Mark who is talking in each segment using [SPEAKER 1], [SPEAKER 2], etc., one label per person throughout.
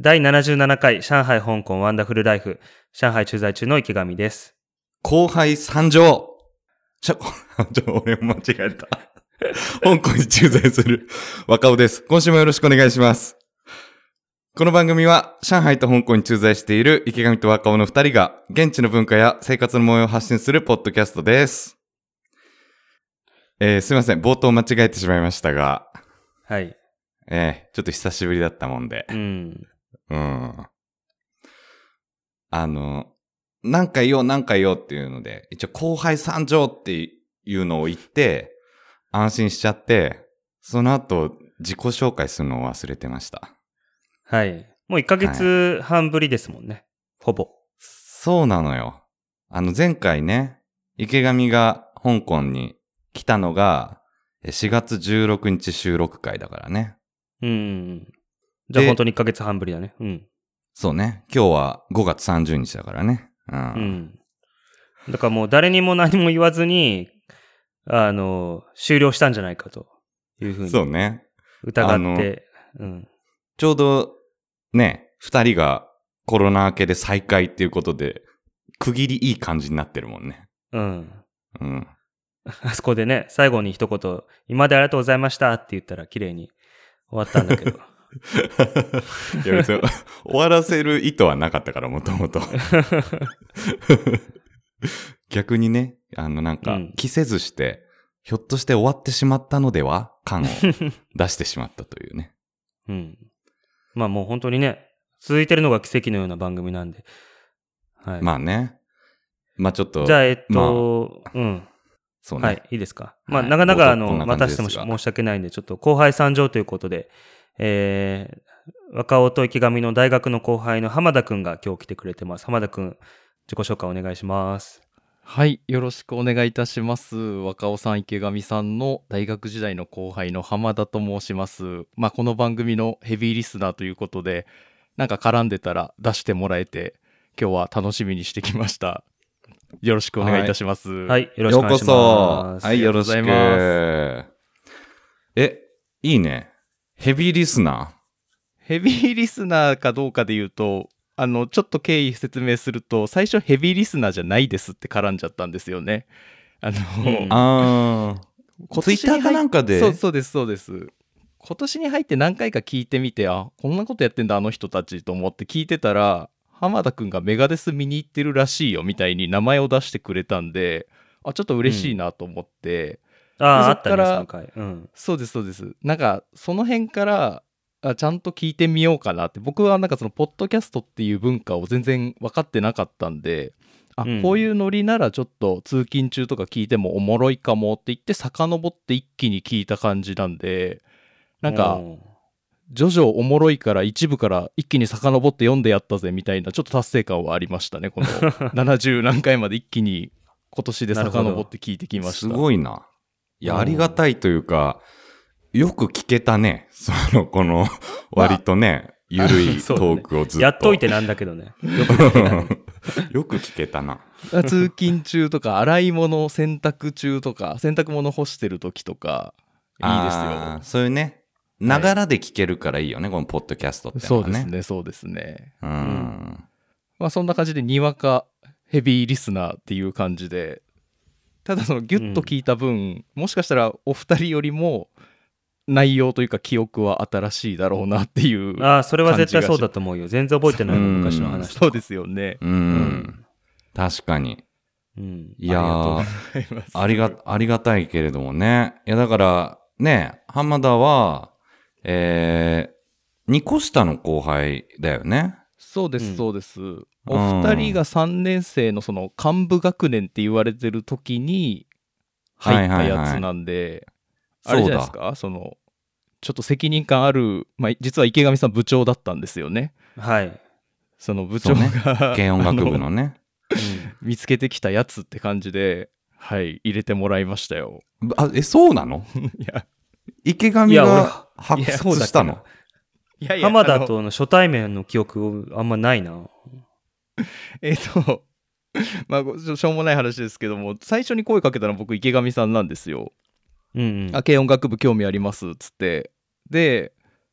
[SPEAKER 1] 第77回上海香港ワンダフルライフ、上海駐在中の池上です。
[SPEAKER 2] 後輩参上ちょ、 ちょ、俺も間違えた。香港に駐在する若尾です。今週もよろしくお願いします。この番組は上海と香港に駐在している池上と若尾の二人が現地の文化や生活の模様を発信するポッドキャストです。えーすいません。冒頭間違えてしまいましたが、
[SPEAKER 1] はい。
[SPEAKER 2] えーちょっと久しぶりだったもんで。
[SPEAKER 1] うん。
[SPEAKER 2] うん。あの、何回よ、何回よっていうので、一応後輩参上っていうのを言って、安心しちゃって、その後、自己紹介するのを忘れてました。
[SPEAKER 1] はい。もう1ヶ月半ぶりですもんね。ほぼ。
[SPEAKER 2] そうなのよ。あの、前回ね、池上が香港に来たのが、え4月16日収録会だからね。
[SPEAKER 1] うん。じゃあ
[SPEAKER 2] で
[SPEAKER 1] 本当に1ヶ月半ぶりだね。うん。
[SPEAKER 2] そうね。今日は5月30日だからね。うん。
[SPEAKER 1] うん。だからもう誰にも何も言わずに、あの、終了したんじゃないかというふう
[SPEAKER 2] そ
[SPEAKER 1] に
[SPEAKER 2] うね。
[SPEAKER 1] 疑って、うん。
[SPEAKER 2] ちょうどね、二人がコロナ明けで再会っていうことで、区切りいい感じになってるもんね。
[SPEAKER 1] うん。
[SPEAKER 2] うん。
[SPEAKER 1] あそこでね、最後に一言、今までありがとうございましたって言ったら綺麗に終わったんだ けど。
[SPEAKER 2] いや 別に終わらせる意図はなかったから、もともと。逆にね、あのなん
[SPEAKER 1] う
[SPEAKER 2] か
[SPEAKER 1] ん、
[SPEAKER 2] 着せずして、ひょっとして終わってしまったのでは感を出してしまったというね。
[SPEAKER 1] うん。まあもう本当にね、続いてるのが奇跡のような番組なんで。 はい。
[SPEAKER 2] まあね。まあちょっと、
[SPEAKER 1] じゃあ、えっと、うん。
[SPEAKER 2] そうね。
[SPEAKER 1] はい、いいですか。まあ、
[SPEAKER 2] はい
[SPEAKER 1] なかなか、あ
[SPEAKER 2] 冒頭こ
[SPEAKER 1] の、
[SPEAKER 2] んな
[SPEAKER 1] ま
[SPEAKER 2] 感
[SPEAKER 1] た
[SPEAKER 2] じ
[SPEAKER 1] し
[SPEAKER 2] です
[SPEAKER 1] て
[SPEAKER 2] が
[SPEAKER 1] も申し訳ないんで、ちょっと後輩参上ということで、えー、若尾と池上の大学の後輩の浜田くんが今日来てくれてます。浜田くん、自己紹介お願いします。
[SPEAKER 3] はい、よろしくお願いいたします。若尾さん、池上さんの大学時代の後輩の浜田と申します。まあ、この番組のヘビーリスナーということで、なんか絡んでたら出してもらえて、今日は楽しみにしてきました。よろしくお願いいたします。、
[SPEAKER 1] はいい、よろしく
[SPEAKER 2] よ
[SPEAKER 1] お
[SPEAKER 2] う
[SPEAKER 1] 願い
[SPEAKER 2] こ
[SPEAKER 1] し
[SPEAKER 2] そ。
[SPEAKER 1] ます。
[SPEAKER 2] はい、よろし
[SPEAKER 3] あ
[SPEAKER 2] く
[SPEAKER 3] りがとうござ
[SPEAKER 2] え、いいね。ヘビーリスナ
[SPEAKER 3] ヘビーリスナーかどうかで言うと、あの、ちょっと経緯説明すると、最初ヘビーリスナーじゃないですって絡んじゃったんですよね。あの、
[SPEAKER 1] うん
[SPEAKER 2] ー。あー。
[SPEAKER 3] 今
[SPEAKER 2] ツイ
[SPEAKER 3] 年
[SPEAKER 2] ッター
[SPEAKER 3] に
[SPEAKER 2] か
[SPEAKER 3] 入っ
[SPEAKER 2] なんかで。
[SPEAKER 3] そうそうですそうです今年に入って何回か聞いてみてあこんなことやってんだあの人たちと思って聞いてたら浜田くんがメガデス見に行ってるらしいよみたいに名前を出してくれたんであちょっと嬉しいなと思って、
[SPEAKER 1] ああ、あ
[SPEAKER 3] そ
[SPEAKER 1] っ
[SPEAKER 3] ったか
[SPEAKER 1] ね、
[SPEAKER 3] ら
[SPEAKER 1] その回。うん。
[SPEAKER 3] そうですそうですなんかその辺からあちゃんと聞いてみようかなって僕はなんかそのポッドキャストっていう文化を全然分かってなかったんであ、
[SPEAKER 1] うん
[SPEAKER 3] こういうノリならちょっと通勤中とか聞いてもおもろいかもって言って遡って一気に聞いた感じなんでなん
[SPEAKER 1] う
[SPEAKER 3] か徐々おもろいから一部から一気に遡って読んでやったぜみたいなちょっと達成感はありましたねこの70何回まで一気に今年で遡って聞いてきました
[SPEAKER 2] すごいな。い
[SPEAKER 1] うん
[SPEAKER 2] や、ありがたいというか、よく聞けたね。その、この、割とね、ゆるい
[SPEAKER 3] そ
[SPEAKER 2] ト
[SPEAKER 3] うだね
[SPEAKER 2] ークをずっと。
[SPEAKER 1] やっといてなんだけどね。
[SPEAKER 2] よく聞けたな。
[SPEAKER 3] あ通勤中とか 洗い物洗濯中とか洗濯物干してる時とかいいです
[SPEAKER 2] あ
[SPEAKER 3] よ
[SPEAKER 2] ーそういうね、ながらで聞けるからいいよね、このポッドキャストっての
[SPEAKER 3] そう
[SPEAKER 2] は
[SPEAKER 3] で
[SPEAKER 2] ね。
[SPEAKER 3] す。ねそうですね
[SPEAKER 2] うん。
[SPEAKER 3] まあそんな感じでにわかヘビーリスナーっていう感じでただそのギュッと聞いた分、もしかしたらお二人よりも内容というか記憶は新しいだろうなっていう
[SPEAKER 1] ああ、それは絶対そうだと思うよ。全然覚えてないもん昔の話
[SPEAKER 3] そ
[SPEAKER 1] と
[SPEAKER 3] う
[SPEAKER 1] か。
[SPEAKER 3] ですよね
[SPEAKER 2] うん。
[SPEAKER 1] ん
[SPEAKER 2] 確かに。
[SPEAKER 1] うん。
[SPEAKER 2] いやー、
[SPEAKER 3] ありがとうございます
[SPEAKER 2] ありが、ありがたいけれどもね。いや、だから、ね、浜田は、えー、2個下の後輩だよね。
[SPEAKER 3] そうで
[SPEAKER 1] うん
[SPEAKER 3] すそうです、お二人が3年生のその幹部学年って言われてる時に入ったやつなんで、
[SPEAKER 2] はいはいはい
[SPEAKER 3] あれじゃないですかそのちょっと責任感ある、まあ、実は池上さん部長だったんですよね
[SPEAKER 1] はい。 うん
[SPEAKER 3] その部長
[SPEAKER 2] そうね
[SPEAKER 3] が、
[SPEAKER 2] 軽音楽部
[SPEAKER 3] あ
[SPEAKER 2] のね。
[SPEAKER 3] 見つけてきたやつって感じではい入れてもらいましたよ
[SPEAKER 2] あ、え、そうな の
[SPEAKER 3] いや
[SPEAKER 2] 池上
[SPEAKER 1] いや俺
[SPEAKER 2] が発掘した
[SPEAKER 1] いや
[SPEAKER 2] の
[SPEAKER 3] いやいや
[SPEAKER 1] 浜
[SPEAKER 3] あ
[SPEAKER 1] 田
[SPEAKER 3] の
[SPEAKER 1] との初対面の記憶あんまないな。
[SPEAKER 3] えっ、と まあごしょしょうもない話ですけども最初に声かけたのは僕池上さんなんですよ
[SPEAKER 1] うんうん。
[SPEAKER 3] あ軽音楽部興味ありますっつってで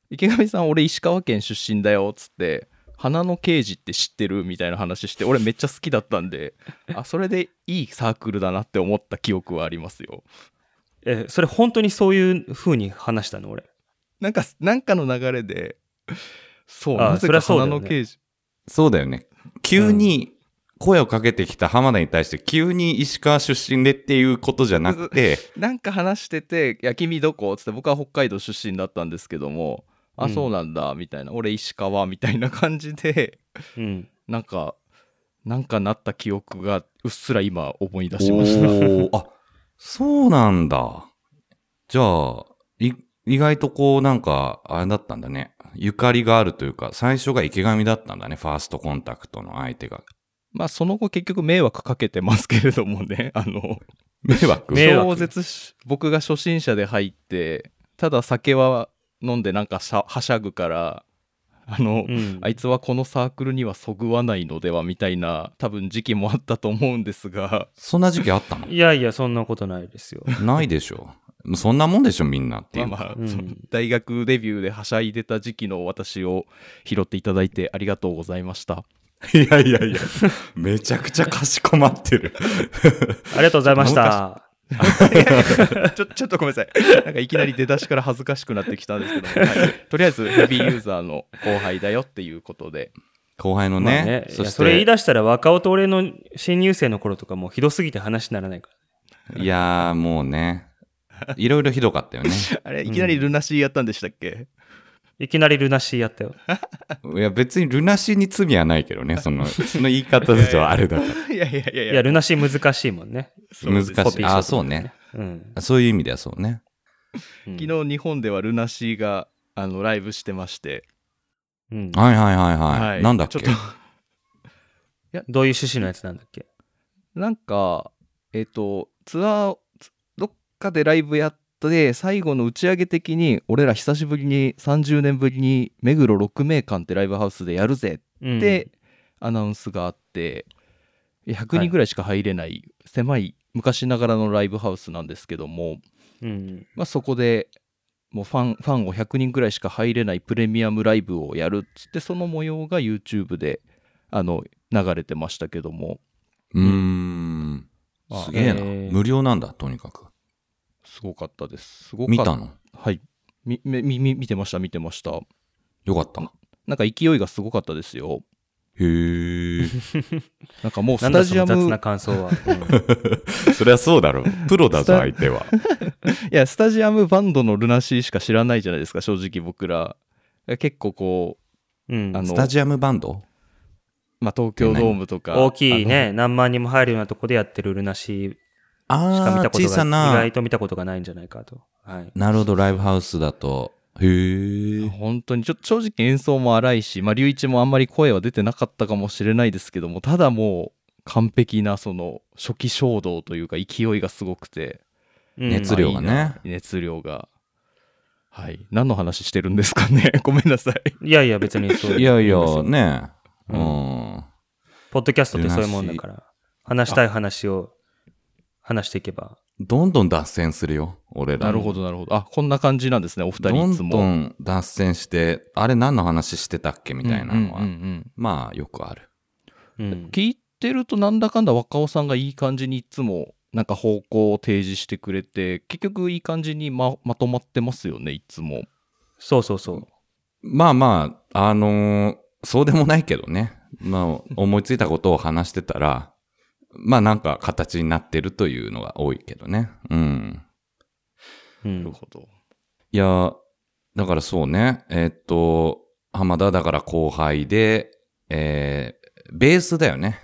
[SPEAKER 3] 池上さん俺石川県出身だよっつって花の刑事って知ってるみたいな話して俺めっちゃ好きだったんであそれでいいサークルだなって思った記憶はありますよ
[SPEAKER 1] え、それ本当にそういう風に話したの俺。
[SPEAKER 3] なんかなんかの流れでそう
[SPEAKER 1] あ
[SPEAKER 3] なぜ
[SPEAKER 1] そりゃ
[SPEAKER 3] か
[SPEAKER 1] そうだ
[SPEAKER 3] 花
[SPEAKER 1] よね
[SPEAKER 3] の刑事
[SPEAKER 2] そうだよね。急に声をかけてきた浜田に対して、急に石川出身でっていうことじゃなく て、
[SPEAKER 3] なんか話してて「いや君どこ?」っつって僕は北海道出身だったんですけども「あ
[SPEAKER 1] うん
[SPEAKER 3] そうなんだ」みたいな「俺石川」みたいな感じで
[SPEAKER 1] うん。
[SPEAKER 3] なんかなんかなった記憶がうっすら今思い出し
[SPEAKER 2] お
[SPEAKER 3] ました
[SPEAKER 2] ーあ、そうなんだ。じゃあ、い意外とこうなんか、あれだったんだね。ゆかりがあるというか、最初が池上だったんだね。ファーストコンタクトの相手が。
[SPEAKER 3] まあその後結局迷惑かけてますけれどもね あの
[SPEAKER 2] 迷惑
[SPEAKER 1] 迷惑
[SPEAKER 3] 超絶し僕が初心者で入ってただ酒は飲んでなんかしゃはしゃぐからあの、
[SPEAKER 1] うん
[SPEAKER 3] あいつはこのサークルにはそぐわないのではみたいな多分時期もあったと思うんですが
[SPEAKER 2] そんな時期あったの
[SPEAKER 1] いやいや、そんなことないですよ。
[SPEAKER 2] ないでしょ。そんなもんでしょ、みんなってい
[SPEAKER 3] まあ
[SPEAKER 2] う。
[SPEAKER 3] まあ、
[SPEAKER 1] うん
[SPEAKER 3] その大学デビューではしゃいでた時期の私を拾っていただいてありがとうございました
[SPEAKER 2] いやいやいや、めちゃくちゃかしこまってる。
[SPEAKER 1] ありがとうございま した。
[SPEAKER 3] ちょちょっとごめんなさい。なんかいきなり出だしから恥ずかしくなってきたんですけども、 はいとりあえずヘビーユーザーの後輩だよっていうことで、
[SPEAKER 2] 後輩の
[SPEAKER 1] ま
[SPEAKER 2] ね。
[SPEAKER 1] あね、い
[SPEAKER 2] そ
[SPEAKER 1] や
[SPEAKER 2] して
[SPEAKER 1] それ言い出したら若尾と俺の新入生の頃とかもうひどすぎて話にならないか
[SPEAKER 2] いやー、もうね。いろいろひどかったよね。
[SPEAKER 3] あれ、いきなりルナシーやったんでしたっけ、
[SPEAKER 1] ら。いきなりルナシーやったよ。
[SPEAKER 2] いや、別にルナシーに罪はないけどね。その、その言い方でしょ、あれだから。
[SPEAKER 3] いやいやいやい
[SPEAKER 1] いや、ルナシー難しいもんね。
[SPEAKER 3] そうで
[SPEAKER 2] 難
[SPEAKER 3] す
[SPEAKER 1] コ
[SPEAKER 2] し
[SPEAKER 1] ピー
[SPEAKER 2] い。
[SPEAKER 1] しよ
[SPEAKER 2] あ、
[SPEAKER 1] うと
[SPEAKER 2] そう
[SPEAKER 1] 思って
[SPEAKER 2] ね
[SPEAKER 1] ね。うん。
[SPEAKER 2] そういう意味ではそうね。
[SPEAKER 1] 昨
[SPEAKER 3] 昨日日本ではルナシーがあのライブしてまして、
[SPEAKER 1] うん、
[SPEAKER 2] はいはいはいはい。なんだっけ
[SPEAKER 3] ちょっ
[SPEAKER 1] どういう趣旨のやつなんだっけ
[SPEAKER 3] と、なんか、えっ、と、ツアー、つどっかでライブやって、最後の打ち上げ的に俺ら久しぶりに30年ぶりに目黒六名館ってライブハウスでやるぜ
[SPEAKER 1] うん
[SPEAKER 3] で、アナウンスがあって100人ぐらいしか入れない、狭い昔ながらのライブハウスなんですけども、
[SPEAKER 1] うん。
[SPEAKER 3] まあ、そこでもうファンファンを100人ぐらいしか入れないプレミアムライブをやるっつってその模様が YouTube であの流れてましたけども
[SPEAKER 2] うーん。
[SPEAKER 3] あ
[SPEAKER 2] すげえな。
[SPEAKER 1] えー
[SPEAKER 2] 無料なんだ、とにかく。
[SPEAKER 3] すごかったですすごかっ
[SPEAKER 2] 見たの
[SPEAKER 3] はいみみみ見てました見てました
[SPEAKER 2] よかった。
[SPEAKER 3] なんか勢いがすごかったですよ
[SPEAKER 2] へー。
[SPEAKER 3] なんかもう
[SPEAKER 1] な
[SPEAKER 3] ス
[SPEAKER 1] んだ
[SPEAKER 3] タ
[SPEAKER 1] そ
[SPEAKER 3] ジア
[SPEAKER 1] の雑
[SPEAKER 3] ム
[SPEAKER 1] な感想は。うん
[SPEAKER 2] そりゃそうだろう。プロだぞ、
[SPEAKER 3] スタ
[SPEAKER 2] 相手は。
[SPEAKER 3] いやスタジアムバンドのルナシーしか知らないじゃないですか正直僕ら結構こ
[SPEAKER 1] うん
[SPEAKER 3] うあの
[SPEAKER 2] スタジアムバンド
[SPEAKER 3] まあ、東京ドームとか
[SPEAKER 1] 大きいね、何万人も入るようなとこでやってるルナシーしか見た
[SPEAKER 2] ああ、
[SPEAKER 1] ことが
[SPEAKER 2] 小さ
[SPEAKER 1] 意
[SPEAKER 2] な
[SPEAKER 1] 外。と見たことがないんじゃないかと。はい。
[SPEAKER 2] なるほど、ライブハウスだと。へ
[SPEAKER 3] あ の
[SPEAKER 2] ー。
[SPEAKER 3] 本当にちょ正直演奏も荒いし、まあ、龍一もあんまり声は出てなかったかもしれないですけどもただもう完璧なその初期衝動というか勢いがすごくて
[SPEAKER 1] うん
[SPEAKER 2] 熱量がね。
[SPEAKER 3] 熱量がはい何の話してるんですかねごめんなさい
[SPEAKER 1] いやいや、別にそうう
[SPEAKER 2] いやいや、ねえ。う。
[SPEAKER 1] うんポッドキャストってそういうもんだから、話したい話を話していけば。
[SPEAKER 2] どんどん脱線するよ、俺ら。
[SPEAKER 3] なるほ。どなるほどあこんな感じなんですねお二
[SPEAKER 2] ど
[SPEAKER 3] 人いつ
[SPEAKER 2] ん
[SPEAKER 3] も
[SPEAKER 2] どん脱線して、あれ何の話してたっけみたいなのは、
[SPEAKER 3] うんうんうん
[SPEAKER 2] まあよくある。
[SPEAKER 1] うん。
[SPEAKER 3] 聞いてるとなんだかんだ若尾さんがいい感じにいつもなんか方向を提示してくれて結局いい感じにままとまってますよねいつも
[SPEAKER 1] そうそうそう。
[SPEAKER 2] まあまあ、あのーそうでもないけどね。 まあ、思いついたことを話してたら、まあなんか形になってるというのが多いけどね。うん。
[SPEAKER 1] う
[SPEAKER 3] なんる。ほど
[SPEAKER 2] いや、だからそうね。えーっと、浜田だから後輩で、えー、ベースだよね。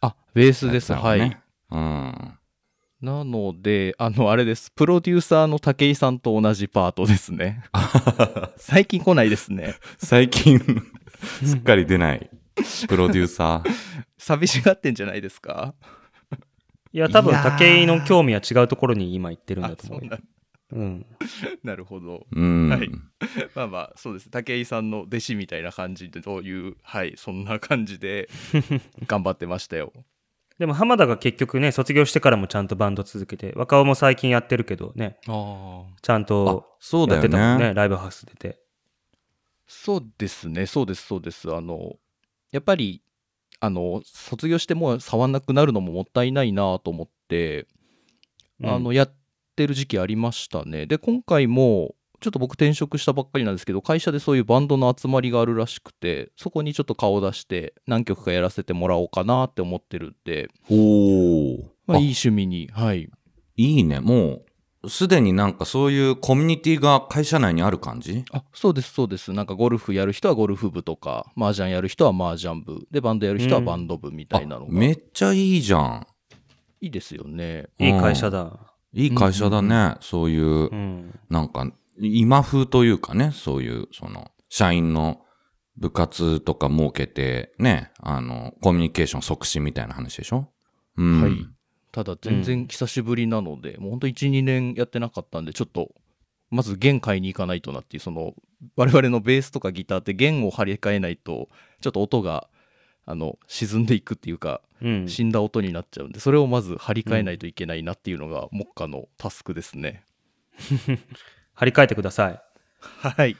[SPEAKER 3] あベースです
[SPEAKER 2] やつら
[SPEAKER 3] はい
[SPEAKER 2] ね。うん。
[SPEAKER 3] なのであのあれですプロデューサーの武井さんと同じパートですね最近来ないですね
[SPEAKER 2] 最近、すっかり出ない、プロデューサー。
[SPEAKER 3] 寂しがってんじゃないですか
[SPEAKER 1] いや、多分、
[SPEAKER 2] いやー
[SPEAKER 1] 武井の興味は違うところに今行ってるん
[SPEAKER 3] あ
[SPEAKER 1] だと
[SPEAKER 3] そ
[SPEAKER 1] 思う
[SPEAKER 3] う
[SPEAKER 1] よ。
[SPEAKER 3] な
[SPEAKER 1] うん。
[SPEAKER 3] なるほど
[SPEAKER 2] うん。
[SPEAKER 3] はいまあまあそうです武井さんの弟子みたいな感じでどういうはいそんな感じで頑張ってましたよ
[SPEAKER 1] でも浜田が結局ね、卒業してからもちゃんとバンド続けて、若尾も最近やってるけどね、
[SPEAKER 3] ああ
[SPEAKER 1] ちゃん
[SPEAKER 2] あ
[SPEAKER 1] と、
[SPEAKER 2] そうだ
[SPEAKER 1] やっ
[SPEAKER 2] よ
[SPEAKER 1] てたもんね
[SPEAKER 2] ね。
[SPEAKER 1] ライブハウス出て。
[SPEAKER 3] そうですね、そうです、そうです。あの、やっぱり、あの、卒業してもう触んなくなるのももったいないなと思って、
[SPEAKER 1] うん
[SPEAKER 3] あの、やってる時期ありましたね。で、今回も、ちょっと僕転職したばっかりなんですけど、会社でそういうバンドの集まりがあるらしくて、そこにちょっと顔を出して、何曲かやらせてもらおうかなって思ってるんで、
[SPEAKER 2] おお。
[SPEAKER 3] まあ、
[SPEAKER 2] あ
[SPEAKER 3] いい趣味に、はい。
[SPEAKER 2] いいね。もう、すでになんかそういうコミュニティが会社内にある感じ
[SPEAKER 3] あそうですそうですなんかゴルフやる人はゴルフ部とか麻雀やる人は麻雀部でバンドやる人はバンド部みたいなのが、
[SPEAKER 2] めっちゃいいじゃん。
[SPEAKER 3] いいですよね
[SPEAKER 1] いい会社だ。
[SPEAKER 2] いい会社だね。
[SPEAKER 3] う
[SPEAKER 2] そういう
[SPEAKER 1] う、ん。
[SPEAKER 2] なんか、今風というかね、そういう、その、社員の部活とか設けて、ね、あの、コミュニケーション促進みたいな話でしょうん。
[SPEAKER 3] はいただ全然久しぶりなので、もうほんと12年やってなかったんでちょっとまず弦買いに行かないとなっていうその我々のベースとかギターって弦を張り替えないとちょっと音があの沈んでいくっていうか
[SPEAKER 1] うん。
[SPEAKER 3] 死んだ音になっちゃうんでそれをまず張り替えないといけないなっていうのが目下のタスクですね、
[SPEAKER 1] 張り替えてください。
[SPEAKER 3] はい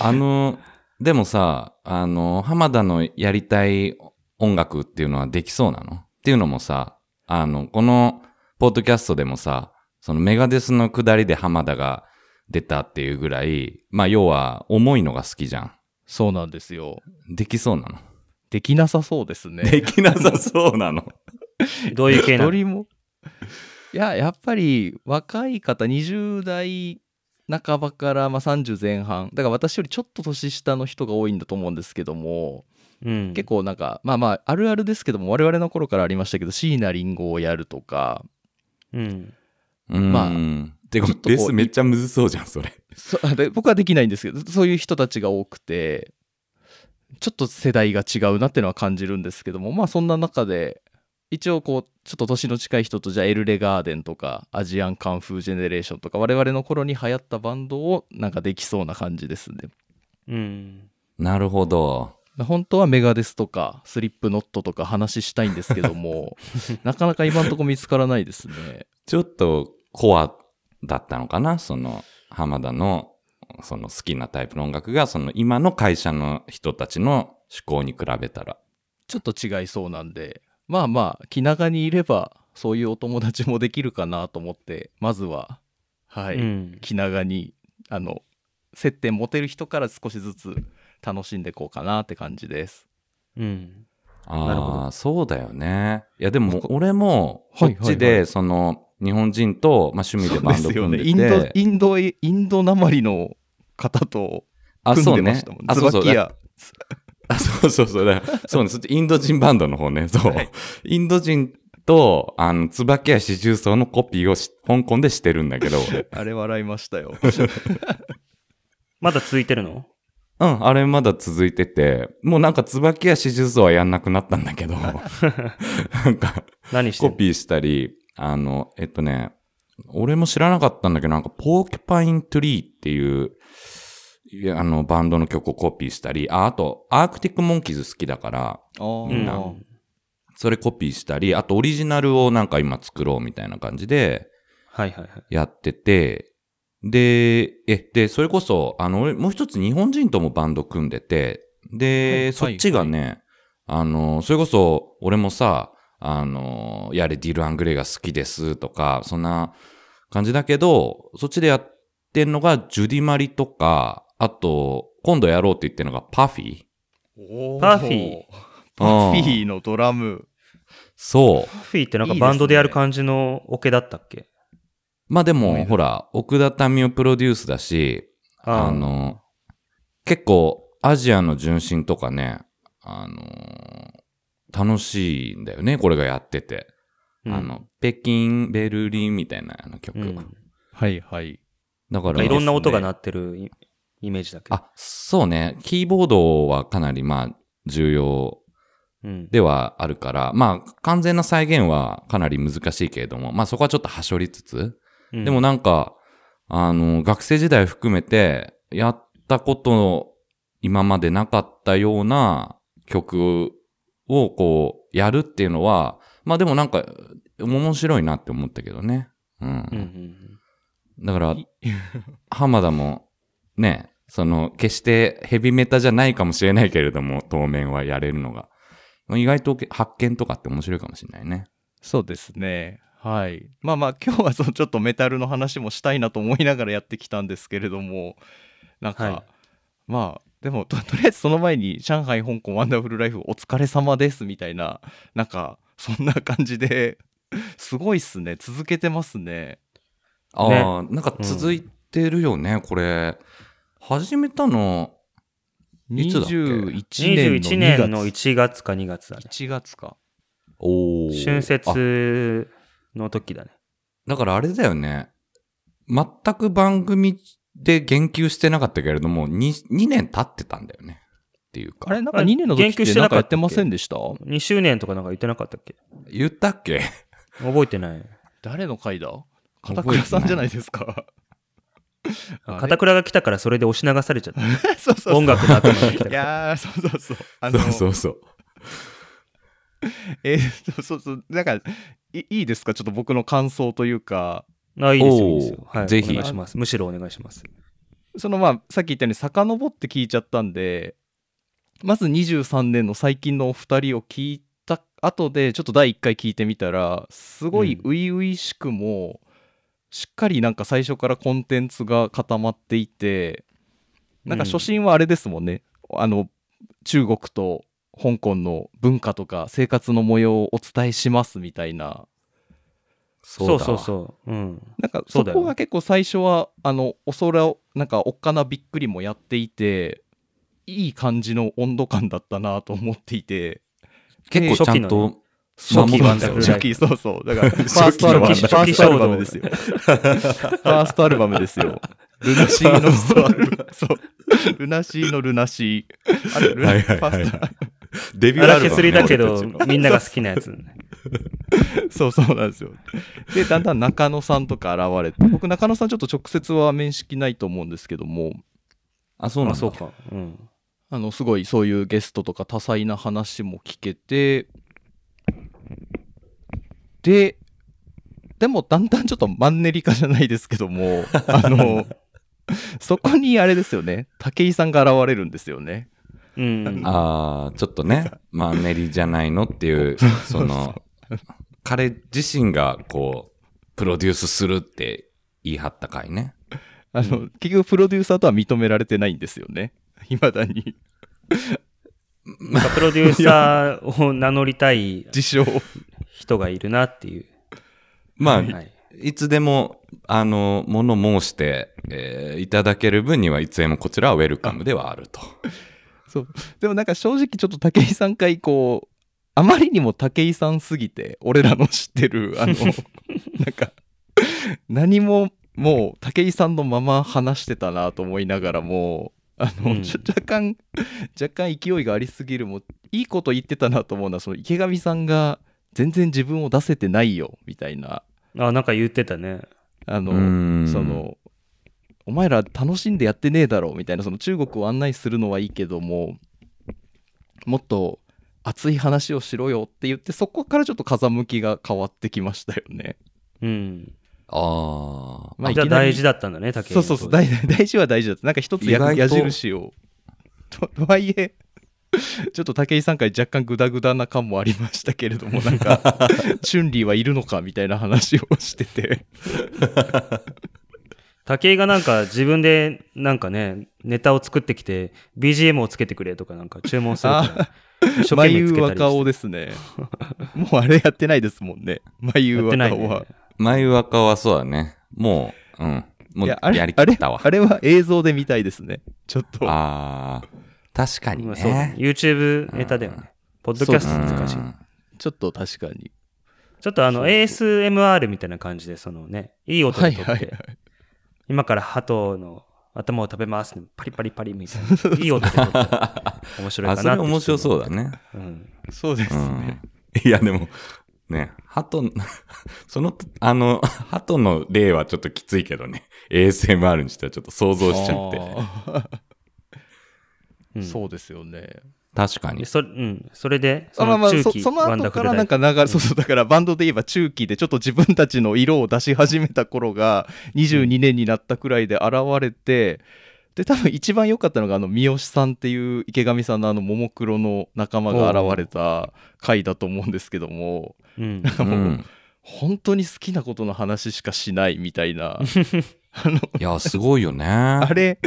[SPEAKER 2] あの、でもさ、あの、浜田のやりたい音楽っていうのはできそうなのっていうのもさ、あの、このポッドキャストでもさ、そのメガデスの下りで浜田が出たっていうぐらい、まあ要は重いのが好きじゃ
[SPEAKER 3] そうなんですよ
[SPEAKER 2] ん。できそうなの。
[SPEAKER 3] できなさそうです ね
[SPEAKER 2] できなさそうなの。
[SPEAKER 1] どういう系なの
[SPEAKER 3] 鳥もいややっぱり若い方20代半ばからまあ30前半だから私よりちょっと年下の人が多いんだと思うんですけども、
[SPEAKER 1] うん。
[SPEAKER 3] 結構なんかまあまああるあるですけども我々の頃からありましたけど椎名林檎をやるとか
[SPEAKER 1] うん。
[SPEAKER 2] うん。
[SPEAKER 3] ま
[SPEAKER 2] てか
[SPEAKER 3] ちょっとこう
[SPEAKER 2] ベースめっちゃむずそうじゃん、それ。
[SPEAKER 3] そ で僕はできないんですけどそういう人たちが多くてちょっと世代が違うなってのは感じるんですけどもまあそんな中で一応こうちょっと年の近い人とじゃあエルレガーデンとかアジアンカンフージェネレーションとか我々の頃に流行ったバンドをなんかできそうな感じですね。
[SPEAKER 1] うん。
[SPEAKER 2] なるほど。
[SPEAKER 3] まあ本当はメガデスとかスリップノットとか話したいんですけどもなかなか今んとこ見つからないですね。
[SPEAKER 2] ちょっとコアだったのかなその浜田のその好きなタイプの音楽がその今の会社の人たちの趣向に比べたら。
[SPEAKER 3] ちょっと違いそうなんでまあまあ気長にいればそういうお友達もできるかなと思ってまずははい、
[SPEAKER 1] うん
[SPEAKER 3] 気長にあの接点持てる人から少しずつ楽しんでいこうかなって感じです。
[SPEAKER 1] うん。なるほ
[SPEAKER 2] ああ、
[SPEAKER 1] ど
[SPEAKER 2] そうだよね。いやで
[SPEAKER 3] なん
[SPEAKER 2] も
[SPEAKER 3] か
[SPEAKER 2] 俺もこ
[SPEAKER 3] はい
[SPEAKER 2] っちでその日本人とまあ趣味でバンド組んでて。
[SPEAKER 3] インドインドインドなまりの方と
[SPEAKER 2] あ、
[SPEAKER 3] 組ん
[SPEAKER 2] そ
[SPEAKER 3] で
[SPEAKER 2] う
[SPEAKER 3] ま
[SPEAKER 2] ね
[SPEAKER 3] したもん。ね。
[SPEAKER 2] あ、そうそう
[SPEAKER 3] ス。バキア
[SPEAKER 2] あ、そうそうそう。だからそうね。そっちインド人バンドの方 ね。そう。インド人と、あの、椿屋四重奏のコピーをし香港でしてるんだけど、俺
[SPEAKER 3] あれ笑いましたよ。
[SPEAKER 1] まだ続いてるの
[SPEAKER 2] うん、あれまだ続いてて、もうなんか椿や四重奏はやんなくなったんだけど、なんか
[SPEAKER 1] 何して
[SPEAKER 2] コ
[SPEAKER 1] るの
[SPEAKER 2] ピーしたり、あの、えっとね、俺も知らなかったんだけど、なんかポーキュパイントゥリーっていう、いやあの、バンドの曲をコピーしたり、あ、あと、アークティックモンキーズ好きだから、
[SPEAKER 3] あー
[SPEAKER 2] みんな
[SPEAKER 1] うん
[SPEAKER 2] それコピーしたり、あとオリジナルをなんか今作ろうみたいな感じで、
[SPEAKER 1] はいはいはい。
[SPEAKER 2] やってて、で、え、で、それこそ、あの、俺もう一つ日本人ともバンド組んでて、で、
[SPEAKER 3] はい
[SPEAKER 2] そっちがね、あの、それこそ、俺もさ、あの、やれディル・アングレイが好きですとか、そんな感じだけど、そっちでやってんのがジュディ・マリとか、あと、今度やろうって言ってるのがパフィー
[SPEAKER 3] おー
[SPEAKER 1] パフィー
[SPEAKER 3] パフィーのドラム。
[SPEAKER 2] そう。
[SPEAKER 1] パフィーってなんかバンドでやる感じのオケだったっけ
[SPEAKER 2] まあで
[SPEAKER 3] ごめん
[SPEAKER 2] も、
[SPEAKER 3] な
[SPEAKER 2] ほら、奥田民生プロデュースだし、
[SPEAKER 1] ー
[SPEAKER 2] あの、結構アジアの純真とかね、あの、楽しいんだよね、これがやってて。
[SPEAKER 1] うん
[SPEAKER 2] あの、北京、ベルリンみたいなあの曲。
[SPEAKER 1] うん
[SPEAKER 3] はいはい。
[SPEAKER 2] だか、
[SPEAKER 1] なんからいろんな音が鳴ってるイイメージだけど。
[SPEAKER 2] あ、そうね、キーボードはかなりまあ重要
[SPEAKER 1] うん、
[SPEAKER 2] ではあるから、まあ完全な再現はかなり難しいけれども、まあそこはちょっとはしょりつつ、
[SPEAKER 1] うん
[SPEAKER 2] でもなんか、あの、学生時代含めて、やったことの今までなかったような曲をこう、やるっていうのは、まあでもなんか、面白いなって思ったけどね。う。
[SPEAKER 1] うんうんん
[SPEAKER 2] だから、浜田も、ね、その、決してヘビメタじゃないかもしれないけれども、当面はやれるのが。意外と発見とかって面白いかもしれないね。
[SPEAKER 3] そうですね。はい。まあまあ、今日はそのちょっとメタルの話もしたいなと思いながらやってきたんですけれども、なんか、
[SPEAKER 1] はい
[SPEAKER 3] まあ、でもと、 とりあえずその前に、上海、香港、ワンダフルライフ、お疲れ様ですみたいな、なんか、そんな感じで、すごいっすね。続けてますね。
[SPEAKER 2] ああ、なんか続いてるよね、これ。始めたの、いつだっけ
[SPEAKER 3] 21
[SPEAKER 1] 21
[SPEAKER 3] 年の2月。
[SPEAKER 1] 年の1月か2月だね。
[SPEAKER 3] 1月か。
[SPEAKER 2] おー
[SPEAKER 1] 春節の時だね。
[SPEAKER 2] だからあれだよね。全く番組で言及してなかったけれども、2, 2年経ってたんだよね。っていう
[SPEAKER 3] あ
[SPEAKER 2] か。
[SPEAKER 3] れ、なんか2年の時
[SPEAKER 1] 言
[SPEAKER 3] っ
[SPEAKER 1] 及してて
[SPEAKER 3] な
[SPEAKER 1] なん
[SPEAKER 3] か
[SPEAKER 1] か
[SPEAKER 3] や
[SPEAKER 1] っ
[SPEAKER 3] ったて
[SPEAKER 1] っけ
[SPEAKER 3] ませんでした
[SPEAKER 1] 2周年とかなんか言ってなかったっけ
[SPEAKER 2] 言ったっけ
[SPEAKER 1] 覚えてない。
[SPEAKER 3] 誰の回だ
[SPEAKER 2] 覚えてない
[SPEAKER 3] 片倉さんじゃないですか。 あれ
[SPEAKER 1] 片倉が来たからそれで押し流されちゃった。
[SPEAKER 3] そうそうそう
[SPEAKER 1] 音楽の頭が来たか
[SPEAKER 3] い
[SPEAKER 1] ら。
[SPEAKER 3] やーそうそ うそう。あ
[SPEAKER 2] そ
[SPEAKER 3] の
[SPEAKER 2] うそうそう。
[SPEAKER 3] えーそうそうそう。なんかい、いいですかちょっと僕の感想というか、
[SPEAKER 1] あ、いいですよ、い
[SPEAKER 2] おー
[SPEAKER 1] いですよ。はい、
[SPEAKER 2] ぜひ
[SPEAKER 1] お願いします。むしろお願いします。
[SPEAKER 3] そのまあ、さっき言ったように遡って聞いちゃったんで、まず23年の最近のお二人を聞いた後で、ちょっと第1回聞いてみたら、すごい
[SPEAKER 1] うん
[SPEAKER 3] 初々しくも、しっかりなんか最初からコンテンツが固まっていて、なんか初心はあれですもんね。あの、中国と香港の文化とか生活の模様をお伝えしますみたいな
[SPEAKER 1] そうそう
[SPEAKER 2] う
[SPEAKER 1] そう。うん。
[SPEAKER 3] なんか
[SPEAKER 1] そ
[SPEAKER 3] そう
[SPEAKER 1] だよ
[SPEAKER 3] こが結構最初はあのおそらなんかおっかなびっくりもやっていていい感じの温度感だったなと思っていて
[SPEAKER 2] だ。結構ちゃんと、
[SPEAKER 1] 初期のね
[SPEAKER 2] 守っ
[SPEAKER 1] 初期
[SPEAKER 2] てた
[SPEAKER 1] の
[SPEAKER 2] よ
[SPEAKER 3] 初期そうそうだから ファーストアルバム
[SPEAKER 2] 初
[SPEAKER 3] フ
[SPEAKER 2] 期の
[SPEAKER 3] ァ
[SPEAKER 2] ワンダフルライフ
[SPEAKER 3] ーストアルバムですよファーストアルバムですよルナシーのそうルナシーのルナシーあれルナ
[SPEAKER 2] はいはい
[SPEAKER 3] ファ
[SPEAKER 2] はい
[SPEAKER 3] ーストアル
[SPEAKER 2] デビューア
[SPEAKER 1] 荒
[SPEAKER 2] ルバムね
[SPEAKER 1] 削りだけど
[SPEAKER 2] 俺たちの、
[SPEAKER 1] みんなが好きなやつ。
[SPEAKER 3] そうそうなんですよ。で、だんだん中野さんとか現れて、僕、中野さんちょっと直接は面識ないと思うんですけども、
[SPEAKER 2] あ、そうなん
[SPEAKER 1] あ、
[SPEAKER 2] だ。
[SPEAKER 1] そうか。うん。
[SPEAKER 3] あの、すごいそういうゲストとか多彩な話も聞けて、で、でもだんだんちょっとマンネリ化じゃないですけども、あの、そこにあれですよね、武井さんが現れるんですよね。
[SPEAKER 1] うん。
[SPEAKER 2] ああ、ちょっとね、マンネリじゃないのっ ていう、その、彼自身がこう、プロデュースするって言い張った回ね。
[SPEAKER 3] あの、結局プロデューサーとは認められてないんですよね。いまだに
[SPEAKER 1] なんかプロデューサーを名乗りたい
[SPEAKER 3] 自称
[SPEAKER 1] 人がいるなっていう。
[SPEAKER 2] まあ、
[SPEAKER 1] はい。
[SPEAKER 2] いつでも、あの、物申して、えーいただける分には、いつでもこちらはウェルカムではあると。
[SPEAKER 3] そうでもなんか正直ちょっと武井さん回以降あまりにも武井さんすぎて俺らの知ってる あのなんか何ももう武井さんのまま話してたなと思いながらもあの、
[SPEAKER 1] うん
[SPEAKER 3] ちょ若干若干勢いがありすぎるもいいこと言ってたなと思うのはその池上さんが全然自分を出せてないよみたいな
[SPEAKER 1] あ、なんか言ってたね。
[SPEAKER 3] あの、
[SPEAKER 2] ーん
[SPEAKER 3] そ、のお前ら楽しんでやってねえだろみたいなその中国を案内するのはいいけどももっと熱い話をしろよって言ってそこからちょっと風向きが変わってきましたよね。
[SPEAKER 1] うん。
[SPEAKER 2] ああ、
[SPEAKER 3] まあ
[SPEAKER 1] じゃあ
[SPEAKER 3] いきなり
[SPEAKER 1] 大事だったんだね、竹井
[SPEAKER 3] そうそうそう大大事は大事だったなんか一つ
[SPEAKER 2] 意外
[SPEAKER 3] や
[SPEAKER 2] と
[SPEAKER 3] 矢印をととはいえちょっと武井さんから若干グダグダな感もありましたけれどもなんか チュンリーはいるのかみたいな話をしてて
[SPEAKER 1] 武井がなんか自分でなんかね、ネタを作ってきて、BGM をつけてくれとかなんか注文するから、一生懸
[SPEAKER 3] 眉
[SPEAKER 1] 命つけたり
[SPEAKER 3] 若
[SPEAKER 1] し
[SPEAKER 3] 尾ですね。 もうあれやってないですもんね。眉
[SPEAKER 1] て。やってな
[SPEAKER 3] 若
[SPEAKER 1] い
[SPEAKER 3] 尾は
[SPEAKER 1] ね。。
[SPEAKER 2] 前若はそうだね。もう、うん。もう
[SPEAKER 3] い
[SPEAKER 2] や
[SPEAKER 3] やあれ
[SPEAKER 2] りきったわ。
[SPEAKER 3] あれあれは映像で見たいですね。ちょっと。
[SPEAKER 2] ああ、確かに
[SPEAKER 1] まあ
[SPEAKER 2] ね。
[SPEAKER 1] そうだね YouTube ネタだよね。ポッドキャスト難 しい。
[SPEAKER 2] うん
[SPEAKER 3] ちょっと確かに。
[SPEAKER 1] ちょっとあ
[SPEAKER 3] そ
[SPEAKER 1] の
[SPEAKER 3] うそう
[SPEAKER 1] ASMR みたいな感じで、そのね、いい音
[SPEAKER 3] は
[SPEAKER 1] で
[SPEAKER 3] い
[SPEAKER 1] 撮
[SPEAKER 3] はいは
[SPEAKER 1] っ
[SPEAKER 3] い
[SPEAKER 1] て、。今から鳩の頭を食べます、パリパリパリみたいな。いい音で撮ったら面白い
[SPEAKER 2] あ、
[SPEAKER 1] か
[SPEAKER 2] そ
[SPEAKER 1] なっ
[SPEAKER 2] れ
[SPEAKER 1] て
[SPEAKER 2] 面白そうだね。
[SPEAKER 1] うん。
[SPEAKER 3] そうです
[SPEAKER 2] う
[SPEAKER 3] ね
[SPEAKER 2] ん。。 いや、でも、ね、鳩 の、その、あの、鳩の例はちょっときついけどね。ASMR にしてはちょっと想像しちゃって。
[SPEAKER 3] あ
[SPEAKER 1] う
[SPEAKER 3] ー
[SPEAKER 1] ん
[SPEAKER 3] そうですよね。
[SPEAKER 2] 確かに
[SPEAKER 1] で。そ,、うん、それで、
[SPEAKER 3] あ
[SPEAKER 1] そ
[SPEAKER 3] まあま
[SPEAKER 1] の
[SPEAKER 3] あ
[SPEAKER 1] 中
[SPEAKER 3] そ
[SPEAKER 1] 期、
[SPEAKER 3] その
[SPEAKER 1] ワンダフ
[SPEAKER 3] 後か
[SPEAKER 1] ル
[SPEAKER 3] ら
[SPEAKER 1] ライ
[SPEAKER 3] なん
[SPEAKER 1] フ
[SPEAKER 3] か流れ、そうそうだからバンドで言えば中期でちょっと自分たちの色を出し始めた頃が22年になったくらいで現れてで多分一番良かったのがあの三好さんっていう池上さんのあのももクロの仲間が現れた回だと思うんですけども
[SPEAKER 1] うん。
[SPEAKER 3] なんかもう、
[SPEAKER 2] うん
[SPEAKER 3] 本当に好きなことの話しかしないみたいなあの
[SPEAKER 2] いや、すごいよね。あ
[SPEAKER 3] あれ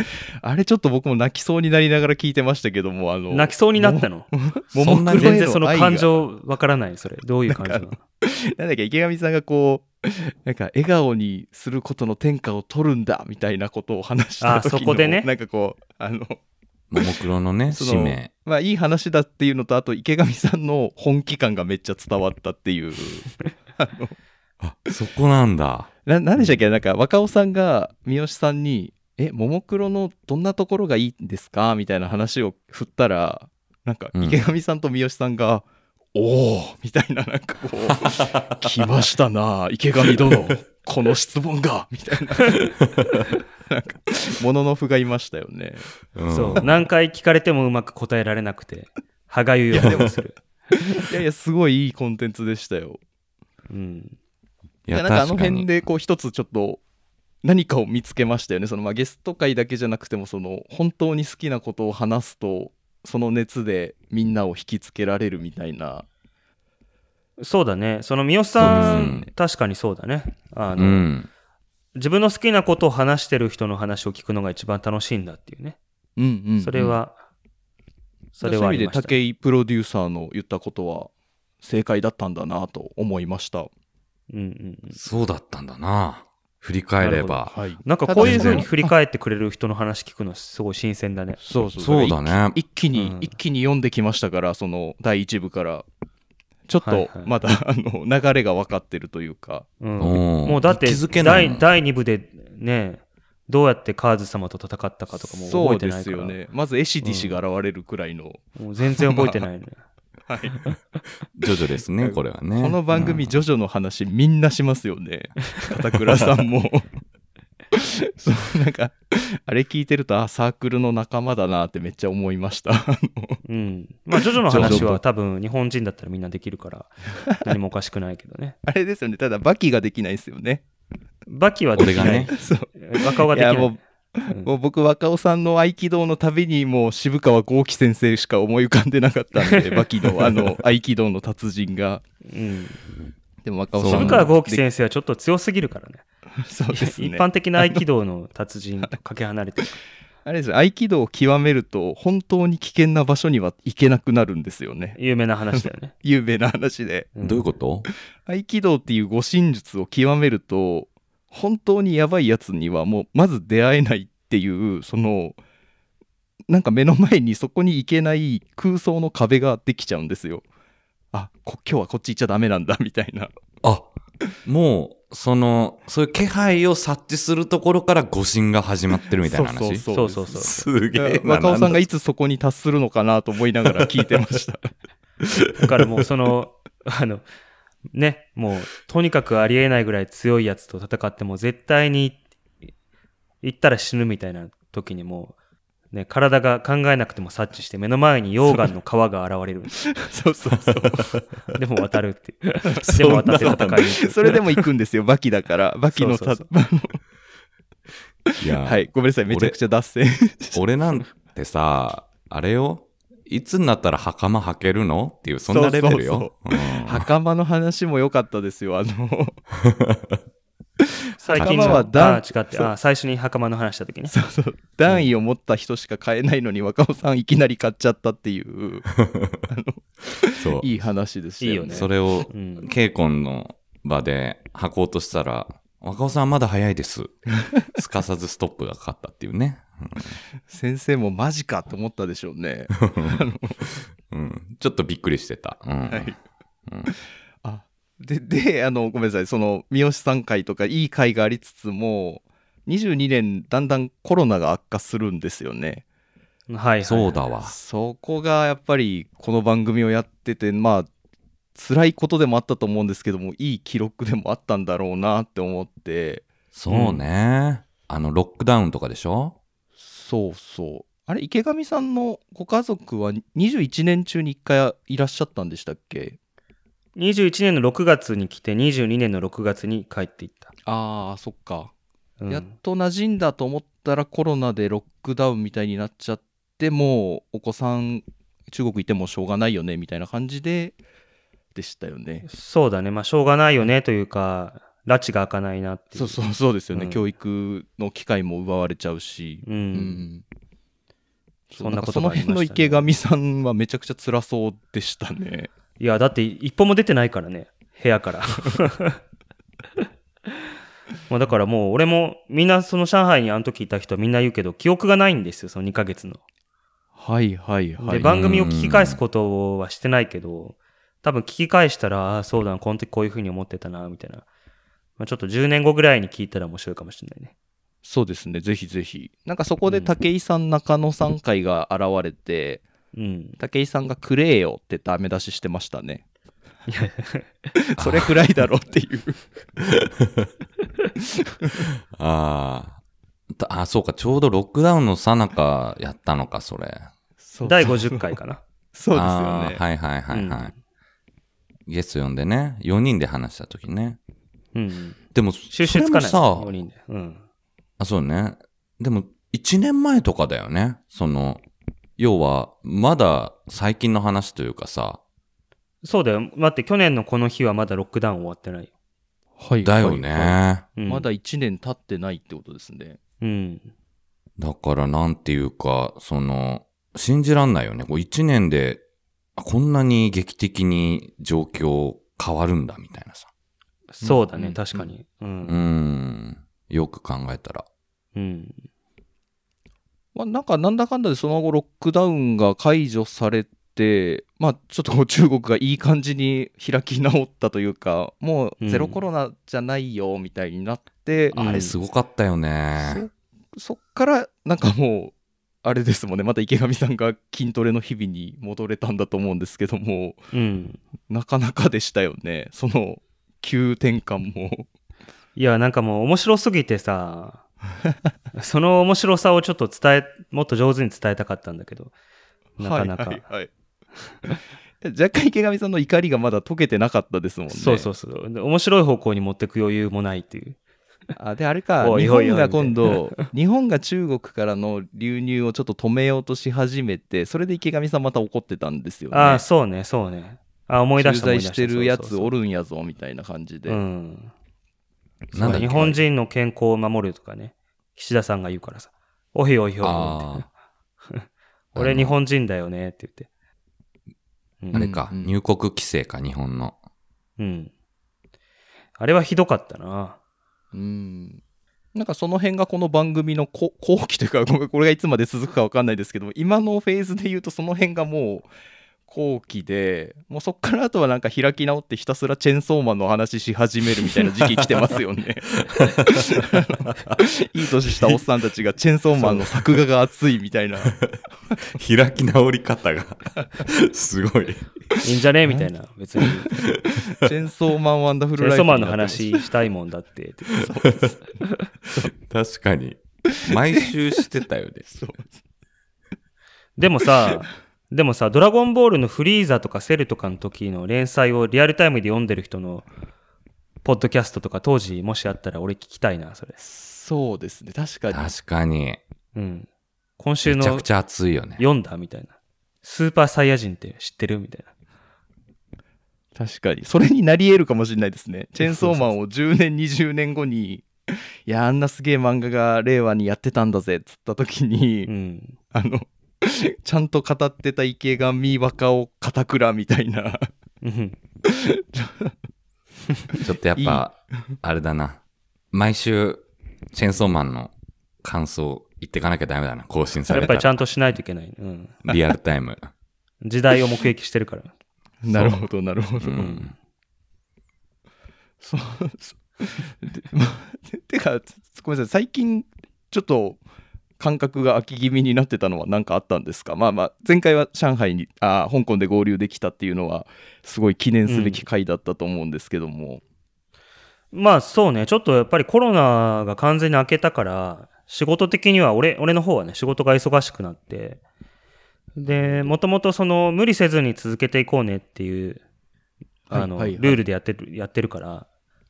[SPEAKER 3] あれちょっと僕も泣きそうになりながら聞いてましたけどもあの
[SPEAKER 1] 泣きそうになったの
[SPEAKER 3] も
[SPEAKER 2] そん
[SPEAKER 3] も
[SPEAKER 2] な
[SPEAKER 3] クロへ
[SPEAKER 1] 全然その
[SPEAKER 3] 愛が
[SPEAKER 1] 感情わからない、それ。どういう感情なの
[SPEAKER 3] なんだっけ池上さんがこう なんか笑顔にすることの天下を取るんだみたいなことを話した
[SPEAKER 1] あ
[SPEAKER 3] 時の
[SPEAKER 1] そこでね
[SPEAKER 3] なんかこうあの
[SPEAKER 2] ももクロのね、
[SPEAKER 3] その
[SPEAKER 2] 使命。
[SPEAKER 3] まあいい話だっていうのとあと池上さんの本気感がめっちゃ伝わったっていう
[SPEAKER 2] あ、そこなんだ。
[SPEAKER 3] な何でしたっけなんか若尾さんが三好さんに「えももクロのどんなところがいいんですか?」みたいな話を振ったらなんか
[SPEAKER 2] うん
[SPEAKER 3] 池上さんと三好さんが「おお!」みたいななんかこ う「来ましたな池上殿この質問が!」みたいななんかもののふがいましたよね。
[SPEAKER 2] うん
[SPEAKER 1] そう。何回聞かれてもうまく答えられなくて、歯がゆい思いをする。
[SPEAKER 3] いやいやすごいいいコンテンツでしたよ。
[SPEAKER 1] うん。
[SPEAKER 2] い
[SPEAKER 3] いや
[SPEAKER 2] や、
[SPEAKER 3] なんかあの
[SPEAKER 2] 確か
[SPEAKER 3] 辺
[SPEAKER 2] に。
[SPEAKER 3] でこう一つちょっと何かを見つけましたよねそのまあゲスト会だけじゃなくてもその本当に好きなことを話すとその熱でみんなを引きつけられるみたいな
[SPEAKER 1] そうだね。その三好さ
[SPEAKER 2] そうです
[SPEAKER 1] ん、確かにそうだね。あ
[SPEAKER 2] う
[SPEAKER 1] の、
[SPEAKER 2] ん。
[SPEAKER 1] 自分の好きなことを話してる人の話を聞くのが一番楽しいんだっていうね。
[SPEAKER 3] うんうんうん
[SPEAKER 1] それは、それ
[SPEAKER 3] そう
[SPEAKER 1] はあ
[SPEAKER 3] いう意
[SPEAKER 1] り
[SPEAKER 3] 味
[SPEAKER 1] まし
[SPEAKER 3] で
[SPEAKER 1] た。
[SPEAKER 3] 武井プロデューサーの言ったことは正解だったんだなと思いました
[SPEAKER 1] うんうんうん
[SPEAKER 2] そうだったんだな。振り返れば。
[SPEAKER 3] はい
[SPEAKER 1] なんかこういう
[SPEAKER 3] ただ
[SPEAKER 1] 風に振り返ってくれる人の話聞くのすごい新鮮だね。
[SPEAKER 3] そうそう
[SPEAKER 2] そうだね。
[SPEAKER 3] 一気に、
[SPEAKER 1] うん
[SPEAKER 3] 一気に読んできましたからその第一部からちょっ
[SPEAKER 1] はい
[SPEAKER 3] と
[SPEAKER 1] はい
[SPEAKER 3] まだ、あの流れが分かってるというか
[SPEAKER 1] うん、
[SPEAKER 2] うん
[SPEAKER 1] もうだって
[SPEAKER 2] 気づけない
[SPEAKER 1] 第、第2部でね、どうやってカーズ様と戦ったかとかも覚えてないから、
[SPEAKER 3] そうですよねまずエシディ氏が現れるくらいの、
[SPEAKER 1] もう全然覚えてないね。
[SPEAKER 3] はい、
[SPEAKER 2] ジョジョですね、これはね。
[SPEAKER 3] この番組、
[SPEAKER 2] うん
[SPEAKER 3] ジョジョの話みんなしますよね片倉さ んもそうなんかあれ聞いてるとあサークルの仲間だなってめっちゃ思いましたあの
[SPEAKER 1] うん。まあ、ジョジョの話
[SPEAKER 3] ジョジ
[SPEAKER 1] は
[SPEAKER 3] ョ
[SPEAKER 1] 多分日本人だったらみんなできるから、何もおかしくないけどね。
[SPEAKER 3] あれですよねただバキができないですよね
[SPEAKER 1] バキはでき
[SPEAKER 2] 俺が
[SPEAKER 1] ない
[SPEAKER 2] ね。
[SPEAKER 3] そう
[SPEAKER 1] 若尾が
[SPEAKER 3] い
[SPEAKER 1] できな
[SPEAKER 3] や
[SPEAKER 1] い。
[SPEAKER 3] もう
[SPEAKER 1] うん
[SPEAKER 3] もう僕若尾さんの合気道のたびにもう渋川豪樹先生しか思い浮かんでなかったんでバキのあの合気道の達人が
[SPEAKER 1] うん
[SPEAKER 3] でも若尾さん
[SPEAKER 2] そう
[SPEAKER 1] 渋川豪樹先生はちょっと強すぎるからね。
[SPEAKER 3] 生そうですね
[SPEAKER 1] 一般的な合気道の達人とかけ離れてる。
[SPEAKER 3] あれですね合気道を極めると本当に危険な場所には行けなくなるんですよね
[SPEAKER 1] 有名な話だよね。
[SPEAKER 3] 有名な話で
[SPEAKER 1] うん
[SPEAKER 2] どういうこと
[SPEAKER 3] 合気道っていう護身術を極めると本当にやばいやつにはもうまず出会えないっていうそのなんか目の前にそこに行けない空想の壁ができちゃうんですよあこ今日はこっち行っちゃダメなんだみたいな
[SPEAKER 2] あ、もう、その、そういう気配を察知するところから誤信が始まってるみたいな話。
[SPEAKER 3] そうそ
[SPEAKER 1] そ
[SPEAKER 3] うそうう
[SPEAKER 1] そうそう。
[SPEAKER 2] すげえな。
[SPEAKER 3] 若尾さんが
[SPEAKER 2] い
[SPEAKER 3] いつそこに達するのかなと思いながら聞いてました
[SPEAKER 1] だからもうその、 あの、ね、もうとにかくありえないぐらい強いやつと戦っても絶対に行ったら死ぬみたいな時にもう、ね、体が考えなくても察知して目の前に溶岩の川が現れる。
[SPEAKER 3] そうそうそう
[SPEAKER 1] でも渡るって いう。でも渡って戦いに行く
[SPEAKER 3] それでも行くんですよ、バキだから。バキのた、
[SPEAKER 1] そうそう
[SPEAKER 2] や、
[SPEAKER 3] はい、ごめんなさい、めちゃくちゃ脱線。
[SPEAKER 2] 俺なんてさ、あれよ。いつになったら袴履けるのっていう、そんなレベルよ。うん
[SPEAKER 3] 袴の話も良かったですよ、あの、
[SPEAKER 1] 最近の
[SPEAKER 3] 袴は男
[SPEAKER 1] あ違って、あ最初に袴の話した時ね。
[SPEAKER 3] そうそう 段位を持った人しか買えないのに若尾さんいきなり買っちゃったっていう
[SPEAKER 2] そう。
[SPEAKER 3] いい話でしたよ
[SPEAKER 1] いいよ
[SPEAKER 3] ね。
[SPEAKER 1] ね
[SPEAKER 2] それを
[SPEAKER 1] うん、
[SPEAKER 2] 稽古の場で履こうとしたら、若尾さんまだ早いです。すかさずストップがかかったっていうね。
[SPEAKER 3] 先生もマジかと思ったでしょうね。
[SPEAKER 2] うんうん。ちょっとびっくりしてた。うん。
[SPEAKER 3] はい
[SPEAKER 2] うん
[SPEAKER 3] あでであのごめんなさいその三好さん会とかいい会がありつつも22年だんだんコロナが悪化するんですよね。
[SPEAKER 1] はいはい、はい。
[SPEAKER 2] そうだわ。
[SPEAKER 3] そこがやっぱりこの番組をやっててまあ辛いことでもあったと思うんですけどもいい記録でもあったんだろうなって思って
[SPEAKER 2] そうね。あの、ロックダウンとかでしょ
[SPEAKER 3] そうそう。あれ、池上さんのご家族は21年中に1回いらっしゃったんでしたっけ
[SPEAKER 1] 21年の6月に来て、22年の6月に帰っていった。
[SPEAKER 3] ああ、そっか。
[SPEAKER 1] うん
[SPEAKER 3] やっと馴染んだと思ったらコロナでロックダウンみたいになっちゃってもうお子さん中国いてもしょうがないよねみたいな感じででしたよね。
[SPEAKER 1] そうだね。まあ、しょうがないよねというか、拉致が開かないなっていう。
[SPEAKER 3] そうそうそうですよね、
[SPEAKER 1] うん
[SPEAKER 3] 教育の機会も奪われちゃうし、
[SPEAKER 1] う
[SPEAKER 3] うん
[SPEAKER 1] ん。
[SPEAKER 3] そ
[SPEAKER 1] そんな
[SPEAKER 3] なんか
[SPEAKER 1] こ
[SPEAKER 3] そ
[SPEAKER 1] とが
[SPEAKER 3] の
[SPEAKER 1] ありましたね
[SPEAKER 3] 辺の池上さんはめちゃくちゃ辛そうでしたね。
[SPEAKER 1] いや、だって一歩も出てないからね。部屋から。 まあだからもう俺もみんなその上海にあの時いた人はみんな言うけど記憶がないんですよ、その2ヶ月の。
[SPEAKER 3] はいはいは
[SPEAKER 1] で、
[SPEAKER 3] い。
[SPEAKER 1] 番組を聞き返すことはしてないけど、多分聞き返したら、ああ、そうだな、この時こういうふうに思ってたな、みたいな。まあ、ちょっと10年後ぐらいに聞いたら面白いかもしれないね。
[SPEAKER 3] そうですね、ぜひぜひ。なんかそこ
[SPEAKER 1] う
[SPEAKER 3] で
[SPEAKER 1] ん
[SPEAKER 3] 武井さん、中野さん会が現れて、
[SPEAKER 1] うん。
[SPEAKER 3] 武井さんがくれよってダメ出ししてましたね。それくらいだろっていう。
[SPEAKER 2] ああ。たあ、そうか、ちょうどロックダウンのさなかやったのか、それ。
[SPEAKER 3] そう
[SPEAKER 1] 第50回かな。
[SPEAKER 3] そうですよ
[SPEAKER 2] あ
[SPEAKER 3] ね
[SPEAKER 2] ー。はいはいはいはい。
[SPEAKER 1] うん
[SPEAKER 2] ゲスト呼んでね、4人で話した時ね。
[SPEAKER 1] うん。
[SPEAKER 2] でも、
[SPEAKER 1] 収集つかない。
[SPEAKER 2] そ
[SPEAKER 1] 4
[SPEAKER 2] れもさ、
[SPEAKER 1] 人で。うん。
[SPEAKER 2] あ、そうね。でも、1年前とかだよね。その、要は、まだ最近の話というかさ、
[SPEAKER 1] そうだよ。待って、去年のこの日はまだロックダウン終わってないよ。
[SPEAKER 3] はい
[SPEAKER 2] だよね。
[SPEAKER 1] うん、
[SPEAKER 3] まだ1年経ってないってことですね。
[SPEAKER 1] うん。
[SPEAKER 2] だから、なんていうか、その、信じらんないよね。こう1年で、あこんなに劇的に状況変わるんだ、みたいなさ。
[SPEAKER 1] そうだ
[SPEAKER 3] う
[SPEAKER 1] ね、
[SPEAKER 3] ん
[SPEAKER 1] 確かに。う。
[SPEAKER 2] うんん。よく考えたら。
[SPEAKER 1] うん。
[SPEAKER 3] まあ、なんかなんだかんだでその後ロックダウンが解除されて、まあ、ちょっとこう中国がいい感じに開き直ったというかもうゼロコロナじゃないよみたいになって、
[SPEAKER 1] うん
[SPEAKER 2] あれすごかったよね。
[SPEAKER 3] そそっからなんかもうあれですもんねまた池上さんが筋トレの日々に戻れたんだと思うんですけども
[SPEAKER 1] うん。
[SPEAKER 3] なかなかでしたよねその急転換も。
[SPEAKER 1] いや、なんかもう面白すぎて さ、その面白さをちょっと伝え、もっと上手に伝えたかったんだけど、なかなか。
[SPEAKER 3] はいはいはい 若干池上さんの怒りがまだ解けてなかったですもんね。
[SPEAKER 1] そうそうそう。で面白い方向に持ってく余裕もないっていう。
[SPEAKER 3] あであれか
[SPEAKER 1] おい
[SPEAKER 3] 日
[SPEAKER 1] おい
[SPEAKER 3] 本
[SPEAKER 1] おい
[SPEAKER 3] が今度日本が中国からの流入をちょっと止めようとし始めてそれで池上さんまた怒ってたんですよね。
[SPEAKER 1] ああ、そうね、そうね。あ思い出
[SPEAKER 3] 駐
[SPEAKER 1] した思い
[SPEAKER 3] 在
[SPEAKER 1] 出した。
[SPEAKER 3] してるやつお
[SPEAKER 1] る
[SPEAKER 3] るんやぞみたいな感じで、
[SPEAKER 1] うん。
[SPEAKER 2] なんだっ
[SPEAKER 1] 日
[SPEAKER 2] け
[SPEAKER 1] 本人の健康を守るとかね、岸田さんが言うからさ、おひおひおひ
[SPEAKER 2] あー
[SPEAKER 1] 俺日本人だよねって言って。うん
[SPEAKER 2] あれか、
[SPEAKER 3] うんうん
[SPEAKER 2] 入国規制か、日本の。
[SPEAKER 1] うん。あれはひどかったな。
[SPEAKER 3] うんなんかその辺がこの番組のこ後期というかごめんこれがいつまで続くか分かんないですけど今のフェーズで言うとその辺がもう後期でもうそっからあとはなんか開き直ってひたすらチェンソーマンの話し始めるみたいな時期来てます よねいい年したおっさんたちがチェンソーマンの作画が熱いみたい な
[SPEAKER 2] 開き直り方が、 すごい。
[SPEAKER 1] いいんじゃねみたい な。別に。
[SPEAKER 3] チェンソーマンワンダフ
[SPEAKER 1] チ
[SPEAKER 3] ル
[SPEAKER 1] ェン
[SPEAKER 3] ライ
[SPEAKER 1] ソ
[SPEAKER 3] フ
[SPEAKER 1] ー
[SPEAKER 3] にな
[SPEAKER 1] マ
[SPEAKER 3] っ
[SPEAKER 1] ン
[SPEAKER 3] て
[SPEAKER 1] の
[SPEAKER 3] ます
[SPEAKER 1] 話したいもんだってって。
[SPEAKER 2] 確かに。毎週してたよね。
[SPEAKER 1] でもさ、でもさ、ドラゴンボールのフリーザとかセルとかの時の連載をリアルタイムで読んでる人のポッドキャストとか当時もしあったら俺聞きたいな、それ。
[SPEAKER 3] そうですね確かに
[SPEAKER 2] 確かに。
[SPEAKER 1] うん。今週
[SPEAKER 2] め
[SPEAKER 1] の
[SPEAKER 2] ちゃくちゃ熱いよね。
[SPEAKER 1] 読んだみたいな。スーパーサイヤ人って知ってるみたいな。
[SPEAKER 3] 確かにそれになり得るかもしれないですねチェンソーマンを10年20年後にいやあんなすげえ漫画が令和にやってたんだぜっつった時に、
[SPEAKER 1] うん。
[SPEAKER 3] あのちゃんと語ってた池上若尾片倉みたいな
[SPEAKER 1] うん。
[SPEAKER 2] ちょっとやっぱ、あれだな。毎週、チェンソーマンの感想言ってかなきゃダメだな。更新さ
[SPEAKER 1] やっ
[SPEAKER 2] れ
[SPEAKER 1] ぱ
[SPEAKER 2] た
[SPEAKER 1] りちゃ
[SPEAKER 2] ら。
[SPEAKER 1] んとしないといけない。うん。
[SPEAKER 2] リアルタ イム。
[SPEAKER 1] 時代を目撃してるから。
[SPEAKER 3] なるほどなるほ
[SPEAKER 2] う
[SPEAKER 3] ど、
[SPEAKER 2] ん。
[SPEAKER 3] そうそうでまあててかごめんなさい最近ちょっと感覚が空き気味になってたのは何かあったんですかまあまあ前回は上海にあー香港で合流できたっていうのはすごい記念すべき回だったと思うんですけども、
[SPEAKER 1] まあそうね、ちょっとやっぱりコロナが完全に明けたから、仕事的には俺、俺の方はね、仕事が忙しくなって、で、もともとその、無理せずに続けていこうねっていう、あの、
[SPEAKER 3] はいはいはい
[SPEAKER 1] ルールでやってる、やってるから、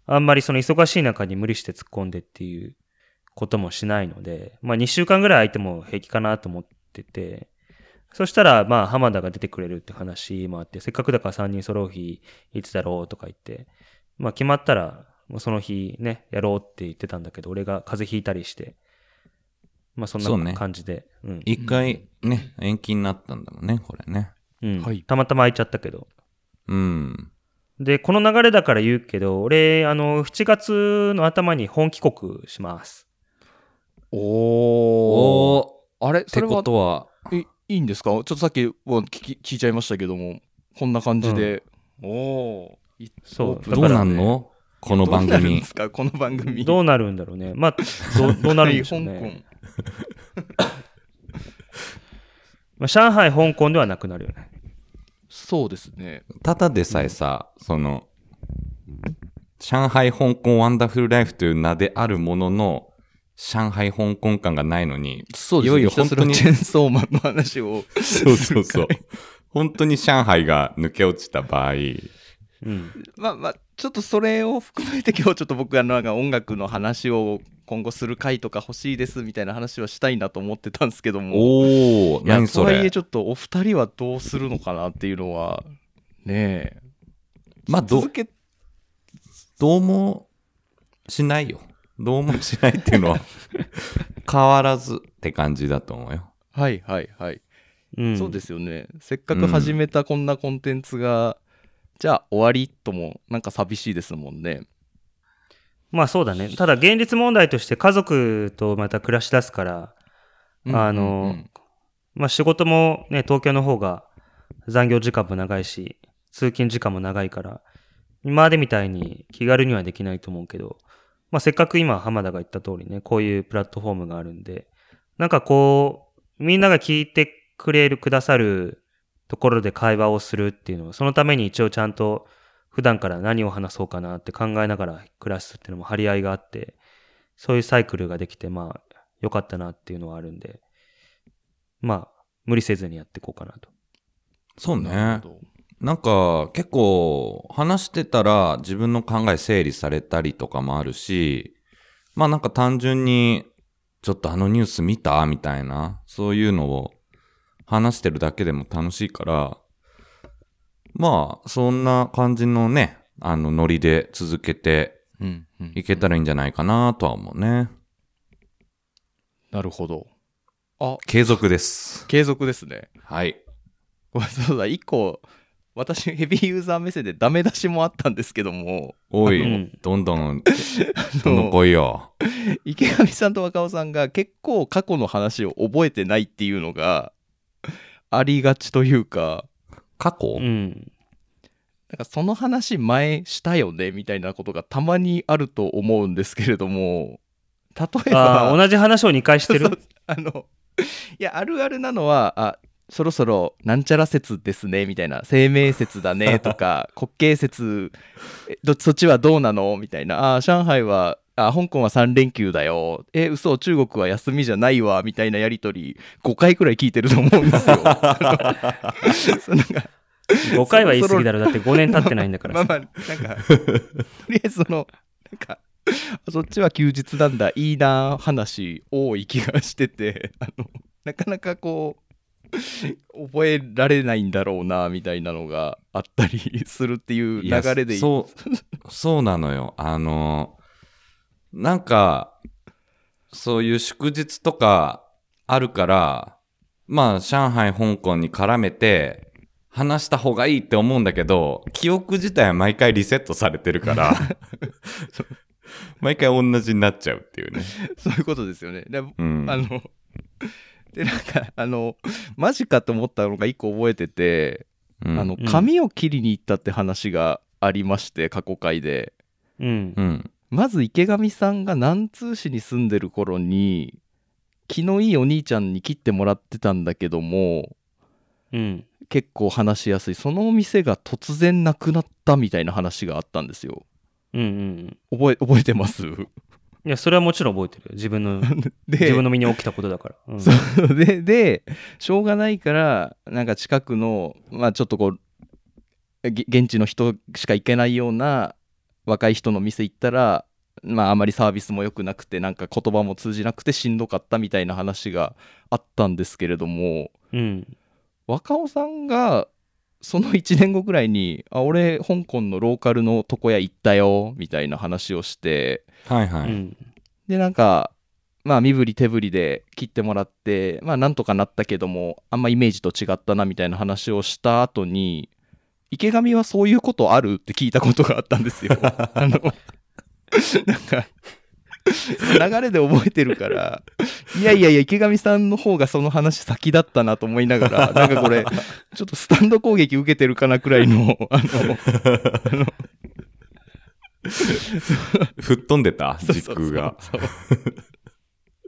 [SPEAKER 1] あんまりその忙しい中に無理して突っ込んでっていうこともしないので、まあ2週間ぐらい空いても平気かなと思ってて、そしたら、まあ、浜田が出てくれるって話もあって、せっかくだから3人揃う日、いつだろうとか言って、まあ、決まったら、もうその日ね、やろうって言ってたんだけど、俺が風邪ひいたりして、まあ、そ
[SPEAKER 2] そうんね
[SPEAKER 1] な感じで、うん
[SPEAKER 2] 一回ね、延期になったんだもんね、これね。
[SPEAKER 1] うん
[SPEAKER 3] はい
[SPEAKER 1] たまたま空いちゃったけど。
[SPEAKER 2] うん。
[SPEAKER 1] で、この流れだから言うけど、俺、あの、7月の頭に本帰国します。
[SPEAKER 3] お
[SPEAKER 2] お
[SPEAKER 3] お。
[SPEAKER 2] ー。
[SPEAKER 3] あれ
[SPEAKER 2] って
[SPEAKER 3] それ
[SPEAKER 2] こ
[SPEAKER 3] は
[SPEAKER 2] とは、
[SPEAKER 3] えいいんですかちょっとさっきは聞き聞いちゃいましたけどもこんな感じで、おおーい
[SPEAKER 1] そう
[SPEAKER 3] オープン
[SPEAKER 1] だ
[SPEAKER 2] ど
[SPEAKER 1] か
[SPEAKER 2] う
[SPEAKER 1] ら
[SPEAKER 2] なんのこの番
[SPEAKER 3] どうなるん
[SPEAKER 2] 組
[SPEAKER 3] で。すかこの番組
[SPEAKER 1] どうなるんだろうね。まあ、どうどうなるんで しょう
[SPEAKER 3] 香
[SPEAKER 1] ね。
[SPEAKER 3] 港
[SPEAKER 1] まあ、上海、香港ではなくなるよね。
[SPEAKER 3] そうですね
[SPEAKER 2] ただでさえさ、その、上海、香港、ワンダフルライフという名であるものの、上海、香港感がないのに、
[SPEAKER 3] そう
[SPEAKER 2] う
[SPEAKER 3] で
[SPEAKER 2] ですす
[SPEAKER 3] ね
[SPEAKER 2] ね
[SPEAKER 3] ひ
[SPEAKER 2] 本当に
[SPEAKER 3] たすらチェーンソーマンの話を
[SPEAKER 2] そうそうそう。 本当に上海が抜け落ちた場合、
[SPEAKER 1] うん。
[SPEAKER 3] まあまあちょっとそれを含めて今日ちょっと僕あのなんか音楽の話を今後する回とか欲しいですみたいな話はしたいなと思ってたんですけども
[SPEAKER 2] おー、
[SPEAKER 3] いや
[SPEAKER 2] 何そ
[SPEAKER 3] とはい
[SPEAKER 2] れ
[SPEAKER 3] えちょっとお二人はどうするのかなっていうのはねえ
[SPEAKER 2] まあ、ど
[SPEAKER 3] 続、け
[SPEAKER 2] どうもしないよ。どうもしないっていう のは、変わらずって感じだと思うよ。
[SPEAKER 3] はいはいはい、
[SPEAKER 1] うん、
[SPEAKER 3] そうですよねせっかく始めたこんなコンテンツが、じゃあ終わりともなんか寂しいですもんね
[SPEAKER 1] まあそうだね。ただ現実問題として家族とまた暮らし出すから、あのまあ仕事もね、東京の方が残業時間も長いし、通勤時間も長いから、今までみたいに気軽にはできないと思うけど、まあせっかく今浜田が言った通りね、こういうプラットフォームがあるんで、なんかこう、みんなが聞いてくれる、くださるところで会話をするっていうのは、そのために一応ちゃんと普段から何を話そうかなって考えながら暮らすっていうのも張り合いがあって、そういうサイクルができて、まあ良かったなっていうのはあるんで、まあ無理せずにやっていこうかなと。
[SPEAKER 2] そうね。
[SPEAKER 3] なるほど
[SPEAKER 2] なんか結構話してたら自分の考え整理されたりとかもあるし、まあなんか単純にちょっとあのニュース見たみたいな、そういうのを話してるだけでも楽しいから、まあそんな感じのね、あのノリで続けて
[SPEAKER 3] うんうん
[SPEAKER 2] いけたらいいんじゃないかなとは思うね。
[SPEAKER 3] なるほどあ
[SPEAKER 2] 継続です。
[SPEAKER 3] 継続ですね
[SPEAKER 2] はい。
[SPEAKER 3] ごめんそうだ一個私ヘビーユーザー目線でダメ出しもあったんですけども
[SPEAKER 2] お
[SPEAKER 1] う
[SPEAKER 2] い
[SPEAKER 1] ん、
[SPEAKER 2] どん どん、
[SPEAKER 3] あ
[SPEAKER 2] どんどん
[SPEAKER 3] の
[SPEAKER 2] 来いよ。
[SPEAKER 3] 池上さんと若尾さんが結構過去の話を覚えてないっていうのがありがちというか
[SPEAKER 2] 過去
[SPEAKER 1] うん。
[SPEAKER 3] なんかその話前したよねみたいなことがたまにあると思うんですけれども例えば
[SPEAKER 1] ああ、同じ話を2回してる
[SPEAKER 3] あのいやあるあるなのはあそろそろなんちゃら説ですねみたいな生命説だねとか国慶説えどそっちはどうなのみたいなあ上海はあ香港は3連休だよえ嘘中国は休みじゃないわみたいなやり取り5回くらい聞いてると思うんですよ。 あのそうなんか
[SPEAKER 1] 5回は言い過ぎだろ。だって5年経ってないんだから
[SPEAKER 3] まあ
[SPEAKER 1] さ。
[SPEAKER 3] まあ、なんか、とりあえずその、なんか、そっちは休日なんだ、いいな話、多い気がしてて、あの、なかなかこう、覚えられないんだろうな、みたいなのがあったりするっていう
[SPEAKER 2] いや
[SPEAKER 3] 流れで、
[SPEAKER 2] そう、そうなのよ。あの、なんか、そういう祝日とかあるから、まあ、上海、香港に絡めて、話した方がいいって思うんだけど、記憶自体は毎回リセットされてる から、毎回同じになっちゃうっていうね。
[SPEAKER 3] そういうことですよね。で
[SPEAKER 2] うん。
[SPEAKER 3] あの、で、なんか、あの、マジかと思ったのが一個覚えてて、
[SPEAKER 2] うん、
[SPEAKER 3] あの、
[SPEAKER 1] うん
[SPEAKER 3] 髪を切りに行ったって話がありまして、過去回で。
[SPEAKER 1] うん
[SPEAKER 2] う。ん。
[SPEAKER 3] まず池上さんが南通市に住んでる頃に気のいいお兄ちゃんに切ってもらってたんだけども
[SPEAKER 1] うん。
[SPEAKER 3] 結構話しやすいそのお店が突然なくなったみたいな話があったんですよ
[SPEAKER 1] うんうん。
[SPEAKER 3] 覚え覚えてます
[SPEAKER 1] いや、それはもちろん覚えてるよ。自分の、
[SPEAKER 3] で
[SPEAKER 1] 自分の身に起きたことだから。うん
[SPEAKER 3] そ ででしょうがないからなんか近くのまあちょっとこうげ現地の人しか行けないような若い人の店行ったらまあ、あまりサービスも良くなくてなんか言葉も通じなくてしんどかったみたいな話があったんですけれども
[SPEAKER 1] うん。
[SPEAKER 3] 若尾さんがその1年後ぐらいに「あ俺香港のローカルの床屋行ったよ」みたいな話をして
[SPEAKER 2] はいは
[SPEAKER 1] う
[SPEAKER 2] い。
[SPEAKER 1] ん。
[SPEAKER 3] でなんかまあ身振り手振りで切ってもらってまあなんとかなったけどもあんまイメージと違ったなみたいな話をした後に池上はそういうことあるって聞いたことがあったんですよ。あのなんか流れで覚えてるからいやいやいや池上さんの方がその話先だったなと思いながらなんかこれちょっとスタンド攻撃受けてるかなくらいのあの
[SPEAKER 2] 吹っ飛んでた
[SPEAKER 3] そう
[SPEAKER 2] 時
[SPEAKER 3] そう
[SPEAKER 2] 空 が。
[SPEAKER 3] そうそう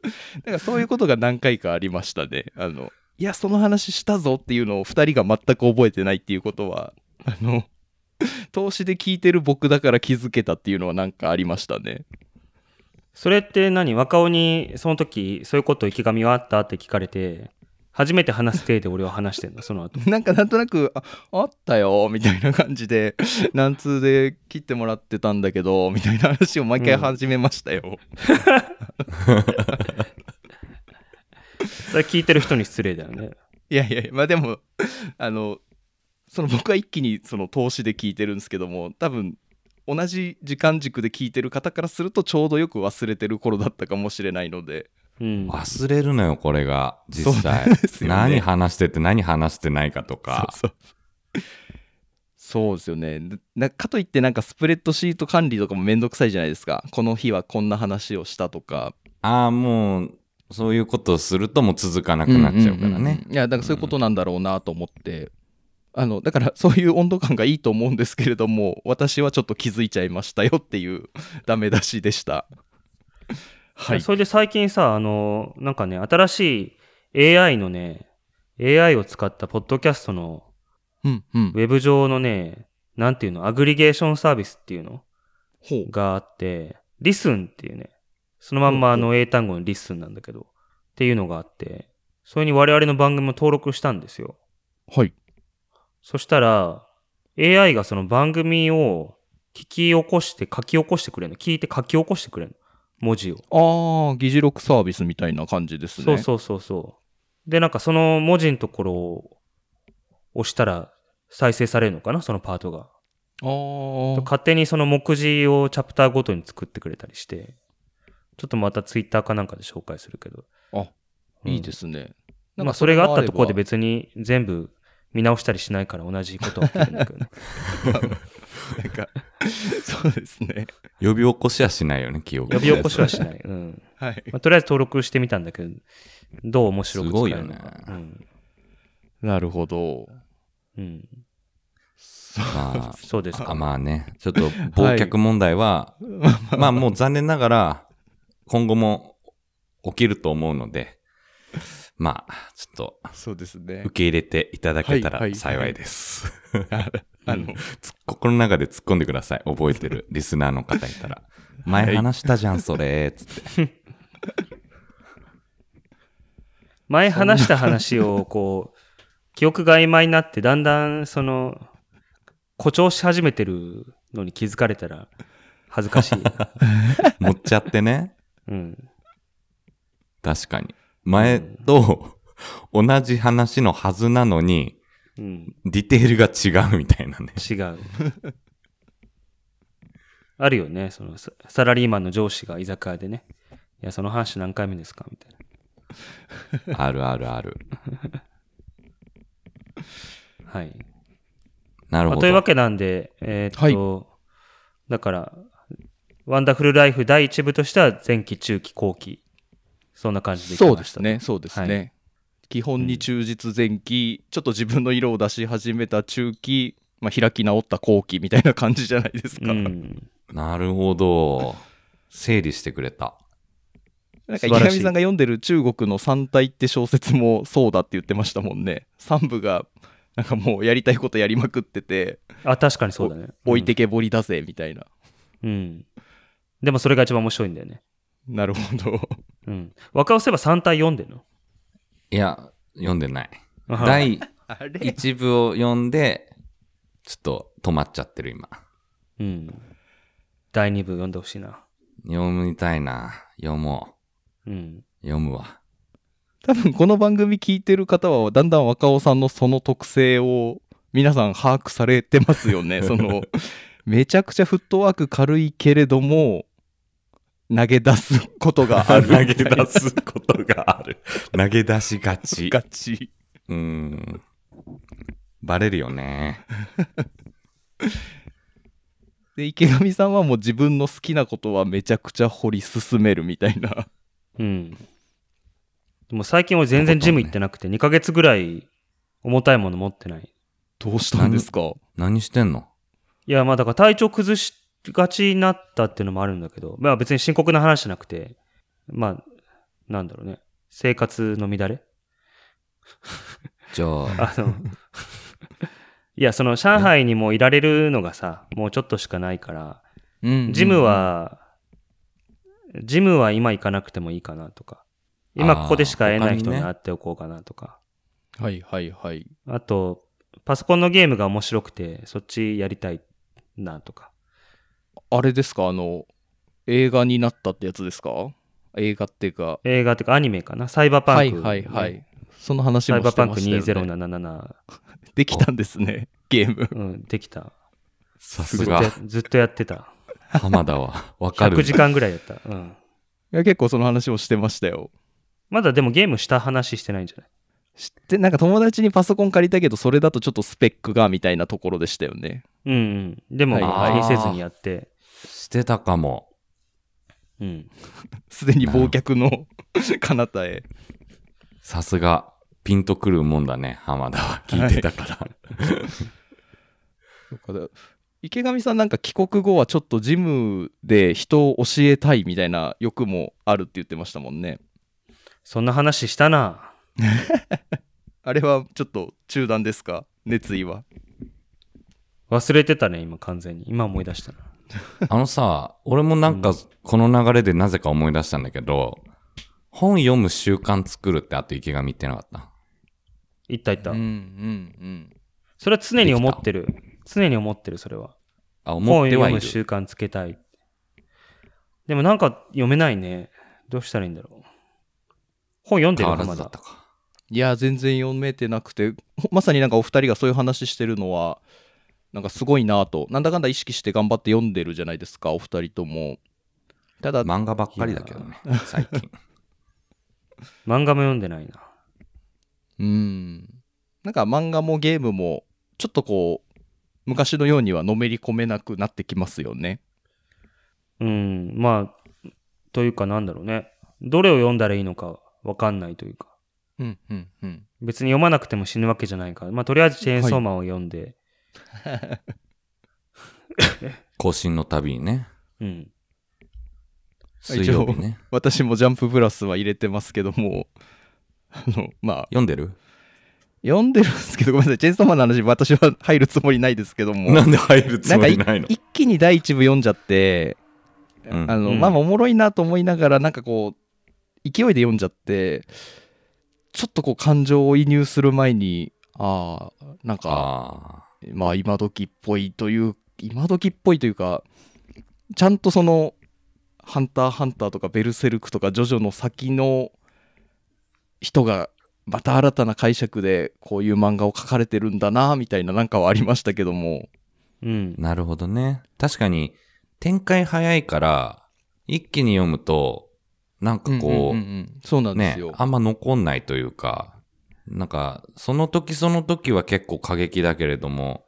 [SPEAKER 3] だからそういうことが何回かありましたね。あのいや、その話したぞっていうのを2人が全く覚えてないっていうことは、あの、 投資で聞いてる僕だから気づけたっていうのはなんかありましたね。
[SPEAKER 1] それって何若尾にその時そういうこと池上はあったって聞かれて初めて話す体で俺は話してんのその後
[SPEAKER 3] なんかなんとなく、ああったよ、みたいな感じで、何通で切ってもらってたんだけど、みたいな話を毎回始めましたよ。
[SPEAKER 1] それ聞いてる人に失礼だよね
[SPEAKER 3] いやいやいやまあでも あのその僕は一気にその投資で聞いてるんですけども多分同じ時間軸で聞いてる方からするとちょうどよく忘れてる頃だったかもしれないので
[SPEAKER 1] うん
[SPEAKER 2] 忘れるのよ、これが。実際。
[SPEAKER 3] すよね
[SPEAKER 2] 何話してて何話してないかとか。
[SPEAKER 3] そうそう そうですよねなかといってなんかスプレッドシート管理とかもめんどくさいじゃないですかこの日はこんな話をしたとか
[SPEAKER 2] ああ、もう、そういうことをするともう続かなくなっちゃうからね。
[SPEAKER 3] んんうんうんいやだからそういうことなんだろうなと思って、あのだからそういう温度感がいいと思うんですけれども私はちょっと気づいちゃいましたよっていう ダメ出しでしたはい
[SPEAKER 1] それで最近さあのなんかね新しい AI のね AI を使ったポッドキャストの
[SPEAKER 3] うんうん
[SPEAKER 1] ウェブ上のねなんていうのアグリゲーションサービスっていうの
[SPEAKER 3] ほう
[SPEAKER 1] があって、リスンっていうね、そのまんまあ
[SPEAKER 3] ほうほ
[SPEAKER 1] の英単語のリスンなんだけど、っていうのがあって、それに我々の番組も登録したんですよ。
[SPEAKER 3] はい
[SPEAKER 1] そしたら、AI がその番組を聞き起こして、書き起こしてくれるの。聞いて書き起こしてくれるの。文字を。
[SPEAKER 3] ああ議事録サービスみたいな感じですね
[SPEAKER 1] そうそうそうそう。で、なんかその文字のところを押したら再生されるのかな、そのパートが。
[SPEAKER 3] あー
[SPEAKER 1] 勝手にその目次をチャプターごとに作ってくれたりして、ちょっとまたツイッターかなんかで紹介するけど。
[SPEAKER 3] あ
[SPEAKER 1] うん
[SPEAKER 3] いいですね、なん
[SPEAKER 1] ま
[SPEAKER 3] か
[SPEAKER 1] あそれがあったところで
[SPEAKER 3] れ
[SPEAKER 1] 別に全部見直したりしないから同じことは起きるんだけど ね。
[SPEAKER 3] があればなんか そうですね
[SPEAKER 2] 呼び起こしはしないよね、記憶。
[SPEAKER 1] 呼び起こしはしない。うん。
[SPEAKER 3] はい
[SPEAKER 1] まあ、とりあえず登録してみたんだけど、どう面白く使えるのか。
[SPEAKER 2] すごいよ
[SPEAKER 3] なるほど
[SPEAKER 1] うん。うん。
[SPEAKER 2] まあ
[SPEAKER 1] そうです
[SPEAKER 2] あ、
[SPEAKER 1] か。
[SPEAKER 2] まあね、ちょっと忘却問題は、まあもう残念ながら、今後も起きると思うので、まあ、ちょっと
[SPEAKER 3] そうですね
[SPEAKER 2] 受け入れていただけた
[SPEAKER 3] はい
[SPEAKER 2] ら
[SPEAKER 3] はい
[SPEAKER 2] 幸いです。
[SPEAKER 3] ああの
[SPEAKER 2] つ心の中で突っ込んでください。覚え てるリスナーの方いたら。前話したじゃん、それ、つって。
[SPEAKER 1] 前話した話をこう、記憶が曖昧になって、だんだんその、誇張し始めてるのに気づかれたら恥ずかし い。
[SPEAKER 2] 持っちゃってね。
[SPEAKER 1] うん。
[SPEAKER 2] 確かに。前と同じ話のはずなのに、
[SPEAKER 1] うん。
[SPEAKER 2] ディテールが違うみたいなね。
[SPEAKER 1] 違う。あるよね、そのササラリーマンの上司が居酒屋でね、いや、その話何回目ですかみたいな。
[SPEAKER 2] あるあるある。
[SPEAKER 1] はい。
[SPEAKER 2] な
[SPEAKER 1] ま
[SPEAKER 2] るほ
[SPEAKER 1] あ
[SPEAKER 2] ど。
[SPEAKER 1] というわけなんで、えーっと、だから、ワンダフルライフ第1部としては前期、中期、後期、そんな感じでいきま
[SPEAKER 3] そうで
[SPEAKER 1] し
[SPEAKER 3] す
[SPEAKER 1] た。
[SPEAKER 3] ねそうですね、
[SPEAKER 1] は
[SPEAKER 3] 基本に忠実前期、ちょっと自分の色を出し始めた中期、まあ、開き直った後期みたいな感じじゃないですか、
[SPEAKER 1] うん。
[SPEAKER 2] なるほど。整理してくれた。
[SPEAKER 3] なんか
[SPEAKER 1] 素晴
[SPEAKER 3] 池
[SPEAKER 1] らしい
[SPEAKER 3] 上さんが読んでる中国の三体って小説もそうだって言ってましたもんね三部がなんかもうやりたいことやりまくってて
[SPEAKER 1] あ、確かにそうだね。
[SPEAKER 3] 置いてけぼりだぜみたいな、
[SPEAKER 1] うん。うん。でもそれが一番面白いんだよね。
[SPEAKER 3] なるほど
[SPEAKER 1] うん。若尾せば3体読んでんの
[SPEAKER 2] いや、読んでない。 第
[SPEAKER 3] あれ
[SPEAKER 2] 一部を読んで、ちょっと止まっちゃってる今。
[SPEAKER 1] うん。第2部読んでほしいな。
[SPEAKER 2] 読みたいな。読も
[SPEAKER 1] うん。
[SPEAKER 2] う。読むわ。
[SPEAKER 3] 多分この番組聞いてる方はだんだん若尾さんのその特性を皆さん把握されてますよ ねそのめちゃくちゃフットワーク軽いけれども投げ出すことがあ
[SPEAKER 2] 投
[SPEAKER 3] るみたい
[SPEAKER 2] げ
[SPEAKER 3] な
[SPEAKER 2] 出すことがある。投げ出しがち。
[SPEAKER 3] ガチ
[SPEAKER 2] うん。バレるよね。
[SPEAKER 3] で池上さんはもう自分の好きなことはめちゃくちゃ掘り進めるみたいな
[SPEAKER 1] うん。でも最近俺全然ジム行ってなくて、2ヶ月ぐらい重たいもの持ってない。
[SPEAKER 3] どうしたんですか
[SPEAKER 2] 何してんの
[SPEAKER 1] いや、まあだから体調崩しがちになったっていうのもあるんだけど、まあ別に深刻な話じゃなくて、まあ、なんだろうね。生活の乱れ
[SPEAKER 2] じゃあ、
[SPEAKER 1] あの、 いや、その上海にもいられるのがさ、もうちょっとしかないから、ジム、は、ジムは今行かなくてもいいかなとか、今ここでしか会えない人に会っておこうかなとか、
[SPEAKER 3] はいはいはい
[SPEAKER 1] あと、パソコンのゲームが面白くて、そっちやりたいなとか。
[SPEAKER 3] あれですかあの映画になったってやつですか映画っていうか
[SPEAKER 1] 映画というかアニメかな、サイバーパ
[SPEAKER 3] は
[SPEAKER 1] ン
[SPEAKER 3] い
[SPEAKER 1] クね、
[SPEAKER 3] はいはいその話
[SPEAKER 1] サイ
[SPEAKER 3] も
[SPEAKER 1] バー
[SPEAKER 3] して
[SPEAKER 1] パン
[SPEAKER 3] ま
[SPEAKER 1] ク
[SPEAKER 3] したよ、ね、
[SPEAKER 1] 2077、
[SPEAKER 3] できたんですね ゲーム
[SPEAKER 1] うん、できた。
[SPEAKER 2] さ
[SPEAKER 1] ず
[SPEAKER 2] す
[SPEAKER 1] っとや
[SPEAKER 2] が、
[SPEAKER 1] ずっとやってた。
[SPEAKER 2] 浜田は。わかる。
[SPEAKER 1] 100時間ぐらいやった。うん。
[SPEAKER 3] いや結構その話もしてましたよ
[SPEAKER 1] まだでもゲームした話してないんじゃない
[SPEAKER 3] 知ってなんか友達にパソコン借りたけどそれだとちょっとスペックがみたいなところでしたよね
[SPEAKER 1] うんうん。でも、
[SPEAKER 3] はい
[SPEAKER 2] はい
[SPEAKER 1] 気にせずにやって。
[SPEAKER 2] してたかも。
[SPEAKER 1] うん。
[SPEAKER 3] すでに忘却の彼方へ
[SPEAKER 2] さすが、ピンとくるもんだね、浜田は。 聞いてたから。
[SPEAKER 3] 池上さんなんか帰国後はちょっとジムで人を教えたいみたいな欲もあるって言ってましたもんね
[SPEAKER 1] そんな話したな。
[SPEAKER 3] あれはちょっと中断ですか熱意は
[SPEAKER 1] 忘れてたね、今完全に。今思い出したな。
[SPEAKER 2] あのさ、俺もなんか、この流れでなぜか思い出したんだけど、本読む習慣作るってあと池上言ってなかった。
[SPEAKER 1] いったいった。
[SPEAKER 3] ん
[SPEAKER 1] それは常に思ってる。常に思ってる、それは。
[SPEAKER 2] あ、思
[SPEAKER 1] 本
[SPEAKER 2] っては
[SPEAKER 1] 読
[SPEAKER 2] いる
[SPEAKER 1] む。習慣つけたい。でもなんか読めないね。どうしたらいいんだろう。本読んで
[SPEAKER 2] 変
[SPEAKER 1] る
[SPEAKER 2] わら
[SPEAKER 1] ま
[SPEAKER 2] ずだっ
[SPEAKER 1] だ
[SPEAKER 2] た。か。
[SPEAKER 3] いや全然読めてなくてほまさになんかお二人がそういう話してるのはなんかすごいなとなんだかんだ意識して頑張って読んでるじゃないですかお二人ともただ
[SPEAKER 2] 漫画ばっかりだけどね、最近。
[SPEAKER 1] 漫画も読んでないな。
[SPEAKER 3] うんなんか漫画もゲームもちょっとこう昔のようにはのめり込めなくなってきますよね
[SPEAKER 1] うん、まあ、というかなんだろうね。どれを読んだらいいのかわかんないというか。
[SPEAKER 3] うんうんうん
[SPEAKER 1] 別に読まなくても死ぬわけじゃないから。まあ、とりあえずチェーンソーマンを読んで、
[SPEAKER 2] 更新のたびにね。
[SPEAKER 1] うん。
[SPEAKER 2] 水曜日ね。
[SPEAKER 3] 私も「ジャンププラス」は入れてますけどもあのまあ
[SPEAKER 2] 読んでる
[SPEAKER 3] 読んでるんですけどごめんなさいチェーンソーマンの話私は入るつもりないですけ ども
[SPEAKER 2] なんで入るつ
[SPEAKER 3] なん
[SPEAKER 2] も
[SPEAKER 3] か
[SPEAKER 2] り
[SPEAKER 3] い
[SPEAKER 2] ないの
[SPEAKER 3] 一気に第一部読んじゃって、
[SPEAKER 2] うん
[SPEAKER 3] あの
[SPEAKER 1] うん
[SPEAKER 3] まあおもろいなと思いながらなんかこう勢いで読んじゃってちょっとこう感情を移入する前にああなんか
[SPEAKER 2] あ
[SPEAKER 3] まあ今時っぽいという今時っぽいというかちゃんとその「ハンターハンター」とか「ベルセルク」とか「ジョジョ」の先の人がまた新たな解釈でこういう漫画を描かれてるんだなみたいななんかはありましたけども
[SPEAKER 1] うん
[SPEAKER 2] ー。なるほどね。確かに、展開早いから、一気に読むと、なんかこう、
[SPEAKER 3] んんんんそうなんで
[SPEAKER 2] ね
[SPEAKER 3] すよ、、
[SPEAKER 2] あんま残んないというか、なんか、その時その時は結構過激だけれども、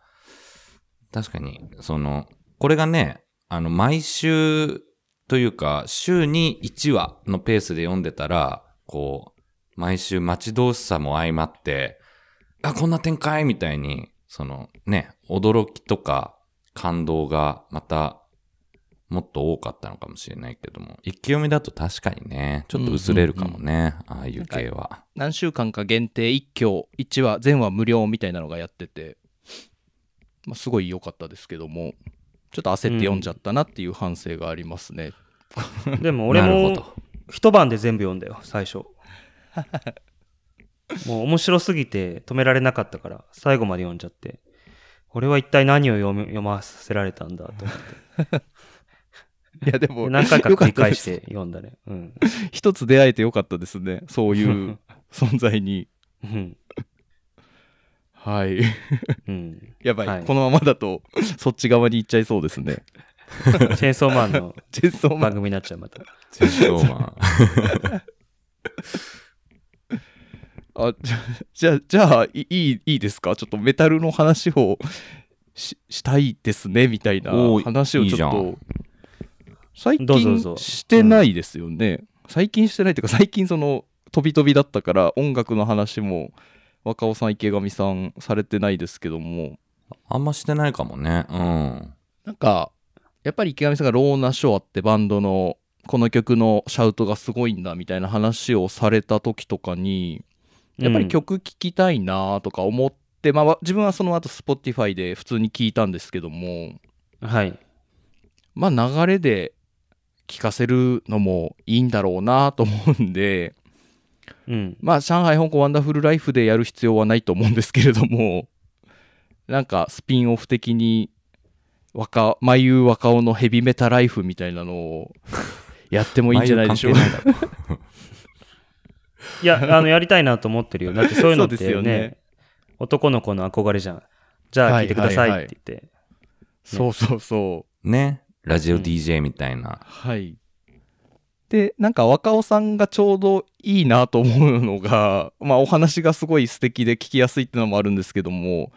[SPEAKER 2] 確かに、その、これがね、あの、毎週というか、週に1話のペースで読んでたら、こう、毎週待ち遠しさも相まって、あ、こんな展開みたいに、そのね、驚きとか感動がまたもっと多かったのかもしれないけども、一気読みだと確かにね、ちょっと薄れるかもね、ああいう系は。
[SPEAKER 3] 何週間か限定一挙一話全話無料みたいなのがやってて、まあ、すごい良かったですけどもちょっと焦って読んじゃったなっていう反省がありますね、
[SPEAKER 1] でも俺
[SPEAKER 2] なるほ
[SPEAKER 1] も
[SPEAKER 2] ど。
[SPEAKER 1] 一晩で全部読んだよ、最初。もう面白すぎて止められなかったから、最後まで読んじゃって。俺は一体何を読む読ませられたんだと思って。
[SPEAKER 3] いや、でも、
[SPEAKER 1] 何回か
[SPEAKER 3] よか
[SPEAKER 1] 繰
[SPEAKER 3] っ
[SPEAKER 1] り
[SPEAKER 3] た
[SPEAKER 1] 返
[SPEAKER 3] で
[SPEAKER 1] し
[SPEAKER 3] す
[SPEAKER 1] て読んだね。うん。
[SPEAKER 3] 一つ出会えてよかったですね。そういう 存在に。
[SPEAKER 1] うん。
[SPEAKER 3] はい。
[SPEAKER 1] うん。
[SPEAKER 3] やばい,、
[SPEAKER 1] はい
[SPEAKER 3] このままだと、そっち側に行っちゃいそうで すね。
[SPEAKER 1] チェーンソーマンの
[SPEAKER 3] チェンソーマン
[SPEAKER 1] 番組になっちゃう、また。
[SPEAKER 2] チェンソーマン。
[SPEAKER 3] あ、じゃ あ、じゃあ、いいい、いいですかちょっとメタルの話をししたいですね、みたいな
[SPEAKER 2] おー
[SPEAKER 3] 話を
[SPEAKER 2] いい
[SPEAKER 3] ち
[SPEAKER 2] じゃ
[SPEAKER 3] ょっと、
[SPEAKER 2] ん
[SPEAKER 3] 最
[SPEAKER 1] どうぞどうぞ
[SPEAKER 3] 近してないですよね。最近してないっていうか、最近その、飛び飛びだったから、音楽の話も、若尾さん、池上さん、されてないですけども、
[SPEAKER 2] あんましてないかもね。うん。
[SPEAKER 3] なんか、やっぱり池上さんがローナ・ショアってバンドの、この曲のシャウトがすごいんだみたいな話をされた時とかに、 やっぱり曲聴きたいなとか思って、まあわ自分はその後 Spotify で普通に聴いたんですけども、
[SPEAKER 1] うん、はい。
[SPEAKER 3] まあ流れで聴かせるのもいいんだろうなと思うんで、
[SPEAKER 1] うん。
[SPEAKER 3] まあ上海香港ワンダフルライフでやる必要はないと思うんですけれども、なんかスピンオフ的に若、眉優若尾のヘビメタライフみたいなのをやってもいいんじゃないでしょうか。
[SPEAKER 2] 眉関係ないだろ
[SPEAKER 1] いや、あ の、やりたいなと思ってるよ。だってそういうのって
[SPEAKER 3] そうですよ
[SPEAKER 1] ね、
[SPEAKER 3] ね
[SPEAKER 1] 男の子の憧れじゃん。じゃあ、
[SPEAKER 3] は
[SPEAKER 1] 聞
[SPEAKER 3] い
[SPEAKER 1] いてくださ
[SPEAKER 3] はい
[SPEAKER 1] い
[SPEAKER 3] はい
[SPEAKER 1] って言って。
[SPEAKER 3] そうそうそう。
[SPEAKER 2] ね。ラジオ DJ みたいな。
[SPEAKER 3] はい。で、なんか若尾さんがちょうどいいなと思うのが、 まあお話がすごい素敵で聞きやすいっていうのもあるんですけども、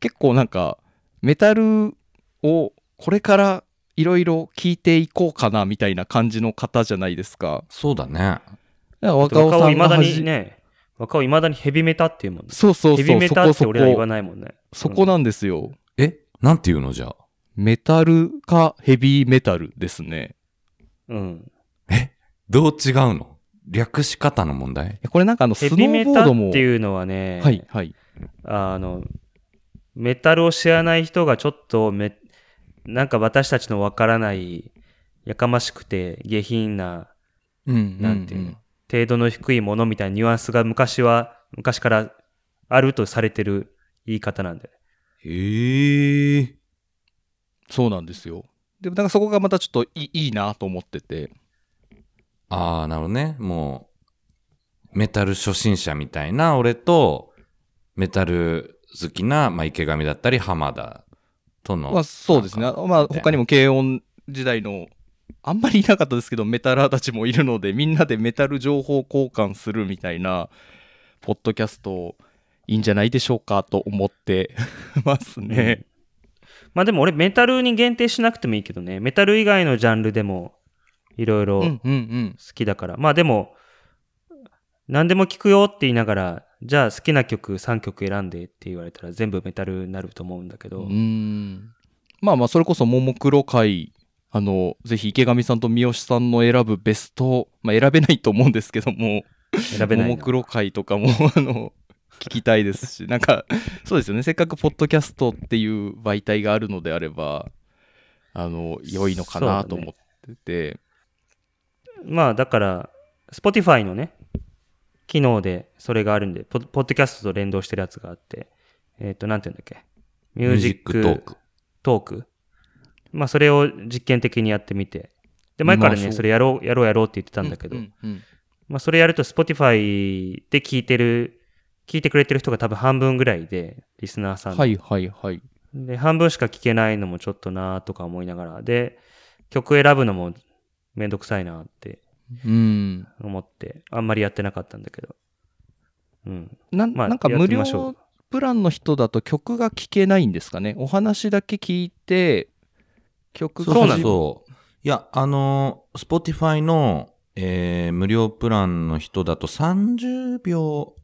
[SPEAKER 3] 結構なんかメタルをこれからいろいろ聞いていこうかなみたいな感じの方じゃないですか。
[SPEAKER 2] そうだね。
[SPEAKER 3] だから
[SPEAKER 1] 若
[SPEAKER 3] 若尾
[SPEAKER 1] 尾
[SPEAKER 3] さ
[SPEAKER 1] さ
[SPEAKER 3] ん
[SPEAKER 1] んま
[SPEAKER 3] が
[SPEAKER 1] だ
[SPEAKER 3] は
[SPEAKER 1] に
[SPEAKER 3] じ、
[SPEAKER 1] ね、若尾いまだにヘビメタっていうもんね。
[SPEAKER 3] そうそうそう、
[SPEAKER 1] ヘビメタって
[SPEAKER 3] そこ
[SPEAKER 1] 俺ら言わ
[SPEAKER 3] そこ、
[SPEAKER 1] ないもんね。
[SPEAKER 3] そこなんですよ。
[SPEAKER 2] えなんて言うのじゃあ。
[SPEAKER 3] メタルかヘビーメタルですね。
[SPEAKER 1] うん。
[SPEAKER 2] どう違うの略し方の問題
[SPEAKER 3] これなんかあの
[SPEAKER 1] ヘ
[SPEAKER 3] スノ
[SPEAKER 1] ビメ
[SPEAKER 3] ーボ
[SPEAKER 1] タ
[SPEAKER 3] ー
[SPEAKER 1] っ
[SPEAKER 3] ドも、
[SPEAKER 1] ていうのはね、
[SPEAKER 3] はいはい。
[SPEAKER 1] あの、メタルを知らない人がちょっとめ、なんか私たちのわからない、やかましくて下品な、
[SPEAKER 3] うん
[SPEAKER 1] なんていうの、程度の低いものみたいなニュアンスが昔は、昔からあるとされてる言い方なんだよね。
[SPEAKER 2] へえ。
[SPEAKER 3] そうなんですよ。でもなんかそこがまたちょっといいいいなと思ってて。
[SPEAKER 2] ああ、なるほどね。もう、メタル初心者みたいな俺と、メタル好きな、まあ、池上だったり、浜田との。
[SPEAKER 3] まあそうですね。
[SPEAKER 2] なんか
[SPEAKER 3] まあ
[SPEAKER 2] みたいな
[SPEAKER 3] 他にも軽音時代の、あんまりいなかったですけど、メタラーたちもいるので、みんなでメタル情報交換するみたいな、ポッドキャスト、いいんじゃないでしょうかと思って ますね。
[SPEAKER 1] まあでも俺メタルに限定しなくてもいいけどね、メタル以外のジャンルでもいろいろ
[SPEAKER 3] う
[SPEAKER 1] 好
[SPEAKER 3] んうんうん。
[SPEAKER 1] きだから、まあでも、何でも聞くよって言いながら、じゃあ好きな曲3曲選んでって言われたら全部メタルになると思うんだけど、
[SPEAKER 3] うーんまあまあそれこそももクロ会あのぜひ池上さんと三好さんの選ぶベスト、まあ、選べないと思うんですけども
[SPEAKER 1] 選べないな
[SPEAKER 3] ももクロ会とかも あの聞きたいですしなんかそうですよねせっかくポッドキャストっていう媒体があるのであればあの良いのかな
[SPEAKER 1] そ
[SPEAKER 3] と
[SPEAKER 1] うだね
[SPEAKER 3] 思ってて、
[SPEAKER 1] まあだから、Spotify のね、機能でそれがあるんで、ポポッドキャストと連動してるやつがあって、えっ、と、なんて言うんだっけ、ミ
[SPEAKER 2] ミ
[SPEAKER 1] ュ
[SPEAKER 2] ュ
[SPEAKER 1] ー
[SPEAKER 2] ー
[SPEAKER 1] ジ
[SPEAKER 2] ジ
[SPEAKER 1] ッ
[SPEAKER 2] ッ
[SPEAKER 1] ク
[SPEAKER 2] クトーク。
[SPEAKER 1] トーク。まあ、それを実験的にやってみて。で、前からね、
[SPEAKER 3] まあそう
[SPEAKER 1] それやろう、やろうやろうって言ってたんだけど、
[SPEAKER 3] うんうんうん
[SPEAKER 1] まあ、それやると Spotify で聞いてる、聞いてくれてる人が多分半分ぐらいで、リスナーさんの
[SPEAKER 3] はいはいはい
[SPEAKER 1] で、半分しか聞けないのもちょっとなーとか思いながら、で、曲選ぶのもめんどくさいなって
[SPEAKER 3] うん
[SPEAKER 1] 思って、あんまりやってなかったんだけど。うん。
[SPEAKER 3] なん,、
[SPEAKER 1] まあ
[SPEAKER 3] なんか
[SPEAKER 1] やっ
[SPEAKER 3] 無
[SPEAKER 1] てみ
[SPEAKER 3] 料
[SPEAKER 1] ましょう
[SPEAKER 3] プランの人だと曲が聴けないんですかねお話だけ聞いて曲が
[SPEAKER 2] そう
[SPEAKER 1] なの
[SPEAKER 2] そうそう。いや、あのー、Spotify の、えー無料プランの人だと30秒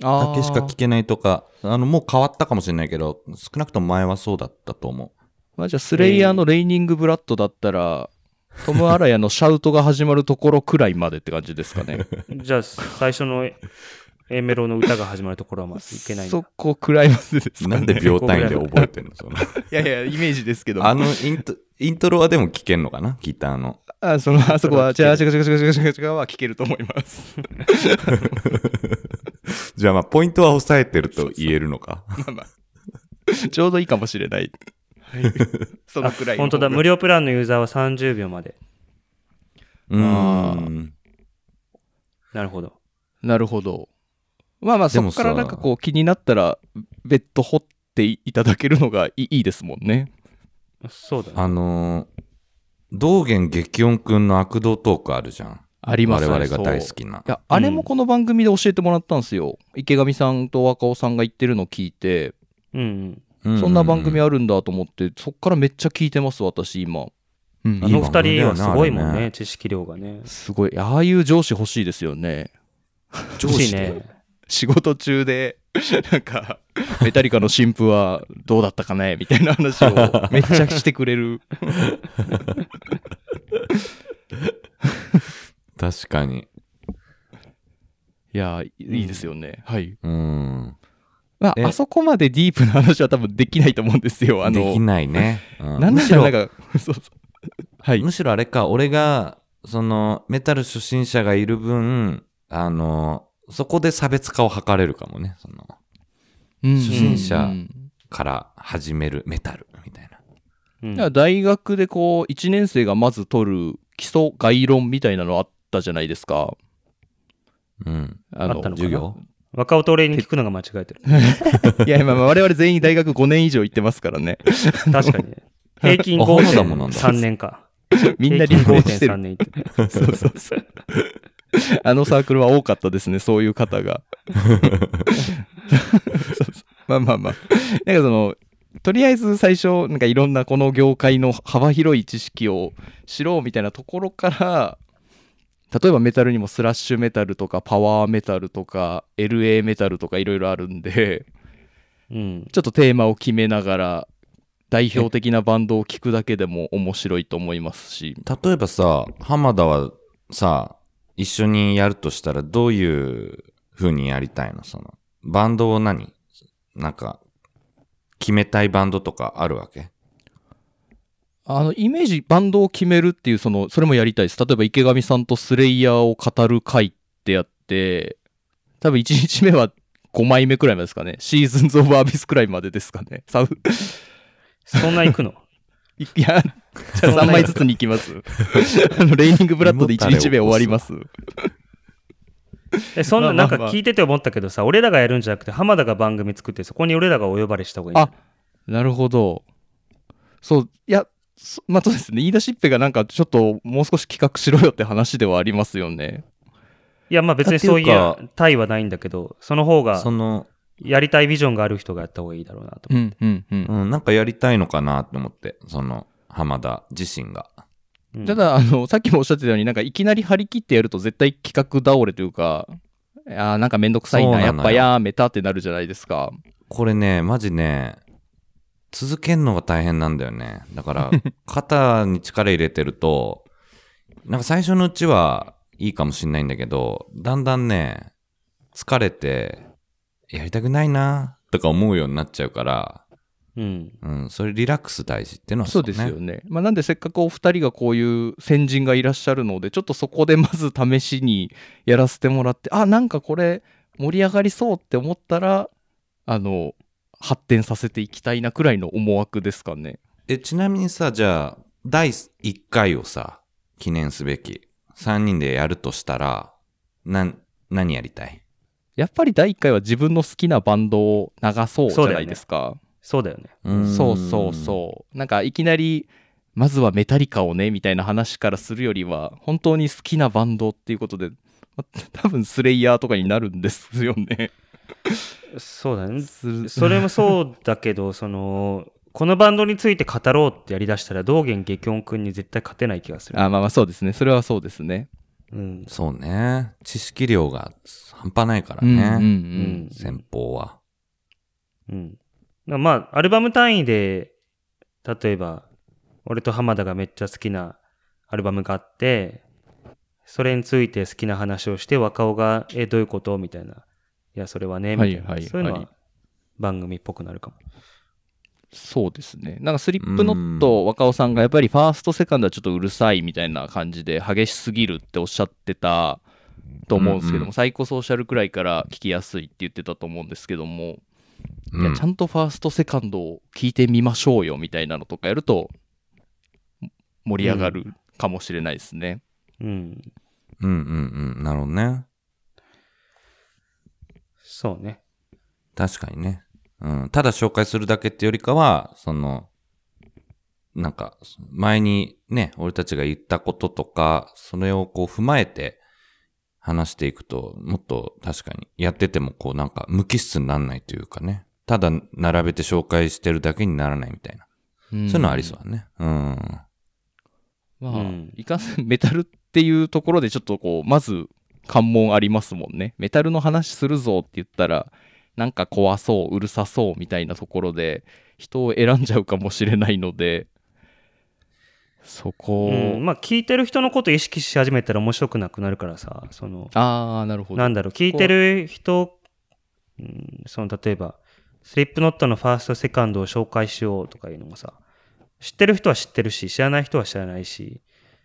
[SPEAKER 2] だけしか聞けないとか、あの、もう変わったかもしれないけど、少なくとも前はそうだったと思う。
[SPEAKER 3] まあ、じゃあスレイヤーのレイニングブラッドだったら、トム・アラヤのシャウトが始まるところくらいまでって感じですかね。
[SPEAKER 1] じゃあ、最初の A メロの歌が始まるところはまずいけないんだ
[SPEAKER 3] そこくらいまでですかね。
[SPEAKER 2] なんで秒単位で覚えてるのその
[SPEAKER 3] いやいや、イメージですけど。
[SPEAKER 2] あ
[SPEAKER 3] あ
[SPEAKER 2] のイント、イントロはでも聞けんのかなギターの。
[SPEAKER 3] その、あそこは、
[SPEAKER 1] そ
[SPEAKER 3] 違
[SPEAKER 1] れ
[SPEAKER 3] う
[SPEAKER 1] は
[SPEAKER 3] 違う違う違う違う違う違うは聞けると思います。
[SPEAKER 2] じゃ あまあ、ポイントは抑えてると言えるのか。
[SPEAKER 3] まあまあ。ちょうどいいかもしれない。そのくらいの
[SPEAKER 1] 本当だ、無料プランのユーザーは30秒まで。
[SPEAKER 2] う
[SPEAKER 3] あ
[SPEAKER 2] ーん。
[SPEAKER 1] なるほど。
[SPEAKER 3] なるほど。まあまあ、
[SPEAKER 2] で
[SPEAKER 3] そ
[SPEAKER 2] も
[SPEAKER 3] こ
[SPEAKER 2] さ
[SPEAKER 3] からなんかこう気になったら、別途掘っていただけるのがいいいいですもんね。
[SPEAKER 1] そうだね。
[SPEAKER 2] あのー道元激音くんの悪道トークあるじゃん。
[SPEAKER 3] あります
[SPEAKER 2] 我
[SPEAKER 3] ね
[SPEAKER 2] 々が大好
[SPEAKER 3] そう。
[SPEAKER 2] きない
[SPEAKER 3] や、あれもこの番組で教えてもらったんですよ。池上さんと若尾さんが言ってるの聞いて、
[SPEAKER 1] うんうん。
[SPEAKER 2] そ
[SPEAKER 3] そんな番組あるんだと思って、そっからめっちゃ聞いてます、私今。うん
[SPEAKER 1] あ
[SPEAKER 2] いい
[SPEAKER 1] の二
[SPEAKER 2] 番組だ
[SPEAKER 1] 人
[SPEAKER 2] よ
[SPEAKER 1] は
[SPEAKER 2] な
[SPEAKER 1] すごいもん
[SPEAKER 2] あれ
[SPEAKER 1] ね、
[SPEAKER 2] ね
[SPEAKER 1] 知識量がね。
[SPEAKER 3] すごい。ああいう上司欲しいですよね。
[SPEAKER 2] 上
[SPEAKER 1] 欲し
[SPEAKER 2] 司
[SPEAKER 1] い
[SPEAKER 2] ね。
[SPEAKER 1] ね。
[SPEAKER 3] 仕事中で、 なんか、メタリカの新婦はどうだったかねみたいな話をめっちゃしてくれる。
[SPEAKER 2] 確かに。
[SPEAKER 3] いや、いいいですよね。はい。
[SPEAKER 2] うん。
[SPEAKER 3] まあ、
[SPEAKER 2] え
[SPEAKER 3] あそこまでディープな話は多分できないと思うんですよ。あ
[SPEAKER 2] でき
[SPEAKER 3] の、
[SPEAKER 2] ない ね。うん
[SPEAKER 3] なん
[SPEAKER 2] む
[SPEAKER 3] だ
[SPEAKER 2] し
[SPEAKER 3] ろ
[SPEAKER 2] ろ
[SPEAKER 3] う、なんか、 そうそう。はい。
[SPEAKER 2] むしろあれか、俺が、その、メタル初心者がいる分、あの、そこで差別化を図れるかもね。その、
[SPEAKER 3] 初
[SPEAKER 2] 初
[SPEAKER 1] 心
[SPEAKER 2] 者から始めるメタルみたいな。
[SPEAKER 1] うん
[SPEAKER 3] だから大学でこう1年生がまず取る基礎概論みたいなのあったじゃないですか。
[SPEAKER 2] うん。
[SPEAKER 1] あ
[SPEAKER 3] あ
[SPEAKER 1] ったのか
[SPEAKER 2] 授業
[SPEAKER 1] 若尾と俺に聞くのが間違えてる。
[SPEAKER 3] いや、まあまあ我々全員大学5年以上行ってますからね。
[SPEAKER 1] 確かにね。平均
[SPEAKER 2] あ花田もなんだ
[SPEAKER 1] 5.3年か。
[SPEAKER 3] みんな
[SPEAKER 1] 平均
[SPEAKER 3] 離婚して
[SPEAKER 1] 5.3
[SPEAKER 3] る。
[SPEAKER 1] 年いって。
[SPEAKER 3] そうそうそう。あのサークルは多かったですね、そういう方が。そうそうまあまあまあ。なんかその、とりあえず最初、なんかいろんなこの業界の幅広い知識を知ろうみたいなところから、例えばメタルにもスラッシュメタルとかパワーメタルとか LA メタルとかいろいろあるんで、
[SPEAKER 1] うん。
[SPEAKER 3] ちょっとテーマを決めながら代表的なバンドを聞くだけでも面白いと思いますし、
[SPEAKER 2] 例えばさ、浜田はさ、一緒にやるとしたらどういう風にやりたいのその、バンドを何なんか、決めたいバンドとかあるわけ
[SPEAKER 3] あのイメージバンドを決めるっていうそのそれもやりたいです例えば池上さんとスレイヤーを語る回ってやって多分1日目は5枚目くらいまでですかねシーズンズ・オブ・アビスくらいまでですかねサウ
[SPEAKER 1] そんな行くの
[SPEAKER 3] いやじゃあ3枚ずつに行きます あのレイニング・ブラッドで1日目終わります
[SPEAKER 1] え、そんな、
[SPEAKER 3] ま
[SPEAKER 1] な
[SPEAKER 3] あ
[SPEAKER 1] ん
[SPEAKER 3] まあまあ
[SPEAKER 1] か聞いてて思ったけどさ、俺らがやるんじゃなくて、浜田が番組作って、そこに俺らがお呼ばれした方がいい。
[SPEAKER 3] あなるほど。そう、いや、そまあそうですね、言い出しっぺがなんかちょっともう少し企画しろよって話ではありますよね。
[SPEAKER 1] いや、まあ別にそうい
[SPEAKER 2] あっていう
[SPEAKER 1] う対はないんだけど、その方が
[SPEAKER 2] そ、の、
[SPEAKER 1] やりたいビジョンがある人がやった方がいいだろうなと。
[SPEAKER 3] うんうんう
[SPEAKER 2] うん、なんかやりたいのかなと思って、その、浜田自身が。
[SPEAKER 1] うん
[SPEAKER 3] た、だあの、さっきもおっしゃってたように、なんかいきなり張り切ってやると絶対企画倒れというか、あーなんかめんどくさい
[SPEAKER 2] そう
[SPEAKER 3] な、
[SPEAKER 2] な
[SPEAKER 3] や
[SPEAKER 2] の
[SPEAKER 3] っ
[SPEAKER 2] よ
[SPEAKER 3] ぱやめたってなるじゃないですか。
[SPEAKER 2] これね、マジね、続けんのが大変なんだよね。だ から、肩に力入れてると、なんか最初のうちはいいかもしんないんだけど、だんだんね、疲れて、やりたくないな、とか思うようになっちゃうから、
[SPEAKER 1] うん。
[SPEAKER 2] うん、それリラックス大事っていうのは
[SPEAKER 3] そう
[SPEAKER 2] ね
[SPEAKER 3] ですよ。ね。まあ、なんでせっかくお二人がこういう先人がいらっしゃるので、ちょっとそこでまず試しにやらせてもらって、あ、なんかこれ盛り上がりそうって思ったら、あの、発展させていきたいなくらいの思惑ですかね。
[SPEAKER 2] え、ちなみにさ、じゃあ、第1回をさ、記念すべき、3人でやるとしたら、なん、何やりたい
[SPEAKER 3] やっぱり第一回は自分の好きなバンドを流そうじゃないですか。
[SPEAKER 1] そうだよね。
[SPEAKER 3] そうそう
[SPEAKER 2] う
[SPEAKER 3] そう。なんかいきなり、まずはメタリカをね、みたいな話からするよりは、本当に好きなバンドっていうことで、まあ多分スレイヤーとかになるんですよね。
[SPEAKER 1] そうだね。
[SPEAKER 3] する
[SPEAKER 1] それもそうだけど、その、このバンドについて語ろうってやりだしたら、道元激音くんに絶対勝てない気がする。
[SPEAKER 3] あまあまあそうですね。それはそうですね。
[SPEAKER 1] うん。
[SPEAKER 2] そうね。知識量が半端ないから
[SPEAKER 3] うん
[SPEAKER 2] ね。
[SPEAKER 3] うん
[SPEAKER 1] うん。
[SPEAKER 2] 先方は。
[SPEAKER 1] うん。だからまあ、アルバム単位で、例えば、俺と浜田がめっちゃ好きなアルバムがあって、それについて好きな話をして、若尾が、え、どういうことみたいな。いや、それはね、みたいな。
[SPEAKER 3] はいはい
[SPEAKER 1] そういうの
[SPEAKER 3] はい
[SPEAKER 1] は番組っぽくなるかも。
[SPEAKER 3] そうですね。なんかスリップノット若尾さんがやっぱりファーストセカンドはちょっとうるさいみたいな感じで激しすぎるっておっしゃってたと思うんですけども、
[SPEAKER 2] うんうん
[SPEAKER 3] サイコソーシャルくらいから聞きやすいって言ってたと思うんですけども、
[SPEAKER 2] うん
[SPEAKER 3] いやちゃんとファースト、セカンドを聞いてみましょうよみたいなのとかやると盛り上がるかもしれないですね。
[SPEAKER 1] うん。
[SPEAKER 2] うんうんうん。なるほどね。
[SPEAKER 1] そうね。
[SPEAKER 2] 確かにね。うん。ただ紹介するだけってよりかは、その、なんか、前にね、俺たちが言ったこととか、それをこう踏まえて話していくと、もっと確かにやっててもこうなんか無機質にならないというかね。ただ並べて紹介してるだけにならないみたいな。
[SPEAKER 3] そう
[SPEAKER 2] そういうのはありそうだね。うん。
[SPEAKER 3] まあ、
[SPEAKER 1] うん
[SPEAKER 3] いかんせんメタルっていうところでちょっとこうまず関門ありますもんねメタルの話するぞって言ったらなんか怖そううるさそうみたいなところで人を選んじゃうかもしれないのでそこを、
[SPEAKER 1] うん、まあ、聞いてる人のこと意識し始めたら面白くなくなるからさ、その、
[SPEAKER 3] ああなるほど
[SPEAKER 1] なんだろう、聞いてる人、うん、その、例えば、スリップノットのファースト、セカンドを紹介しようとかいうのもさ、知ってる人は知ってるし、知らない人は知らないし、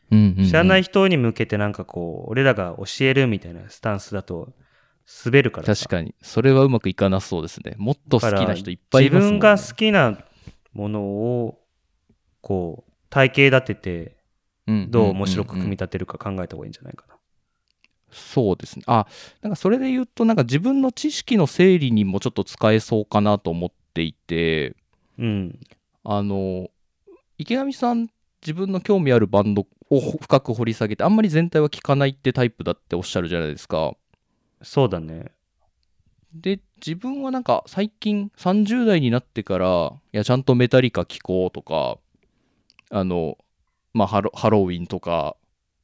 [SPEAKER 1] 知らないい人に向けてなんかこう、俺らが教えるみたいなスタンスだと、滑るからさ。
[SPEAKER 3] 確かにそれはうまくいかなそうですねもっと好きな人いっぱいい
[SPEAKER 1] 自
[SPEAKER 3] ますもん、
[SPEAKER 1] 分
[SPEAKER 3] ね、
[SPEAKER 1] が好きなものを、こう、体系立てて、
[SPEAKER 3] うん
[SPEAKER 1] どう面白く組み立てるか考えた方がいいんじゃないかな。
[SPEAKER 3] そうですね。あ、なんかそれで言うと、なんか自分の知識の整理にもちょっと使えそうかなと思っていて、
[SPEAKER 1] うん。
[SPEAKER 3] あの、池上さん、自分の興味あるバンドを深く掘り下げて、あんまり全体は聞かないってタイプだっておっしゃるじゃないですか。
[SPEAKER 1] そうだね。
[SPEAKER 3] で、自分はなんか最近30代になってから、いや、ちゃんとメタリカ聞こうとか、あの、まあハロ、ハロウィンとか、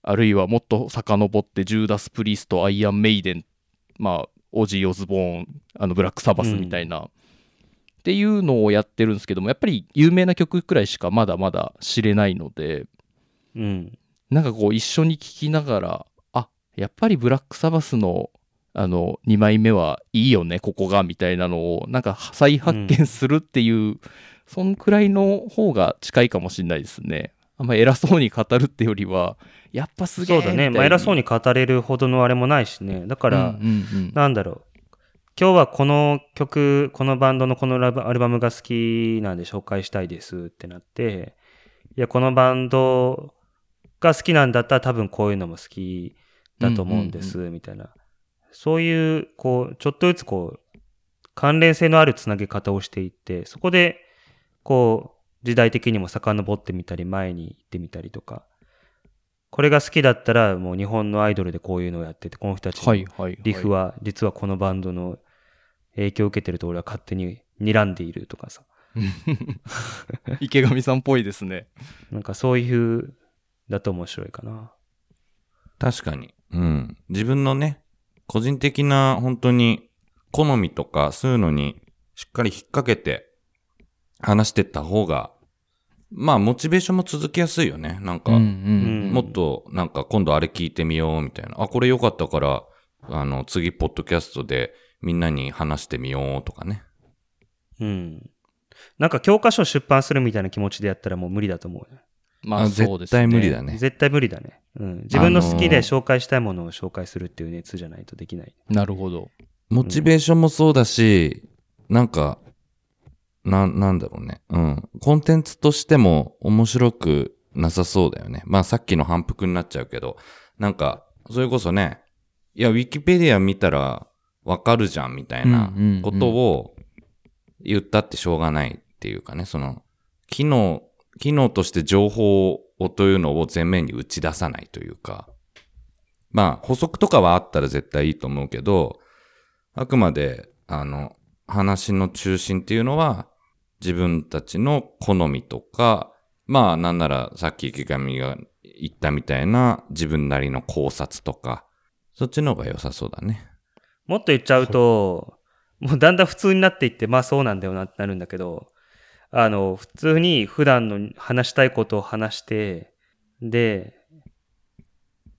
[SPEAKER 3] あるいはもっと遡って、ジューダス・プリースト、アイアン・メイデン、まあ、オジー・オズボーン、あの、ブラック・サバスみたいな、っていうのをやってるんですけども、やっぱり有名な曲くらいしかまだまだ知れないので、
[SPEAKER 1] うん。
[SPEAKER 3] なんかこう一緒に聞きながら、あ、やっぱりブラックサバスの、あの、2枚目はいいよね、ここが、みたいなのを、なんか再発見するっていう、そんくらいの方が近いかもしれないですね。あんま偉そうに語るってよりは、やっぱすげえ
[SPEAKER 1] そうだね。まあ、偉そう
[SPEAKER 3] に
[SPEAKER 1] に語れるほどのあれもないしね。だか、
[SPEAKER 3] からうんうんうん
[SPEAKER 1] なんだろう。今日はこの曲、このバンドのこのラブアルバムが好きなんで紹介したいですってなって、いや、このバンドが好きなんだったら多分こういうのも好きだと思うんです、みたいな。そういう、こう、ちょっとずつこう、関連性のあるつなげ方をしていって、そこで、こう、時代的にも遡ってみたり、前に行ってみたりとか、これが好きだったらもう日本のアイドルでこういうのをやってて、この人たちの
[SPEAKER 3] はいはいはい。
[SPEAKER 1] リフは実はこのバンドの影響を受けてると俺は勝手に睨んでいるとかさ。
[SPEAKER 3] 池上さんっぽいですね。
[SPEAKER 1] なんかそういう、だと面白いかな。
[SPEAKER 2] 確かに。うん。自分のね、個人的な本当に好みとかそういうのにしっかり引っ掛けて話してった方が、まあモチベーションも続きやすいよね。なんか、
[SPEAKER 1] うん
[SPEAKER 2] もっとなんか今度あれ聞いてみようみたいな。あ、これ良かったから、あの、次ポッドキャストでみんなに話してみようとかね。
[SPEAKER 1] うん。なんか教科書出版するみたいな気持ちでやったらもう無理だと思うね。
[SPEAKER 3] まあそうで
[SPEAKER 2] 絶
[SPEAKER 3] す
[SPEAKER 2] 対
[SPEAKER 3] ね
[SPEAKER 2] 無理だね。
[SPEAKER 1] 絶対無理だね。うん。自分の好きで
[SPEAKER 2] あのー
[SPEAKER 1] 紹介したいものを紹介するっていう熱じゃないとできない。
[SPEAKER 3] なるほど。
[SPEAKER 2] モチベーションもそうだし、なんか、な、なんだろうね。うん。コンテンツとしても面白くなさそうだよね。まあさっきの反復になっちゃうけど、なんか、それこそね、いや、ウィキペディア見たらわかるじゃんみたいな
[SPEAKER 3] うんうんうん
[SPEAKER 2] ことを言ったってしょうがないっていうかね、その、機能、機能として情報をというのを前面に打ち出さないというか、まあ補足とかはあったら絶対いいと思うけど、あくまで、あの、話の中心っていうのは、自分たちの好みとか、まあ、なんなら、さっき池上が言ったみたいな、自分なりの考察とか、そっちの方が良さそうだね。
[SPEAKER 1] もっと言っちゃうと、もうだんだん普通になっていって、まあそうなんだよなってなるんだけど、あの、普通に普段の話したいことを話して、で、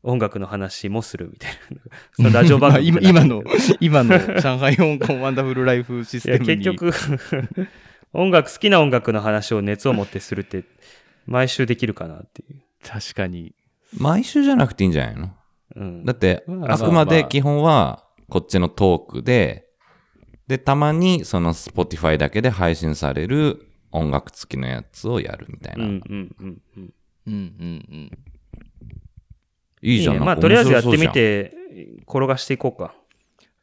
[SPEAKER 1] 音楽の話もするみたいな。 そのラジオ番組み
[SPEAKER 3] まあ
[SPEAKER 1] たい な。
[SPEAKER 3] 今今の、今の 上海香港ワンダフルライフシ
[SPEAKER 1] い
[SPEAKER 3] ステ
[SPEAKER 1] や、
[SPEAKER 3] ムに。
[SPEAKER 1] 結局、音楽、好きな音楽の話を熱を持ってするって、毎週できるかなっていう。
[SPEAKER 3] 確かに。
[SPEAKER 2] 毎週じゃなくていいんじゃないの
[SPEAKER 1] うん
[SPEAKER 2] だ。って
[SPEAKER 3] ま、あ
[SPEAKER 2] あくまで基本は、こっちのトークで、で、たまにその Spotify だけで配信される音楽付きのやつをやるみたい
[SPEAKER 1] うん
[SPEAKER 2] な。
[SPEAKER 1] うんうんうん。
[SPEAKER 3] うんうん
[SPEAKER 2] いいじゃん。
[SPEAKER 1] ね
[SPEAKER 2] なん
[SPEAKER 1] ま
[SPEAKER 2] か
[SPEAKER 1] あ、とりあえずやって
[SPEAKER 2] 面白
[SPEAKER 1] み
[SPEAKER 2] そうじゃん。
[SPEAKER 1] て、転がしていこうか。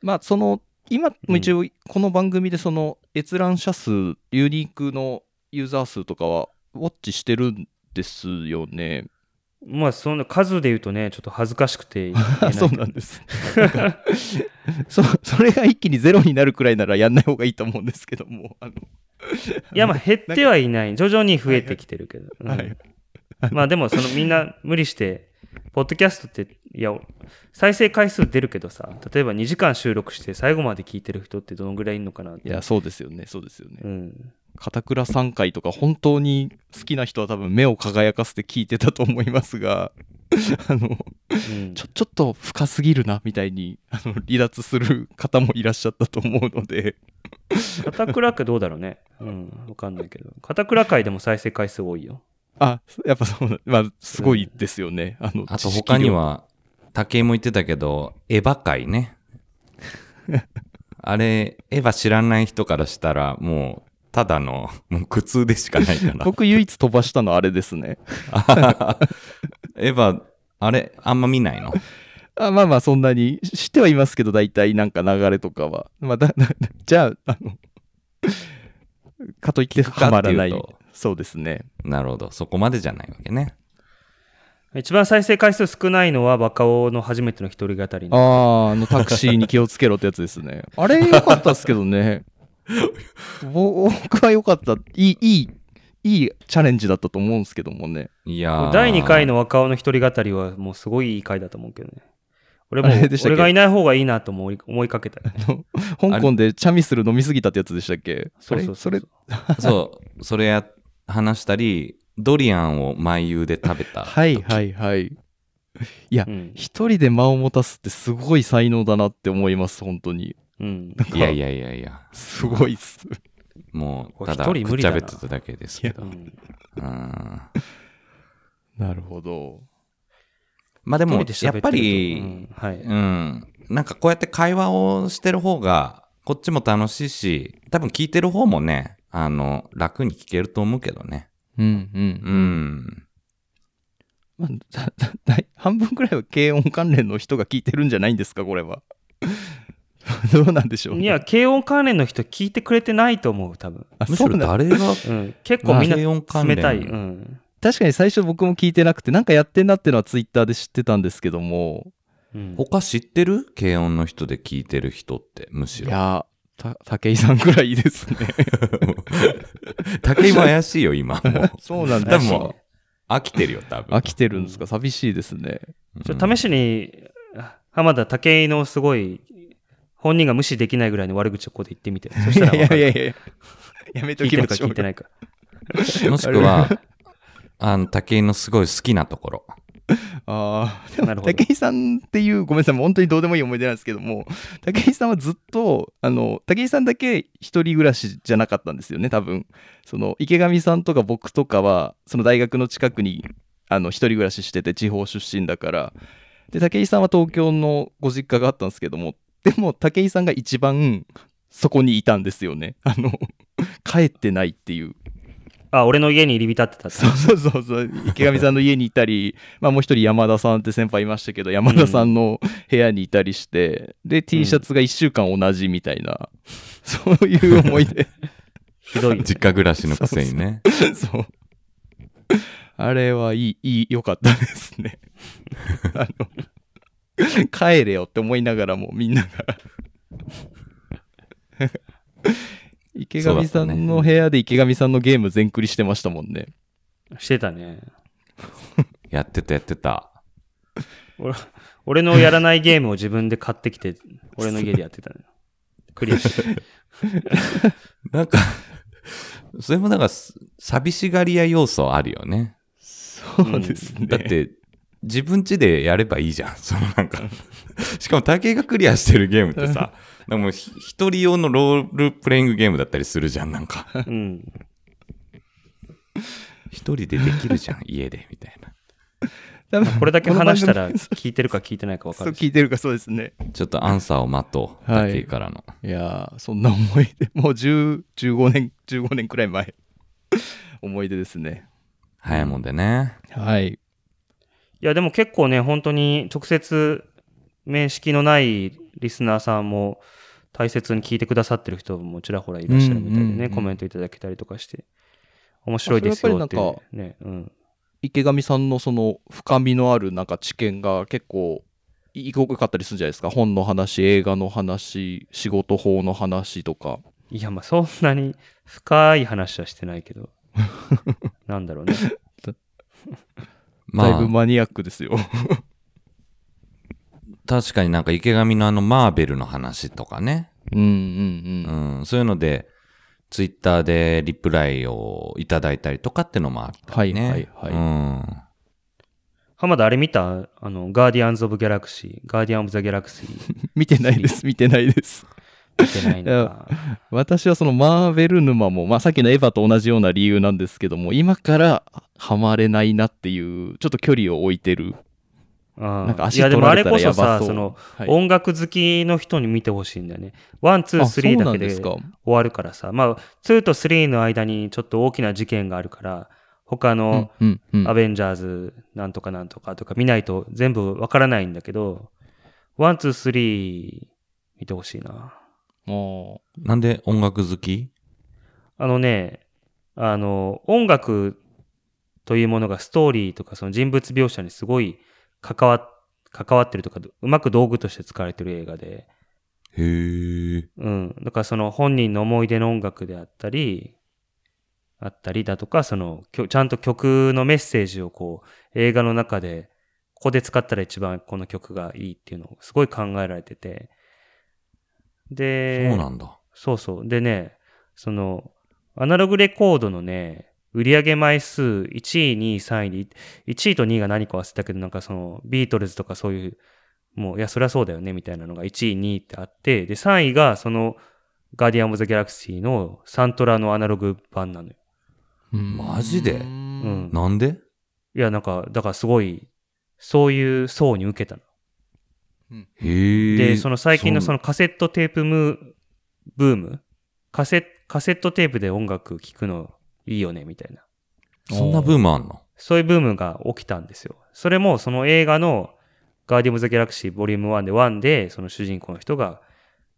[SPEAKER 3] まあその今も一応この番組でその閲覧者数ユニークのユーザー数とかはウォッチしてるんですよね。
[SPEAKER 1] まあ、その数で言うとね、ちょっと恥ずかしくて言え
[SPEAKER 3] あ
[SPEAKER 1] い。
[SPEAKER 3] そうなんです。 そそれが一気にゼロになるくらいならやんない方がいいと思うんですけども。あの
[SPEAKER 1] いや、まあ、減ってはいない。徐々に増えてきてるけど。うん
[SPEAKER 3] はい
[SPEAKER 1] まあ、でも、そのみんな無理して、ポッドキャストって、いや、再生回数出るけどさ、例えば2時間収録して最後まで聞いてる人ってどのぐらいいるのかなって
[SPEAKER 3] いや、そうですよね、そうですよね。
[SPEAKER 1] うん。
[SPEAKER 3] 片倉3回とか本当に好きな人は多分目を輝かせて聞いてたと思いますがあの
[SPEAKER 1] うん
[SPEAKER 3] ちょちょっと深すぎるなみたいにあの離脱する方もいらっしゃったと思うので
[SPEAKER 1] 片倉家どうだろうね。うん、わかんないけど。片倉界でも再生回数多いよ。
[SPEAKER 3] あやっぱそうなまあすごいですよねあの
[SPEAKER 2] あと
[SPEAKER 3] 知識
[SPEAKER 2] 他に
[SPEAKER 3] 量
[SPEAKER 2] は、竹井も言ってたけど、エヴァ界 ね。あれ、エヴァ知らない人からしたら、もう、ただの、もう苦痛でしかないから。
[SPEAKER 3] 僕唯一飛ばしたのあれですね
[SPEAKER 2] エヴァ、あれ、あんま見ないの
[SPEAKER 3] あまあまあそんなに知ってはいますけど大体なんか流れとかは、まあ、だだだじゃああ のかといって
[SPEAKER 2] 聞くか
[SPEAKER 3] は
[SPEAKER 2] ってい
[SPEAKER 3] ま
[SPEAKER 2] うと
[SPEAKER 3] らないそうですね
[SPEAKER 2] なるほど。そこまでじゃないわけね。
[SPEAKER 1] 一番再生回数少ないのはバカオの初めての一人語りね
[SPEAKER 3] あーあのタクシーに気をつけろってやつですね。 あれ良かったっすけどね。ぼ僕は良かった。いい、いい、いいチャレンジだったと思うんですけどもね。
[SPEAKER 2] いやー
[SPEAKER 1] 第2回の若尾の一人語りはもうすごいいい回だと思うけどね。俺も
[SPEAKER 3] あれでしたっけ
[SPEAKER 1] 俺がいない方がいいなとも思い思いかけたよね、
[SPEAKER 3] 香港でチャミスル飲みすぎたってやつでしたっけ
[SPEAKER 1] そうそうそう
[SPEAKER 3] あれ
[SPEAKER 1] そ
[SPEAKER 3] そうれ、
[SPEAKER 2] そう、それや、話したり、ドリアンを毎夕で食べた。
[SPEAKER 3] はいはいはい。いや、
[SPEAKER 1] うん
[SPEAKER 3] 一人で間を持たすってすごい才能だなって思います、本当に。
[SPEAKER 1] うん。
[SPEAKER 2] いやいやいやいや、
[SPEAKER 3] すごいっす。
[SPEAKER 2] もう、
[SPEAKER 1] これ
[SPEAKER 2] た
[SPEAKER 1] 一
[SPEAKER 2] だ、
[SPEAKER 1] 人
[SPEAKER 2] く
[SPEAKER 1] 無理
[SPEAKER 2] っち
[SPEAKER 1] だ
[SPEAKER 2] ゃ
[SPEAKER 1] な
[SPEAKER 2] べってただけですけ
[SPEAKER 1] う
[SPEAKER 2] ど。
[SPEAKER 1] ん
[SPEAKER 2] うん
[SPEAKER 3] なるほど。
[SPEAKER 2] まあでも
[SPEAKER 1] 一、人
[SPEAKER 2] や
[SPEAKER 1] で喋てると
[SPEAKER 2] っぱり、
[SPEAKER 1] うんはい。
[SPEAKER 2] うん。なんかこうやって会話をしてる方が、こっちも楽しいし、多分聞いてる方もね、あの、楽に聞けると思うけどね。
[SPEAKER 3] うんうん
[SPEAKER 2] うん。
[SPEAKER 3] まあだだだ半分くらいは軽音関連の人が聞いてるんじゃないんですかこれは どうなんでしょうね
[SPEAKER 1] いや、軽音関連の人聞いてくれてないと思う、多分。
[SPEAKER 3] あ
[SPEAKER 2] むし
[SPEAKER 3] そう
[SPEAKER 2] ろ
[SPEAKER 3] なん
[SPEAKER 2] 誰が、
[SPEAKER 1] うん、結構みんな
[SPEAKER 2] まあ軽音関
[SPEAKER 1] 冷
[SPEAKER 2] 連
[SPEAKER 1] たい。うん。
[SPEAKER 3] 確かに最初僕も聞いてなくてなんかやってんなってのはツイッターで知ってたんですけども
[SPEAKER 1] うん
[SPEAKER 2] 他知ってる軽音の人で聞いてる人って、むし
[SPEAKER 3] い
[SPEAKER 2] ろ。
[SPEAKER 3] やた武井さんくらいですね
[SPEAKER 2] 竹井も怪しいよ、今。もう
[SPEAKER 3] そうなん
[SPEAKER 2] で
[SPEAKER 3] です
[SPEAKER 2] も
[SPEAKER 3] よ
[SPEAKER 2] 飽きてるよ、多分。
[SPEAKER 3] 飽きてるんですか寂しいですね
[SPEAKER 1] ちょっと試しに、浜田武井のすごい、本人が無視できないぐらいの悪口をここで言ってみて。そ
[SPEAKER 3] い
[SPEAKER 1] したら
[SPEAKER 3] や
[SPEAKER 1] 分
[SPEAKER 3] い
[SPEAKER 1] か
[SPEAKER 3] や
[SPEAKER 1] る
[SPEAKER 3] いやいややめと
[SPEAKER 1] 聞い
[SPEAKER 3] き
[SPEAKER 1] てる
[SPEAKER 3] ま
[SPEAKER 1] か
[SPEAKER 3] しょ
[SPEAKER 1] 聞
[SPEAKER 3] う
[SPEAKER 1] いてないか。
[SPEAKER 2] もしくは、あの、竹井のすごい好きなところ。
[SPEAKER 3] あー
[SPEAKER 1] なるほど
[SPEAKER 3] 武井さんっていうごめんなさいもう本当にどうでもいい思い出なんですけども武井さんはずっとあの武井さんだけ一人暮らしじゃなかったんですよね多分その池上さんとか僕とかはその大学の近くにあの一人暮らししてて地方出身だからで武井さんは東京のご実家があったんですけどもでも武井さんが一番そこにいたんですよねあの帰ってないっていう
[SPEAKER 1] あ、俺の家に入り浸ってたって
[SPEAKER 3] そうそうそうそう池上さんの家にいたりまあもう一人山田さんって先輩いましたけど山田さんの部屋にいたりして、で T シャツが1週間同じみたいな、そういう思い 出
[SPEAKER 1] ひどいよね。
[SPEAKER 2] 実家暮らしのくせにね。
[SPEAKER 3] そうあれはいいいい良かったですねあの帰れよって思いながらもみんなが池上さんの部屋で池上さんのゲーム全クリしてましたもんね
[SPEAKER 1] してたね。
[SPEAKER 2] やってた、やってた。
[SPEAKER 1] 俺俺のやらないゲームを自分で買ってきて、俺の家でやってたね。クリアして。
[SPEAKER 2] なんか、それもなんかす、寂しがり屋要素あるよね。
[SPEAKER 3] そうですね、
[SPEAKER 2] だって、自分家でやればいいじゃん。 そのなんか、しかも竹井がクリアしてるゲームってさ、なんかもうひ一人用のロールプレイングゲームだったりするじゃん、なんか。
[SPEAKER 1] うん。
[SPEAKER 2] 一人でできるじゃん、家で、みたいな。
[SPEAKER 3] 多分
[SPEAKER 1] これだけ
[SPEAKER 3] この番組
[SPEAKER 1] 話したら聞いてるか聞いてないか分か
[SPEAKER 3] そう
[SPEAKER 1] るし
[SPEAKER 3] 聞いてるかそうですね。
[SPEAKER 2] ちょっとアンサーを待とう。
[SPEAKER 3] はい
[SPEAKER 2] だけからの。
[SPEAKER 3] いやーそんな思い出、もう10、15年、15年くらい前、思い出ですね。
[SPEAKER 2] 早いもんでね。
[SPEAKER 3] はい。
[SPEAKER 1] いや、でも結構ね、本当に直接面識のないリスナーさんも大切に聞いてくださってる人もちらほらいらっしゃるみたいでね、
[SPEAKER 2] うんうんうん
[SPEAKER 1] コメントいただけたりとかして、面白いですよっていう
[SPEAKER 3] あそれやっぱ
[SPEAKER 1] ね、うん。
[SPEAKER 3] 池上さんのその深みのあるなんか知見が結構いごかったりするんじゃないですか。本の話、映画の話、仕事法の話とか。
[SPEAKER 1] いや、まあそんなに深い話はしてないけど、なんだろうね。
[SPEAKER 2] ま
[SPEAKER 3] だいぶ
[SPEAKER 2] あ、
[SPEAKER 3] マニアックですよ。
[SPEAKER 2] 確かになんか池上のあのマーベルの話とかね。
[SPEAKER 3] うんうん
[SPEAKER 2] う
[SPEAKER 3] うん。
[SPEAKER 2] ん、そういうので、ツイッターでリプライをいただいたりとかってのもあった
[SPEAKER 3] はい
[SPEAKER 2] りね。
[SPEAKER 3] はいはい。
[SPEAKER 2] うん。
[SPEAKER 1] 浜田あれ見たあの、ガーディアンズ・オブ・ギャラクシー、ガーディアン・オブ・ザ・ギャラク シー、
[SPEAKER 3] 見てないです、見てないです。
[SPEAKER 1] 見てないのか。
[SPEAKER 3] 私はそのマーベル沼も、まあ、さっきのエヴァと同じような理由なんですけども、今からハマれないなっていう、ちょっと距離を置いてる。
[SPEAKER 1] な
[SPEAKER 3] なんか足取られたらやばそう。
[SPEAKER 1] いや、でもあれこそさ、その、
[SPEAKER 3] はい、
[SPEAKER 1] 音楽好きの人に見てほしいんだよね。ワン、ツー、
[SPEAKER 3] あ
[SPEAKER 1] スリー
[SPEAKER 3] そう
[SPEAKER 1] だけ
[SPEAKER 3] なん
[SPEAKER 1] です
[SPEAKER 3] か
[SPEAKER 1] 終わるからさ。まあ、ツーとスリーの間にちょっと大きな事件があるから、他の
[SPEAKER 3] うんうんうん
[SPEAKER 1] アベンジャーズなんとかなんとかとか見ないと全部わからないんだけど、ワン、ツー、スリー見てほしいな。
[SPEAKER 3] も
[SPEAKER 2] なんで音楽好き
[SPEAKER 1] あのね、あの、音楽というものがストーリーとかその人物描写にすごい関わ関わってるとか、うまく道具として使われてる映画で、
[SPEAKER 2] へー。
[SPEAKER 1] うん。だからその本人の思い出の音楽であったり、あったりだとか、その、きょちゃんと曲のメッセージをこう、映画の中で、ここで使ったら一番この曲がいいっていうのをすごい考えられてて。で、
[SPEAKER 2] そうなんだ。
[SPEAKER 1] そうそう。でね、その、アナログレコードのね、売上枚数1位、2位、3位で、1位と2位が何か忘れたけど、なんかその、ビートルズとかそういう、もう、いや、そりゃそうだよね、みたいなのが1位、2位ってあって、で、3位がその、ガーディアン・オブ・ザ・ギャラクシーのサントラのアナログ版なのよ。
[SPEAKER 3] う、
[SPEAKER 2] マジで
[SPEAKER 3] う
[SPEAKER 1] うん
[SPEAKER 3] ん。
[SPEAKER 2] なんで
[SPEAKER 1] いや、なんか、だからすごい、そういう層に受けたの。
[SPEAKER 2] へー。
[SPEAKER 1] で、その最近のそ
[SPEAKER 2] の、
[SPEAKER 1] のカセットテープムーブームカセカセットテープで音楽聴くのいいよね、みたいな。
[SPEAKER 2] そんなブームあんの
[SPEAKER 1] そういうブームが起きたんですよ。それもその映画のガーディオム・ザ・ギャラクシーボリューム1で1で、その主人公の人が、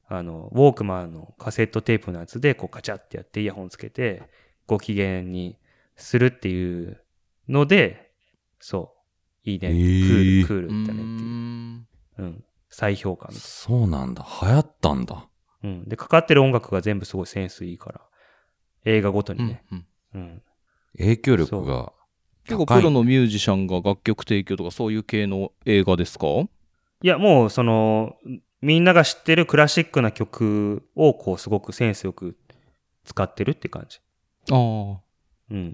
[SPEAKER 1] あの、ウォークマンのカセットテープのやつで、こうカチャってやってイヤホンつけて、ご機嫌にするっていうので、そう、いいね、
[SPEAKER 2] へー
[SPEAKER 1] クール、クールだ
[SPEAKER 3] う
[SPEAKER 1] ねっていう。
[SPEAKER 3] ん
[SPEAKER 1] うん。再評価みたいな
[SPEAKER 2] そうなんだ。流行ったんだ。
[SPEAKER 1] うん。で、かかってる音楽が全部すごいセンスいいから、映画ごとにね。
[SPEAKER 3] うん
[SPEAKER 1] うん。
[SPEAKER 2] 影響力が。
[SPEAKER 3] 結構プロのミュージシャンが楽曲提供とかそういう系の映画ですか
[SPEAKER 1] いや、もう、その、みんなが知ってるクラシックな曲を、こう、すごくセンスよく使ってるって感じ。
[SPEAKER 3] ああ。
[SPEAKER 1] うん。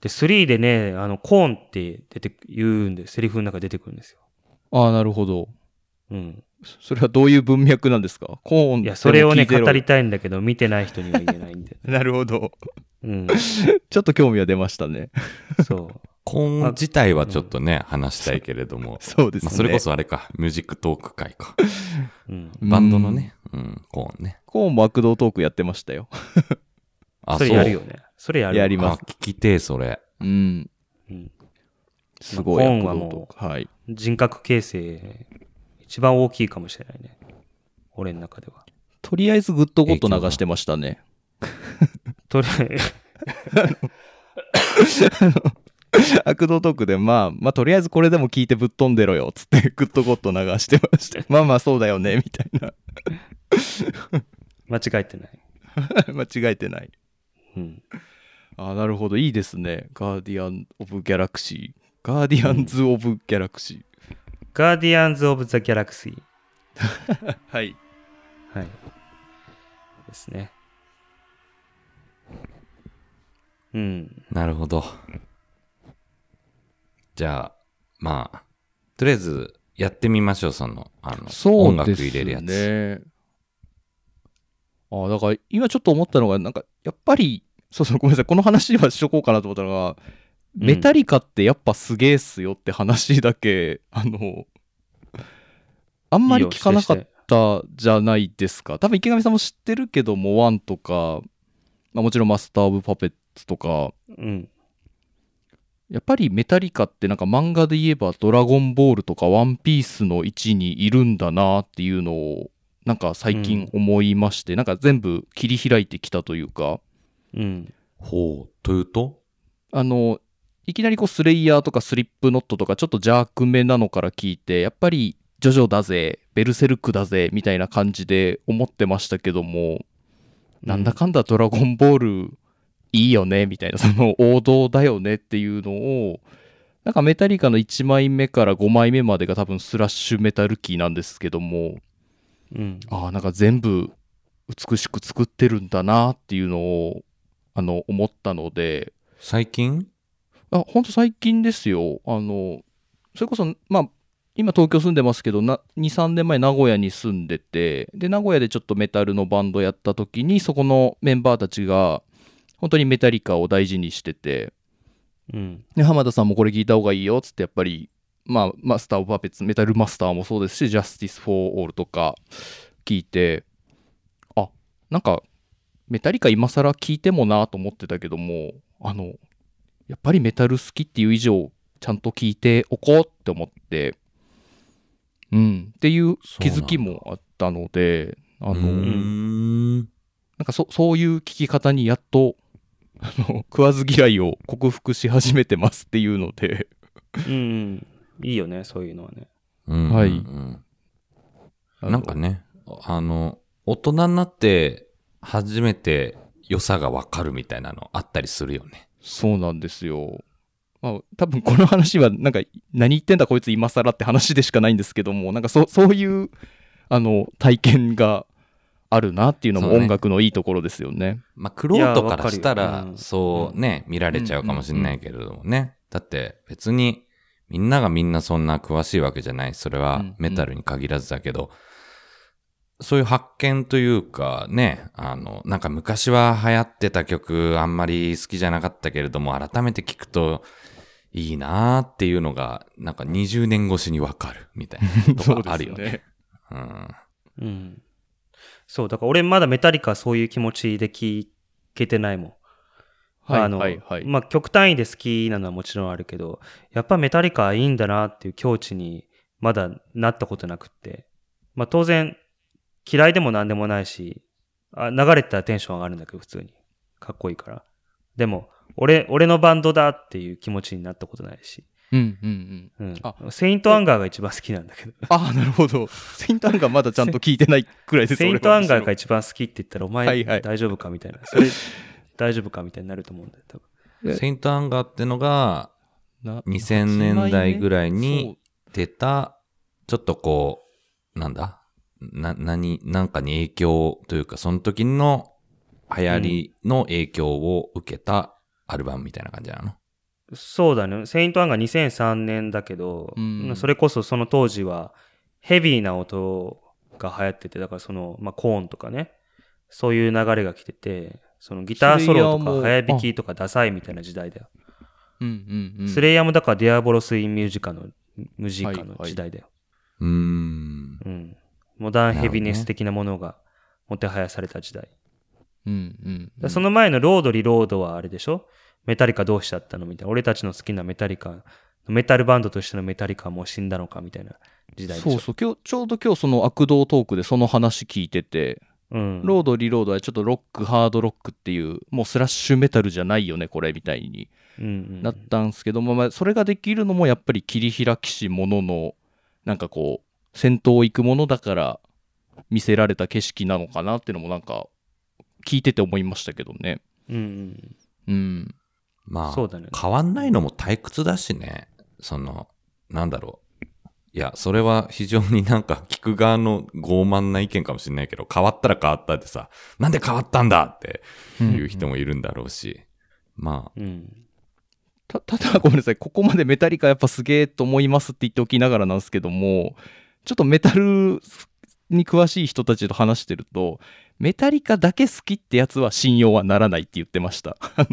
[SPEAKER 1] で、3でね、あの、コーンって出て、言うんで、セリフの中で出てくるんですよ。
[SPEAKER 3] ああ、なるほど。
[SPEAKER 1] うん。
[SPEAKER 3] そそれはどういう文脈なんですかコーン
[SPEAKER 1] いや、それをね、
[SPEAKER 3] でも聞いてろ
[SPEAKER 1] 語りたいんだけど、見てない人には言えないんで。
[SPEAKER 3] なるほど。
[SPEAKER 1] うん。
[SPEAKER 3] ちょっと興味は出ましたね。
[SPEAKER 1] そう。
[SPEAKER 2] コーン自体はちょっとね、話したいけれども。
[SPEAKER 3] そうですね。
[SPEAKER 2] まあ、それこそあれか、ミュージックトーク会か。
[SPEAKER 1] うん。
[SPEAKER 3] うん
[SPEAKER 2] バンドのね、うん、コーンね。
[SPEAKER 3] コーンも悪道トークやってましたよ。
[SPEAKER 2] あ、
[SPEAKER 1] それやるよね。それやるわ
[SPEAKER 3] やりま
[SPEAKER 2] あ、聞きてえ、それ。
[SPEAKER 3] うん。
[SPEAKER 1] うん。
[SPEAKER 3] すごい
[SPEAKER 1] まあ
[SPEAKER 3] 悪
[SPEAKER 1] コーンは
[SPEAKER 3] 道
[SPEAKER 1] もう
[SPEAKER 3] トーク。はい。
[SPEAKER 1] 人格形成、一番大きいかもしれないね。俺の中では。
[SPEAKER 3] とりあえずグッドゴッド流してましたね。
[SPEAKER 1] とりあえず、
[SPEAKER 3] 悪道トークで、まあ、まあ、とりあえずこれでも聞いてぶっ飛んでろよ、つって、グッドゴッド流してま した。まあまあ、そうだよね、みたいな。
[SPEAKER 1] 間違えてない。
[SPEAKER 3] 間違えてない。
[SPEAKER 1] うん。
[SPEAKER 3] あなるほどいいですねガーディアン・オブ・ギャラクシーガーディアンズ・オブ・ギャラクシ
[SPEAKER 1] ガーディアンズ・オブ・ザ・ギャラクシー。
[SPEAKER 3] ー、はい
[SPEAKER 1] はい。ですね。うん。
[SPEAKER 2] なるほど。じゃあ、まあ、とりあえず、やってみましょう、その、あの、音楽入れるやつ。
[SPEAKER 3] ねあだから今ちょっと思ったのがなんかやっぱりそうそうごめんなさいこの話はしとこうかなと思ったのがメタリカってやっぱすげえっすよって話だけ、あの、あんまり聞かなかっ
[SPEAKER 1] いいよ
[SPEAKER 3] たじゃないですか。多分池上さんも知ってるけど、モワンとか、まあ、もちろんマスター・オブ・パペッツとか、
[SPEAKER 1] してうん。
[SPEAKER 3] やっぱりメタリカってなんか漫画で言えば「ドラゴンボール」とか「ワンピースの位置にいるんだなっていうのをなんか最近思いまして、なんか全部切り開いてきたというか
[SPEAKER 1] うん。
[SPEAKER 2] ほう。というと
[SPEAKER 3] あのいきなりこうスレイヤーとかスリップノットとかちょっと邪悪めなのから聞いてやっぱり「ジョジョだぜ」「ベルセルクだぜ」みたいな感じで思ってましたけどもなんだかんだ「ドラゴンボール」いいよねみたいなその王道だよねっていうのをなんかメタリカの1枚目から5枚目までが多分スラッシュメタルキーなんですけども
[SPEAKER 1] うん。
[SPEAKER 3] ああなんか全部美しく作ってるんだなっていうのをあの思ったので
[SPEAKER 2] 最近
[SPEAKER 3] あ本当最近ですよあのそれこそまあ今東京住んでますけど23年前名古屋に住んでてで名古屋でちょっとメタルのバンドやった時にそこのメンバーたちが本当にメタリカを大事にしてて
[SPEAKER 1] うん。
[SPEAKER 3] で浜田さんもこれ聞いた方がいいよっつってやっぱり、まあ、マスター・オブ・パペッツメタル・マスターもそうですしジャスティス・フォー・オールとか聞いてあなんかメタリカ今更聞いてもなと思ってたけどもあのやっぱりメタル好きっていう以上ちゃんと聞いておこうって思ってうんっていう気づきもあったのであの、
[SPEAKER 2] うーん。
[SPEAKER 3] なんかそそういう聞き方にやっとあの食わず嫌いを克服し始めてますっていうので
[SPEAKER 1] うんうん。いいよね、そういうのはね。
[SPEAKER 2] うん
[SPEAKER 3] はい
[SPEAKER 2] うんなんかね、あの、大人になって初めて良さがわかるみたいなのあったりするよね。
[SPEAKER 3] そうなんですよまあ多分この話はなんか何言ってんだこいつ今更って話でしかないんですけどもなんかそそういうあの体験があるなっていうのも
[SPEAKER 2] そうね
[SPEAKER 3] 音楽のいいところですよね
[SPEAKER 2] まあ、クロートからした
[SPEAKER 1] いやわからる、よ
[SPEAKER 2] そうね、見られちゃうかもしれないけれどもね。だって別に、みんながみんなそんな詳しいわけじゃない。それ
[SPEAKER 3] う
[SPEAKER 2] は
[SPEAKER 3] んうん
[SPEAKER 2] メタルに限らずだけど、そういう発見というかね、あの、なんか昔は流行ってた曲あんまり好きじゃなかったけれども、改めて聞くといいなーっていうのが、なんか20年越しにわかるみたいなと
[SPEAKER 3] そう
[SPEAKER 2] こ
[SPEAKER 3] です
[SPEAKER 2] あるよね。
[SPEAKER 3] ね
[SPEAKER 2] うん。
[SPEAKER 1] うん。そう、だから俺まだメタリカそういう気持ちで聞けてないもん。
[SPEAKER 3] はい
[SPEAKER 1] あの、
[SPEAKER 3] はいはい、
[SPEAKER 1] まあ、極端位で好きなのはもちろんあるけど、やっぱメタリカいいんだなっていう境地にまだなったことなくって。まあ、当然、嫌いでも何でもないし、あ流れてたらテンション上がるんだけど、普通に。かっこいいから。でも、俺、俺のバンドだっていう気持ちになったことないし。
[SPEAKER 3] うんうんうん
[SPEAKER 1] うん
[SPEAKER 3] あ。
[SPEAKER 1] セイントアンガーが一番好きなんだ けど。
[SPEAKER 3] ああなるほどセイントアンガーまだちゃんと聞いてないくらいです
[SPEAKER 1] セイン
[SPEAKER 3] 俺
[SPEAKER 1] ト
[SPEAKER 3] は
[SPEAKER 1] アンガーが一番好きって言ったら、お
[SPEAKER 3] は
[SPEAKER 1] 前
[SPEAKER 3] いはい
[SPEAKER 1] 大丈夫かみたいな。それ、大丈夫かみたいになると思うんだよ、多分。
[SPEAKER 3] え
[SPEAKER 2] セイントアンガーってのが、
[SPEAKER 3] な
[SPEAKER 2] 2000年代ぐらい
[SPEAKER 3] そう
[SPEAKER 2] に出た、ちょっとこう、なんだな、何、なんかに影響というか、その時の流行りの影響を受けたアルバムみたいな感じなの、
[SPEAKER 1] そうだね。セイントアンが2003年だけど、
[SPEAKER 3] うん
[SPEAKER 1] それこそその当時はヘビーな音が流行ってて、だからその、まあ、コーンとかね、そういう流れが来てて、そのギターソロとか
[SPEAKER 3] スレイヤ
[SPEAKER 1] 早
[SPEAKER 3] ーも
[SPEAKER 1] 弾きとかダサいみたいな時代だよ。
[SPEAKER 3] うんうんうん、
[SPEAKER 1] スレイヤーもだからディアボロス・イン・ミュージカの、ムジカの時代だよ。
[SPEAKER 2] うーん。
[SPEAKER 1] うん。モダンヘビネス的なものがもてはやされた時代。
[SPEAKER 3] うんうん
[SPEAKER 1] だからその前のロードリロードはあれでしょメタリカどうしちゃったのみたいな。俺たちの好きなメタリカ、メタルバンドとしてのメタリカはもう死んだのかみたいな時代でしょ
[SPEAKER 3] そうそう今日ちょうど今日その悪道トークでその話聞いてて、
[SPEAKER 1] うん。
[SPEAKER 3] ロードリロードはちょっとロックハードロックっていうもうスラッシュメタルじゃないよねこれみたいに
[SPEAKER 1] うんうん
[SPEAKER 3] なったんすけども、まあ、それができるのもやっぱり切り開きしもののなんかこう先頭を行くものだから見せられた景色なのかなっていうのもなんか聞いてて思いましたけどね
[SPEAKER 1] うんうん
[SPEAKER 3] うん
[SPEAKER 2] まあ、
[SPEAKER 1] そうだね
[SPEAKER 2] 変わんないのも退屈だしね。その、なんだろう。いや、それは非常になんか聞く側の傲慢な意見かもしれないけど、変わったら変わったでさ、なんで変わったんだっていう人もいるんだろうし。まあ、
[SPEAKER 1] うん。
[SPEAKER 3] た ただごめんなさいここまでメタリカやっぱすげえと思いますって言っておきながらなんですけどもちょっとメタルに詳しい人たちと話してるとメタリカだけ好きってやつは信用はならないって言ってましたあ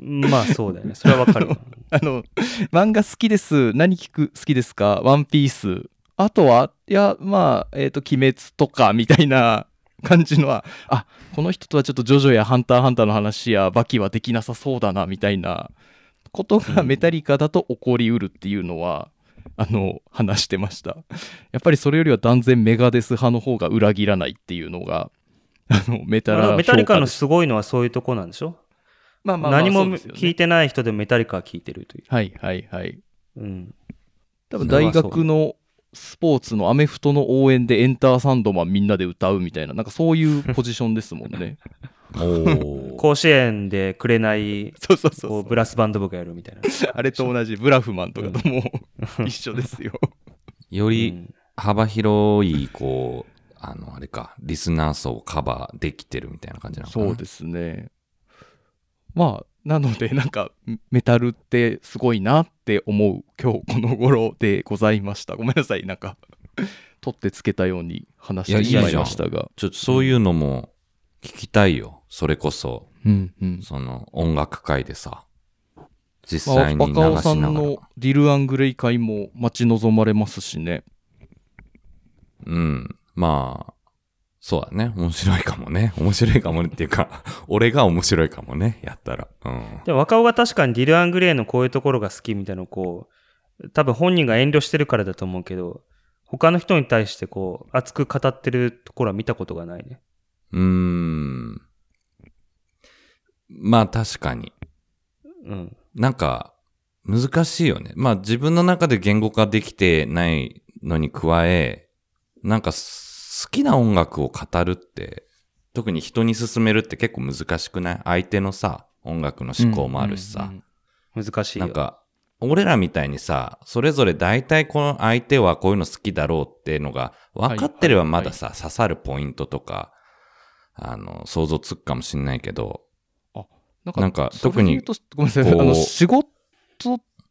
[SPEAKER 3] の
[SPEAKER 1] まあそうだよね。それはわかるわ。
[SPEAKER 3] あの、漫画好きです。何聞く好きですかワンピース。あとはいや、まあ、えっ、と、鬼滅とか、みたいな 感じのは、あ、この人とはちょっとジョジョやハンターハンターの話や、バキはできなさそうだな、みたいなことが
[SPEAKER 1] うん
[SPEAKER 3] メタリカだと起こりうるっていうのは、あの、話してました。やっぱりそれよりは断然メガデス派の方が裏切らないっていうのが、あの、メタラ
[SPEAKER 1] メタリカの
[SPEAKER 3] 評
[SPEAKER 1] すごいのはそういうとこなんでしょ
[SPEAKER 3] 価です、まあまあまあ
[SPEAKER 1] 何も
[SPEAKER 3] そうですよね
[SPEAKER 1] 聞いてない人でもメタリカは聞いてるという。
[SPEAKER 3] はいはいはい。
[SPEAKER 1] うん。
[SPEAKER 3] 多分大学のスポーツのアメフトの応援でエンターサンドマンみんなで歌うみたいな、なんかそういうポジションですもんね。
[SPEAKER 2] お
[SPEAKER 1] 甲子園でくれない
[SPEAKER 3] そうそう
[SPEAKER 1] こ
[SPEAKER 3] そう
[SPEAKER 1] うブラスバンド部がやるみたいな。
[SPEAKER 3] あれと同じ、ブラフマンとかとも う一緒ですよ。
[SPEAKER 2] よ
[SPEAKER 1] う
[SPEAKER 2] り
[SPEAKER 1] ん
[SPEAKER 2] 幅広い、こう、あの、あれか、リスナー層をカバーできてるみたいな感じなのかな。
[SPEAKER 3] そうですね。まあ、なので、なんかメタルってすごいなって思う今日この頃でございました。ごめんなさい、なんか取ってつけたように話してしまいましたが。
[SPEAKER 2] ちょっとそういうのも聞きたいよ。それこそ、
[SPEAKER 3] うんうん
[SPEAKER 2] その音楽界でさ、実
[SPEAKER 3] ま
[SPEAKER 2] 際
[SPEAKER 3] あ、
[SPEAKER 2] に流し
[SPEAKER 3] 若尾さん
[SPEAKER 2] ながら
[SPEAKER 3] の。ディル・アングレイ会も待ち望まれますしね。
[SPEAKER 2] うん。まあ、そうだね。面白いかもね。面白いかもねっていうか、 俺が面白いかもね。やったら。うん。
[SPEAKER 1] でも若尾が確かにディル・アングレイのこういうところが好きみたいなのをこう、多分本人が遠慮してるからだと思うけど、他の人に対してこう、熱く語ってるところは見たことがないね。
[SPEAKER 2] うーん。まあ確かに。
[SPEAKER 1] うん。
[SPEAKER 2] なんか、難しいよね。まあ自分の中で言語化できてないのに加え、なんかす好きな音楽を語るって、特に人に勧めるって結構難しくない相手のさ、音楽の思考もあるしさ。
[SPEAKER 3] うんうん
[SPEAKER 1] 難しいよ。
[SPEAKER 2] なんか、俺らみたいにさ、それぞれ大体この相手はこういうの好きだろうっていうのが分かってればまださ、刺さるポイントとか、あの、想像つくかもしんないけど、
[SPEAKER 3] なん
[SPEAKER 2] なんか
[SPEAKER 3] それで言うとごめんなさい、
[SPEAKER 2] こう
[SPEAKER 3] あの仕事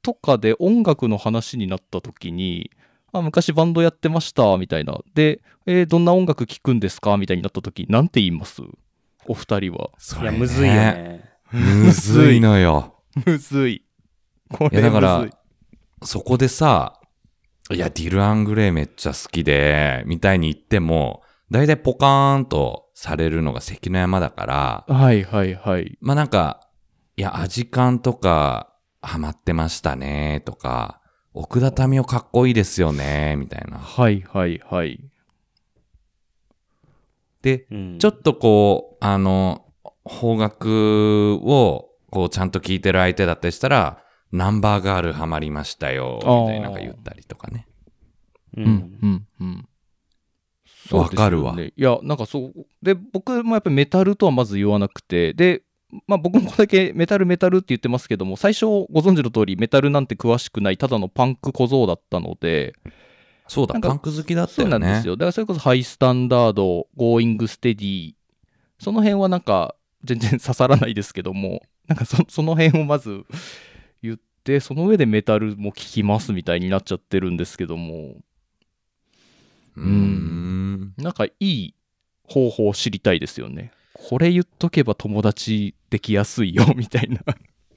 [SPEAKER 3] とかで音楽の話になった時に、あ昔バンドやってましたみたいな。で、えーどんな音楽聴くんですかみたいになった時、なんて言いますお二人 は。
[SPEAKER 2] そ
[SPEAKER 1] い
[SPEAKER 2] れ
[SPEAKER 1] や、
[SPEAKER 2] ね
[SPEAKER 1] むずいよ。ね。
[SPEAKER 2] むずいのよ。
[SPEAKER 3] むずい。こ
[SPEAKER 2] い
[SPEAKER 3] れ
[SPEAKER 2] や、だか
[SPEAKER 3] む
[SPEAKER 2] ら
[SPEAKER 3] ずい、
[SPEAKER 2] そこでさ、いや、ディル・アングレイめっちゃ好きで、みたいに言っても、大体ポカーンとされるのが関の山だから、
[SPEAKER 3] はいはいはい。
[SPEAKER 2] まあなんか、いや、アジカンとか、ハマってましたね、とか、奥田民生かっこいいですよね、みたいな。
[SPEAKER 3] はいはいはい。
[SPEAKER 2] で、
[SPEAKER 1] うん
[SPEAKER 2] ちょっとこう、あの、邦楽を、こう、ちゃんと聞いてる相手だったりしたら、ナンバーガールハマりましたよ、みたいななんか言ったりとかね。
[SPEAKER 1] う
[SPEAKER 3] うん
[SPEAKER 1] ん。
[SPEAKER 3] うんうん。
[SPEAKER 2] わかるわ
[SPEAKER 3] そうですよねいや、なんかそう。で、僕もやっぱりメタルとはまず言わなくて、で、まあ僕もこれだけメタルメタルって言ってますけども、最初ご存知の通りメタルなんて詳しくない、ただのパンク小僧だったので、
[SPEAKER 2] そうだ、
[SPEAKER 3] なんか
[SPEAKER 2] パンク好きだった
[SPEAKER 3] そう
[SPEAKER 2] よね。
[SPEAKER 3] なんですよ。だからそれこそハイスタンダード、ゴーイングステディ、その辺はなんか全然刺さらないですけども、なんかそその辺をまず言って、その上でメタルも聞きますみたいになっちゃってるんですけども、
[SPEAKER 2] うーん。
[SPEAKER 3] なんかいい方法を知りたいですよね。これ言っとけば友達できやすいよ みたいな。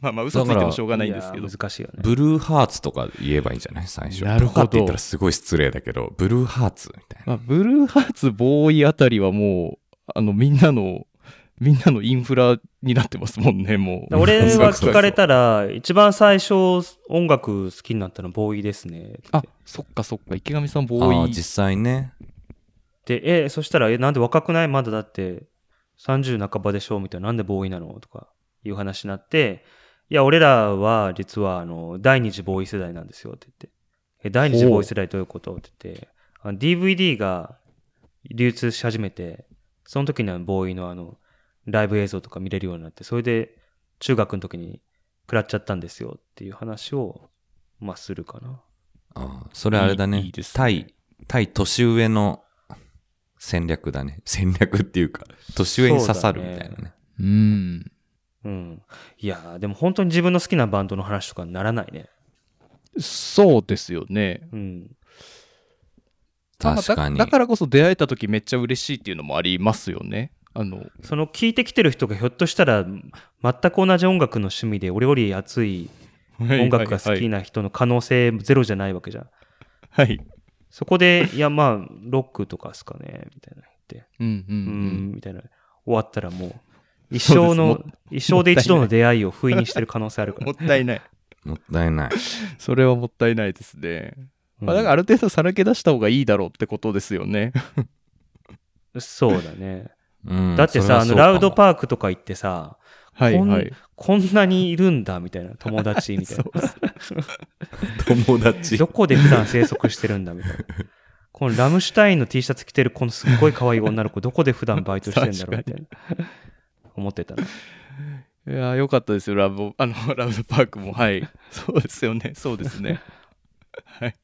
[SPEAKER 3] まあまあ嘘ついてもしょうがないんですけど
[SPEAKER 1] いや。難しいよね。
[SPEAKER 2] ブルーハーツとか言えばいいんじゃない最初。
[SPEAKER 3] なる
[SPEAKER 2] と
[SPEAKER 3] ほど
[SPEAKER 2] かって言ったらすごい失礼だけど、ブルーハーツみたい
[SPEAKER 3] ま
[SPEAKER 2] な。
[SPEAKER 3] あ、ブルーハーツボーイあたりはもう、あのみんなの、みんなのインフラになってますもんね、もう。
[SPEAKER 1] 俺は聞かれたら、一番最初音楽好きになったのボーイですね。
[SPEAKER 3] あ、そっかそっか、池上さんボ
[SPEAKER 2] ああ、
[SPEAKER 3] ーイ
[SPEAKER 2] 実。際ね。
[SPEAKER 1] で、え、そしたら、え、なんで若くないまだだって30半ばでしょみたいな、なんでボーイなのとかいう話になって、いや、俺らは実は、あの、第二次ボーイ世代なんですよって言って。え、第二次ボーイ世代どういうことって言って、あの DVD が流通し始めて、その時にはボーイのあの、ライブ映像とか見れるようになって、それで中学の時に食らっちゃったんですよっていう話を、まあ、するかな。
[SPEAKER 2] ああそれあれだね。
[SPEAKER 3] いいいいですね
[SPEAKER 2] 対、対年上の戦略だね。戦略っていうか、年上に刺さるみたいな
[SPEAKER 1] そうだ
[SPEAKER 2] ね。
[SPEAKER 3] うん。
[SPEAKER 1] うん。いやーでも本当に自分の好きなバンドの話とかにならないね。
[SPEAKER 3] そうですよね。
[SPEAKER 1] うん。
[SPEAKER 2] 確かに
[SPEAKER 3] だだからこそ出会えた時めっちゃ嬉しいっていうのもありますよね。あの、
[SPEAKER 1] その聞いてきてる人がひょっとしたら全く同じ音楽の趣味で俺より熱い音楽が好き
[SPEAKER 3] な。
[SPEAKER 1] な人の可能性ゼロじゃないわけじゃん。
[SPEAKER 3] はい。
[SPEAKER 1] そこで、いや、まあ、ロックとかですかね、みたいな言って、
[SPEAKER 3] うんう
[SPEAKER 1] うんん、みたいな。終わったらもう、一生
[SPEAKER 3] もっ
[SPEAKER 1] の、 一生で一度の出会いを不意にしてる可能性あるか
[SPEAKER 3] うん。
[SPEAKER 1] ら。
[SPEAKER 3] もったいない。
[SPEAKER 2] もったいない。
[SPEAKER 3] それはもったいないですね。
[SPEAKER 1] うん
[SPEAKER 3] まあ、だからある程度さらけ出した方がいいだろうってことですよね。
[SPEAKER 1] そうだね。
[SPEAKER 2] うん
[SPEAKER 1] だって
[SPEAKER 2] それ
[SPEAKER 1] さ、
[SPEAKER 2] は
[SPEAKER 1] あ
[SPEAKER 2] そ
[SPEAKER 1] の、
[SPEAKER 2] うかも
[SPEAKER 1] ラウドパークとか行ってさ、
[SPEAKER 3] はい
[SPEAKER 1] こん
[SPEAKER 3] はい。
[SPEAKER 1] こんなにいるんだ、みたいな、友達みたいな。
[SPEAKER 2] 友達。
[SPEAKER 1] どこで普段生息してるんだ、みたいな。このラムシュタインの T シャツ着てるこのすっごい可愛い女の子、どこで普段バイトしてんだろう、みたいな。思ってたの。
[SPEAKER 3] いやー、よかったですよ、ラブ、 あの、ラブドパークも。はい。そうですよね、そうですね。はい。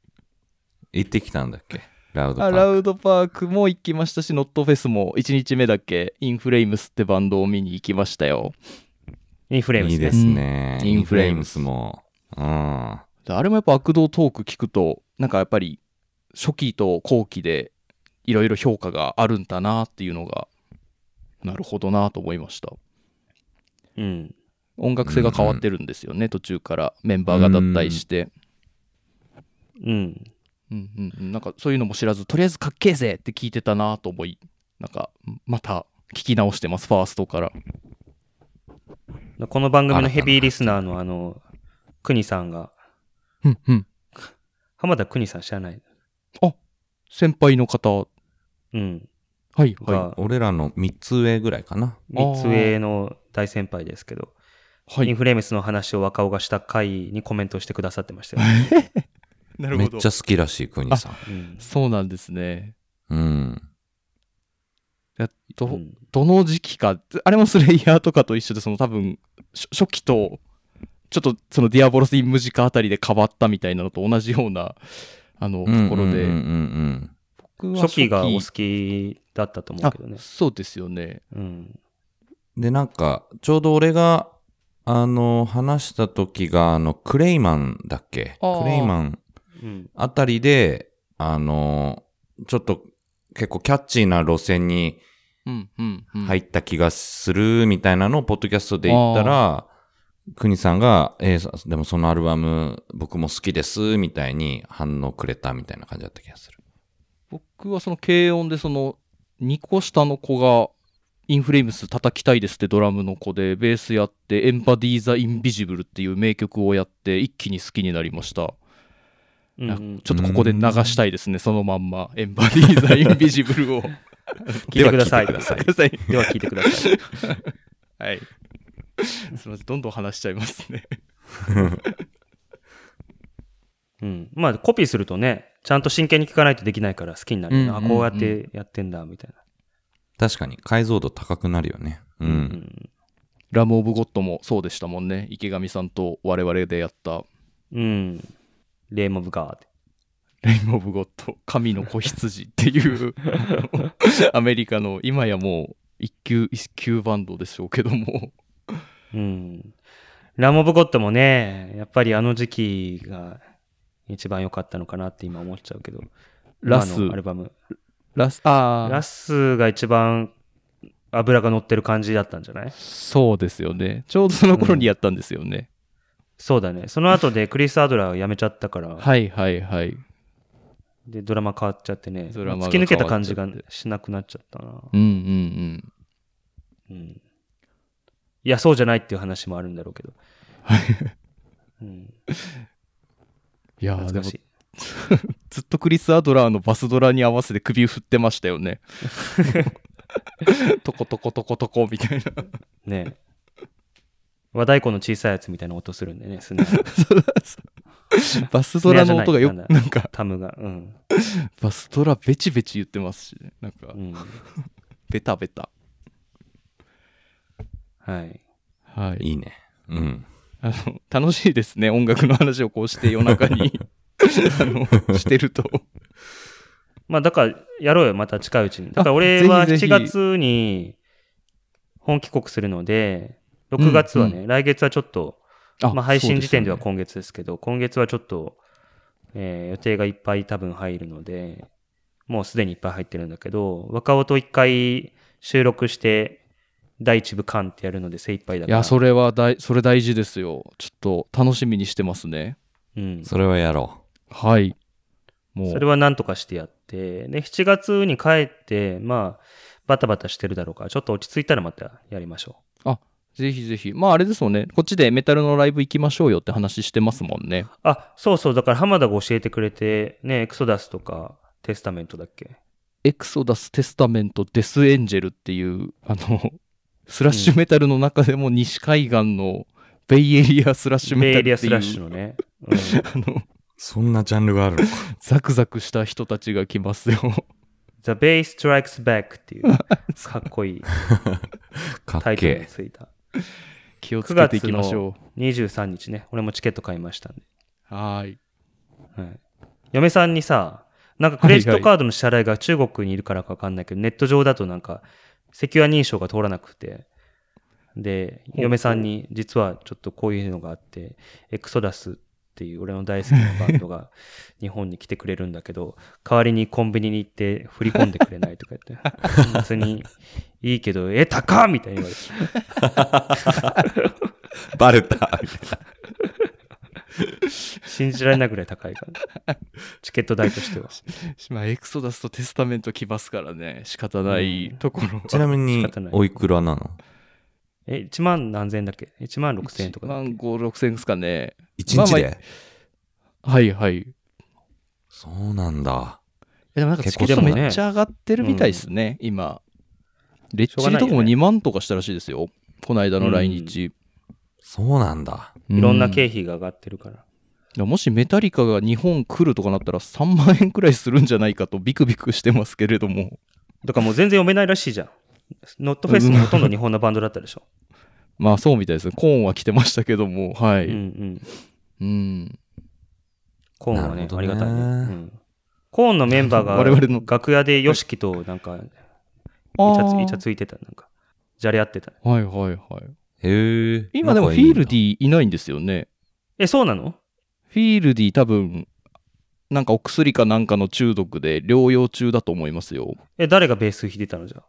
[SPEAKER 2] 行ってきたんだっけラウドパ
[SPEAKER 3] あ
[SPEAKER 2] ーク。
[SPEAKER 3] ラウドパークも行きましたし、ノットフェスも1日目だけ、インフレイムスってバンドを見に行きましたよ。
[SPEAKER 1] インフレーム
[SPEAKER 2] いい
[SPEAKER 1] ズね
[SPEAKER 2] ですね。
[SPEAKER 3] インフレームス
[SPEAKER 2] インも。うん。
[SPEAKER 3] であれもやっぱ悪道トーク聞くと、なんかやっぱり、初期と後期で、いろいろ評価があるんだなっていうのが、なるほどなと思いました。
[SPEAKER 1] うん。
[SPEAKER 3] 音楽性が変わってるんですよね、途中からメンバーが脱退して。
[SPEAKER 1] うん。
[SPEAKER 3] うんうんうん、なんかそういうのも知らずとりあえずかっけえぜって聞いてたなと思いなんかまた聞き直してますファーストから
[SPEAKER 1] この番組のヘビーリスナーのあの、くにさんが、
[SPEAKER 3] うんうん
[SPEAKER 1] 浜田くにさん知らない。
[SPEAKER 3] 先輩の方
[SPEAKER 1] うん。
[SPEAKER 3] はいは
[SPEAKER 1] が、
[SPEAKER 2] 俺らの3つ上ぐらいかな。
[SPEAKER 1] 三つ上の大先輩ですけど、
[SPEAKER 3] いは
[SPEAKER 1] イン
[SPEAKER 3] い
[SPEAKER 1] フレームスの話を若尾がした回にコメントしてくださってましたよ、
[SPEAKER 3] な
[SPEAKER 2] めっちゃ好きらしい、国さん。
[SPEAKER 1] うん
[SPEAKER 3] そうなんですね
[SPEAKER 2] うん。
[SPEAKER 3] やど,、
[SPEAKER 1] うん
[SPEAKER 3] どの時期かあれもスレイヤーとかと一緒でその多分初初期とちょっとそのディアボロス・イン・ムジカあたりで変わったみたいなのと同じようなあのところで、
[SPEAKER 2] うんうんうん
[SPEAKER 3] 僕は
[SPEAKER 1] 初期がお好きだったと思うけどね
[SPEAKER 3] あ。そうですよね
[SPEAKER 1] うん。
[SPEAKER 2] うんで、なんか、ちょうど俺が、あの、話した時が、あの、クレイマンだっけ
[SPEAKER 3] あー
[SPEAKER 2] クレイマン
[SPEAKER 1] うん。
[SPEAKER 2] あたりで、あの、ちょっと結構キャッチーな路線に
[SPEAKER 3] うんうん、うん、
[SPEAKER 2] 入った気がするみたいなのをポッドキャストで言ったら、国さんが、えーそでもそのアルバム僕も好きですみたいに反応くれたみたいな感じだった気がする。
[SPEAKER 3] 僕はその軽音でその2個下の子がインフレームス叩きたいですってドラムの子でベースやってエンパディーザ・インビジブルっていう名曲をやって一気に好きになりました、
[SPEAKER 1] うん
[SPEAKER 3] なんかちょっとここで流したいですねそのまんまエンパディーザ・インビジブルを
[SPEAKER 1] 聞いてください。
[SPEAKER 2] では聞いてください
[SPEAKER 3] ください
[SPEAKER 1] では聞いてくださ い。
[SPEAKER 3] はいすみませんどんどん話しちゃいますね
[SPEAKER 1] うん。まあ、コピーするとね、ちゃんと真剣に聞かないとできないから好きになるよね。
[SPEAKER 3] うん
[SPEAKER 1] あ、
[SPEAKER 3] うんうん
[SPEAKER 1] こうやってやってんだ、みたい
[SPEAKER 2] 確かに解像度高くなるよね。う
[SPEAKER 1] な。
[SPEAKER 2] ん。
[SPEAKER 3] ラム・オブ・ゴッドもそうでしたもんね池上さんと我々でやった
[SPEAKER 1] うん。うん。レイモブガー
[SPEAKER 3] レイン・オブ・ゴッド、神の子羊って いう、あのアメリカの、今やもう一級、一級バンドでしょうけども、
[SPEAKER 1] うん。ラモブゴットもね、やっぱりあの時期が一番良かったのかなって今思っちゃうけど。
[SPEAKER 3] ラス
[SPEAKER 1] 今のアルバム。
[SPEAKER 3] ラス、あ
[SPEAKER 1] ラスが一番脂が乗ってる感じだったんじゃない
[SPEAKER 3] そうですよね。ちょうどその頃にやったんですよね。
[SPEAKER 1] そうだね。その後でクリス・アドラーを辞めちゃったから、
[SPEAKER 3] はいはいはい。
[SPEAKER 1] で、ドラマ変わっちゃってね、
[SPEAKER 3] ドラマが
[SPEAKER 1] 突き抜けた感じが
[SPEAKER 3] 変わっち
[SPEAKER 1] しなくなっちゃったな。
[SPEAKER 3] うんうん
[SPEAKER 1] う
[SPEAKER 3] うん。
[SPEAKER 1] ん。いや、そうじゃないっていう話もあるんだろうけど。うん、
[SPEAKER 3] いやーで
[SPEAKER 1] 懐か
[SPEAKER 3] も
[SPEAKER 1] しい。
[SPEAKER 3] ずっとクリス・アドラーのバスドラに合わせて首振ってましたよ ね。トコトコトコトコみたいな。
[SPEAKER 1] ね和太鼓の小さいやつみたいな音するんでね、すね。
[SPEAKER 3] バスドラの音がよ
[SPEAKER 1] スネア
[SPEAKER 3] く、
[SPEAKER 1] じゃ
[SPEAKER 3] な
[SPEAKER 1] ない
[SPEAKER 3] んか、
[SPEAKER 1] タムが。うん。
[SPEAKER 3] バスドラベチベチ言ってますしね。なんか
[SPEAKER 1] う、ん、
[SPEAKER 3] ベタベタ。
[SPEAKER 1] はい。
[SPEAKER 3] はい。
[SPEAKER 2] いいね。うん。
[SPEAKER 3] あの、楽しいですね。音楽の話をこうして夜中 に、あの、してると。
[SPEAKER 1] まあ、だから、やろうよ、また近いうちに。だから、俺
[SPEAKER 3] あ
[SPEAKER 1] は
[SPEAKER 3] ぜひぜ
[SPEAKER 1] 7
[SPEAKER 3] ひ
[SPEAKER 1] 月に本帰国するので、6月はね、
[SPEAKER 3] うん
[SPEAKER 1] 来月はちょっと、まあ、配信時点では
[SPEAKER 3] そう
[SPEAKER 1] 今月ですけど、今月はちょっと、えー予定がいっぱい多分入るので、もうすでにいっぱい入ってるんだけど、若尾と一回収録して、第一部完ってやるので精一杯だ
[SPEAKER 3] い
[SPEAKER 1] から。
[SPEAKER 3] や、それは大、それ大事ですよ。ちょっと楽しみにしてますね。
[SPEAKER 1] うん。
[SPEAKER 2] それはやろ
[SPEAKER 3] はい。もう
[SPEAKER 1] それはなんとかしてやって、で、7月に帰って、まあ、バタバタしてるだろうから、ちょっと落ち着いたらまたやりましょ
[SPEAKER 3] ぜひぜひ。まああれですもんね。こっちでメタルのライブ行きましょうよって話してますもんね
[SPEAKER 1] う。。あ、そうそう、だから浜田が教えてくれて、ね、エクソダスとか、テスタメントだっけ
[SPEAKER 3] エクソダス・テスタメント・デス・エンジェルっていう、あの、スラッシュメタルの中でも西海岸のベイエリアスラッシュメ
[SPEAKER 1] ベイ
[SPEAKER 3] タ
[SPEAKER 1] エ
[SPEAKER 3] ル
[SPEAKER 1] リア
[SPEAKER 3] って
[SPEAKER 1] ス
[SPEAKER 3] い
[SPEAKER 1] ラッシュ
[SPEAKER 3] う、
[SPEAKER 1] のね。うん
[SPEAKER 3] あの、
[SPEAKER 2] う。そんなジャンルがあるのか。
[SPEAKER 3] ザクザクした人たちが来ますよ。
[SPEAKER 1] The Bay Strikes Back って いう、かっこいい
[SPEAKER 2] か
[SPEAKER 1] タ
[SPEAKER 2] っ
[SPEAKER 1] イトルが
[SPEAKER 2] け
[SPEAKER 1] つい た。
[SPEAKER 3] 気をつけていきまし
[SPEAKER 1] 9
[SPEAKER 3] ょ
[SPEAKER 1] 23日ね、俺もチケット買いましたんで。
[SPEAKER 3] う。はーい。
[SPEAKER 1] はい、嫁さんにさ、なんかクレジットカードの支払いが中国にいるからかわかんないけど、ネット上だとなんか、セキュア認証が通らなくて、で、
[SPEAKER 3] う
[SPEAKER 1] 嫁さんに、実はちょっとこういうのがあって、エクソダスっていう俺の大好きなバンドが日本に来てくれるんだけど、代わりにコンビニに行って振り込んでくれないとか言って、別にいいけど、え、高っみたいに言われて。
[SPEAKER 2] え。バレ た。みたいな
[SPEAKER 1] 信じられないぐらい高いから。チケット代としては。
[SPEAKER 3] まあ、エクソダスとテスタメント来ますからね。仕方ないところは。
[SPEAKER 2] ちなみに
[SPEAKER 1] 仕方ない、
[SPEAKER 2] おいくらなの
[SPEAKER 1] え、1万何千円だっけ ?1 万6千円とか
[SPEAKER 3] 1
[SPEAKER 1] だっけ
[SPEAKER 3] 万5、6千円ですかね。
[SPEAKER 2] 一日で、
[SPEAKER 3] まあはいはい。
[SPEAKER 2] そうなんだ。
[SPEAKER 3] えでもなんかチ
[SPEAKER 2] 結
[SPEAKER 3] ケ
[SPEAKER 1] 構
[SPEAKER 3] ット
[SPEAKER 1] でもね
[SPEAKER 3] めっちゃ上がってるみたいですね、今。レッチリとか
[SPEAKER 1] しょうが
[SPEAKER 3] も
[SPEAKER 1] ないよね
[SPEAKER 3] 2万とかしたらしいですよ。この間の来日。
[SPEAKER 2] そうなんだ。
[SPEAKER 1] いろんな
[SPEAKER 3] 経
[SPEAKER 1] 経費が上がってるから。
[SPEAKER 3] もしメタリカが日本来るとかなったら3万円くらいするんじゃないかとビクビクしてますけれども。
[SPEAKER 1] だからもう全然読めないらしいじゃん。ノットフェスもほとんど日本のバンドだったでしょ。
[SPEAKER 3] まあそうみたいですね。コーンは来てましたけども、は
[SPEAKER 1] う
[SPEAKER 3] い。
[SPEAKER 1] んう
[SPEAKER 3] うん。
[SPEAKER 1] ん。コーンはね
[SPEAKER 2] なるほ
[SPEAKER 1] あ
[SPEAKER 2] ど
[SPEAKER 1] り
[SPEAKER 2] ね
[SPEAKER 1] がたいね。うんコーンのメンバー
[SPEAKER 3] 我々の
[SPEAKER 1] が楽屋で YOSHIKI となんか、イチ
[SPEAKER 3] あー
[SPEAKER 1] ャつイチャついてた。なんか、じゃれ合ってた。
[SPEAKER 3] はいはいはい。
[SPEAKER 2] へえ。
[SPEAKER 3] 今でもフィールディいないんですよね。
[SPEAKER 1] え、そうなの
[SPEAKER 3] フィールディ多分、なんかお薬かなんかの中毒で療養中だと思いますよ。
[SPEAKER 1] え、誰がベース弾いてたのじゃあ。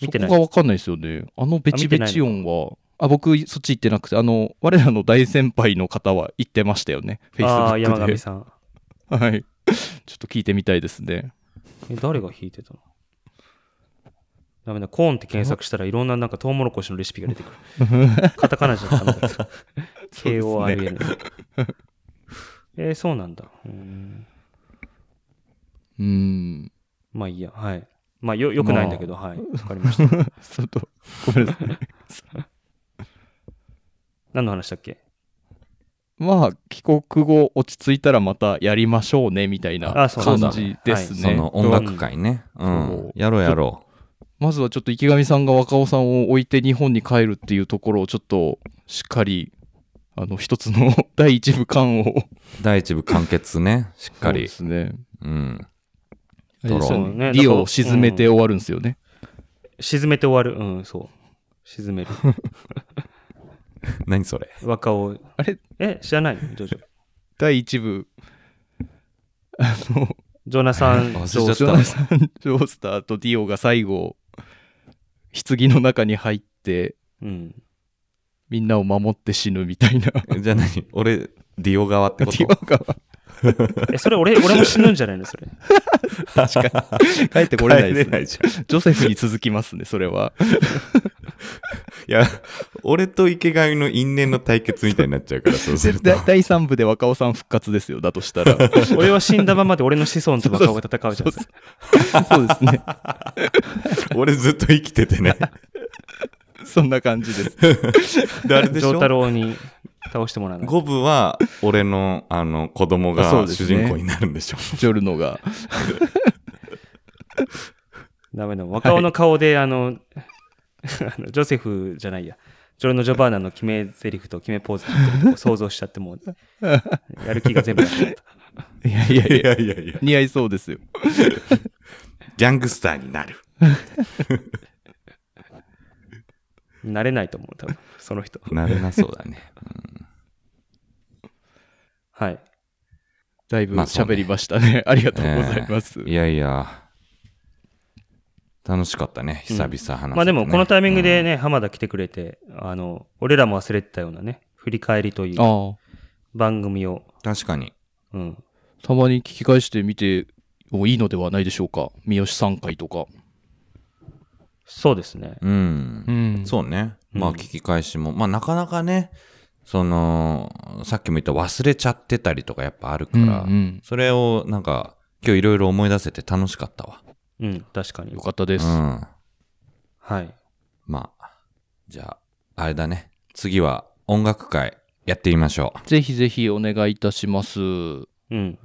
[SPEAKER 1] 見てない
[SPEAKER 3] そこがわかんないですよね。あのベチベチ音は、あ僕、そっち行ってなくて、あの、我らの大先輩の方は行ってましたよね。フェイスブ
[SPEAKER 1] ああー、
[SPEAKER 3] ッ
[SPEAKER 1] 山
[SPEAKER 3] クで
[SPEAKER 1] 上。さん。
[SPEAKER 3] はい。ちょっと聞いてみたいですね。
[SPEAKER 1] え、誰が弾いてたのダメだ、コーンって検索したらいろんななんかトウモロコシのレシピが出てく る。カタカナじゃダメだ。KORN。えーそうなんだ。うん
[SPEAKER 3] うーん。
[SPEAKER 1] まあいいや、はい。まあよ、よくないんだけど、はい。わかりました。
[SPEAKER 3] ちょっと、ごめんなさい。
[SPEAKER 1] 何の話だっけ
[SPEAKER 3] まあ、帰国後落ち着いたらまたやりましょうね、みたいな
[SPEAKER 1] あそう
[SPEAKER 2] だね
[SPEAKER 3] 感じです
[SPEAKER 1] はい
[SPEAKER 3] ね。
[SPEAKER 2] その音楽会ね。う
[SPEAKER 3] うん
[SPEAKER 2] ん
[SPEAKER 3] そう。
[SPEAKER 2] やろうやろ
[SPEAKER 3] まずはちょっと池上さんが若尾さんを置いて日本に帰るっていうところをちょっとしっかりあの一つの 第一部感を
[SPEAKER 2] う。第一部完結 ね。しっか
[SPEAKER 3] そうで
[SPEAKER 2] り。
[SPEAKER 3] すね
[SPEAKER 2] うん。
[SPEAKER 3] あれですよ
[SPEAKER 1] そうね
[SPEAKER 3] ねリオを沈めて終わるんですよね、
[SPEAKER 1] 沈めて終わる。うん、そう。沈 める。
[SPEAKER 2] 何それ。
[SPEAKER 1] 若尾。
[SPEAKER 3] あれ
[SPEAKER 1] え、知らないのジョジョ。
[SPEAKER 3] 第一部あの
[SPEAKER 1] ジョナサン
[SPEAKER 2] 忘れ、
[SPEAKER 3] ジョ
[SPEAKER 2] ちゃっ
[SPEAKER 3] ジ
[SPEAKER 2] た
[SPEAKER 3] ョ
[SPEAKER 2] わ
[SPEAKER 3] ナサン・ジョースターとディオが最後棺の中に入って
[SPEAKER 1] うん。
[SPEAKER 3] みんなを守って死ぬみたいな
[SPEAKER 2] じゃあ何俺、ディオ側って
[SPEAKER 3] デ
[SPEAKER 2] こ
[SPEAKER 3] ィオが
[SPEAKER 1] え、それ俺、俺も死ぬんじゃないのそ れ。
[SPEAKER 3] 確かに帰って
[SPEAKER 2] と
[SPEAKER 3] これないで
[SPEAKER 2] 帰
[SPEAKER 3] す
[SPEAKER 2] れ
[SPEAKER 3] ね
[SPEAKER 2] じゃん。
[SPEAKER 3] ジョセフに続きますねそれはい
[SPEAKER 2] や、俺と池上の因縁の対決みたいになっちゃうから、そうすると。
[SPEAKER 3] だ第3部で若尾さん復活ですよだとした らそ
[SPEAKER 1] 俺は死んだままで俺の子孫と若尾が戦うじゃん。
[SPEAKER 3] うですね
[SPEAKER 2] 俺ずっと生きててね。
[SPEAKER 3] そんな感じです
[SPEAKER 2] で、あれでし
[SPEAKER 1] 丈太
[SPEAKER 2] ょ
[SPEAKER 1] 郎に倒してもらわない。
[SPEAKER 2] 五部は、俺の、あの、子供
[SPEAKER 3] そ
[SPEAKER 2] が
[SPEAKER 3] うです
[SPEAKER 2] 主
[SPEAKER 3] ね
[SPEAKER 2] 人公になるんでしょ。
[SPEAKER 3] ジョルノが
[SPEAKER 1] ダメだ。若尾の顔で、あの、 あのジョセフじゃないや。ジョルノ・ジョバーナの決め台詞と決めポーズ取ってるとこ想像しちゃっても う、やる気が全部なくなった。
[SPEAKER 3] いやいやい
[SPEAKER 2] い
[SPEAKER 3] や
[SPEAKER 2] やいやいや。
[SPEAKER 3] 似合いそうですよ
[SPEAKER 2] ギャングスターになる。
[SPEAKER 1] なれないと思う、多分その人。
[SPEAKER 2] なれなそう だね。
[SPEAKER 1] はい。
[SPEAKER 3] だいぶ
[SPEAKER 2] まあそうね
[SPEAKER 3] 喋りましたね、ありがとうございます、
[SPEAKER 2] いやいや。楽しかったね、久々話せてね、
[SPEAKER 1] まあでもこのタイミングでね、浜田来てくれて、あの、俺らも忘れてたようなね、振り返りという
[SPEAKER 3] ああ。
[SPEAKER 1] 番組を、
[SPEAKER 2] うん、確かに。
[SPEAKER 1] うん。
[SPEAKER 3] たまに聞き返してみてもいいのではないでしょうか。三好さん会とか。
[SPEAKER 1] そうですね。
[SPEAKER 2] うん。
[SPEAKER 3] ん
[SPEAKER 2] そうね。まあ
[SPEAKER 1] うん
[SPEAKER 2] 聞き返しも、まあなかなかね、その、さっきも言った忘れちゃってたりとかやっぱあるか
[SPEAKER 3] う
[SPEAKER 2] ら、
[SPEAKER 3] んうん。
[SPEAKER 2] それをなんか今日いろいろ思い出せて楽しかったわ。
[SPEAKER 1] うん、確かに
[SPEAKER 3] よ。かったです。
[SPEAKER 2] うん。
[SPEAKER 1] はい。
[SPEAKER 2] まあ、じゃあ、あれだね。次は音楽会やってみましょ
[SPEAKER 3] ぜひぜひお願いいたします。
[SPEAKER 1] うん。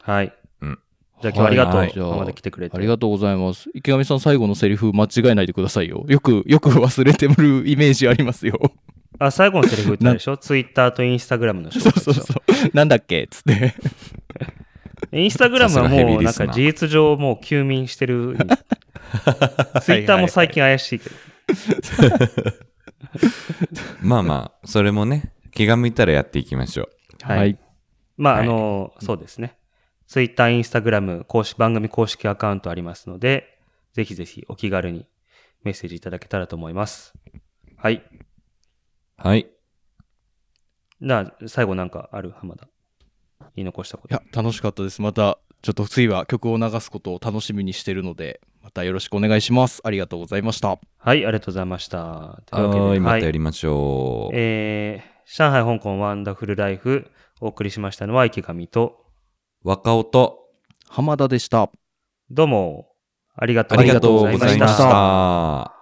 [SPEAKER 1] はい。
[SPEAKER 2] うん
[SPEAKER 1] じゃあ今日はありがとう。
[SPEAKER 3] はいじゃあ
[SPEAKER 1] 浜田来てくれて。
[SPEAKER 3] ありがとうございます。池上さん、最後のセリフ間違えないでくださいよ。よく、よく忘れてるイメージありますよ。
[SPEAKER 1] あ、最後のセリフ言ったでしょツイッターとインスタグラムの紹
[SPEAKER 3] そ
[SPEAKER 1] 介で
[SPEAKER 3] う
[SPEAKER 1] しょ
[SPEAKER 3] そうそう。なんだっけつって。
[SPEAKER 1] インスタグラムは
[SPEAKER 2] さすがヘビ
[SPEAKER 1] も
[SPEAKER 2] ー
[SPEAKER 1] う
[SPEAKER 2] リ
[SPEAKER 1] なん
[SPEAKER 2] スナー
[SPEAKER 1] か事実上もう休眠してる。ツイッターも最近怪しいけど。
[SPEAKER 2] う。まあまあ、それも ね、気が向いたらやっていきましょう。
[SPEAKER 1] はい。まあ、あの、そうですね。ツイッター、インスタグラム、公式、番組公式アカウントありますので、ぜひぜひお気軽にメッセージいただけたらと思います。はい。
[SPEAKER 2] はい。
[SPEAKER 1] な、最後なんかある浜田。言い残したこ
[SPEAKER 3] い
[SPEAKER 1] と。
[SPEAKER 3] や、楽しかったです。また、ちょっと次は曲を流すことを楽しみにしてるので、またよろしくお願いします。ありがとうございました。
[SPEAKER 1] はい、ありがとうございました。というわけで
[SPEAKER 2] はーい、ま
[SPEAKER 1] は
[SPEAKER 2] た
[SPEAKER 1] い
[SPEAKER 2] やりましょう。
[SPEAKER 1] えー、上海、香港、ワンダフルライフ、お送りしましたのは池上と、
[SPEAKER 2] 若尾と、
[SPEAKER 3] 浜田でした。
[SPEAKER 1] どうも、ありがと
[SPEAKER 2] ありが
[SPEAKER 1] う
[SPEAKER 2] とう
[SPEAKER 1] ござ
[SPEAKER 2] ご
[SPEAKER 1] いま
[SPEAKER 2] ざい
[SPEAKER 1] し。
[SPEAKER 2] ましたた。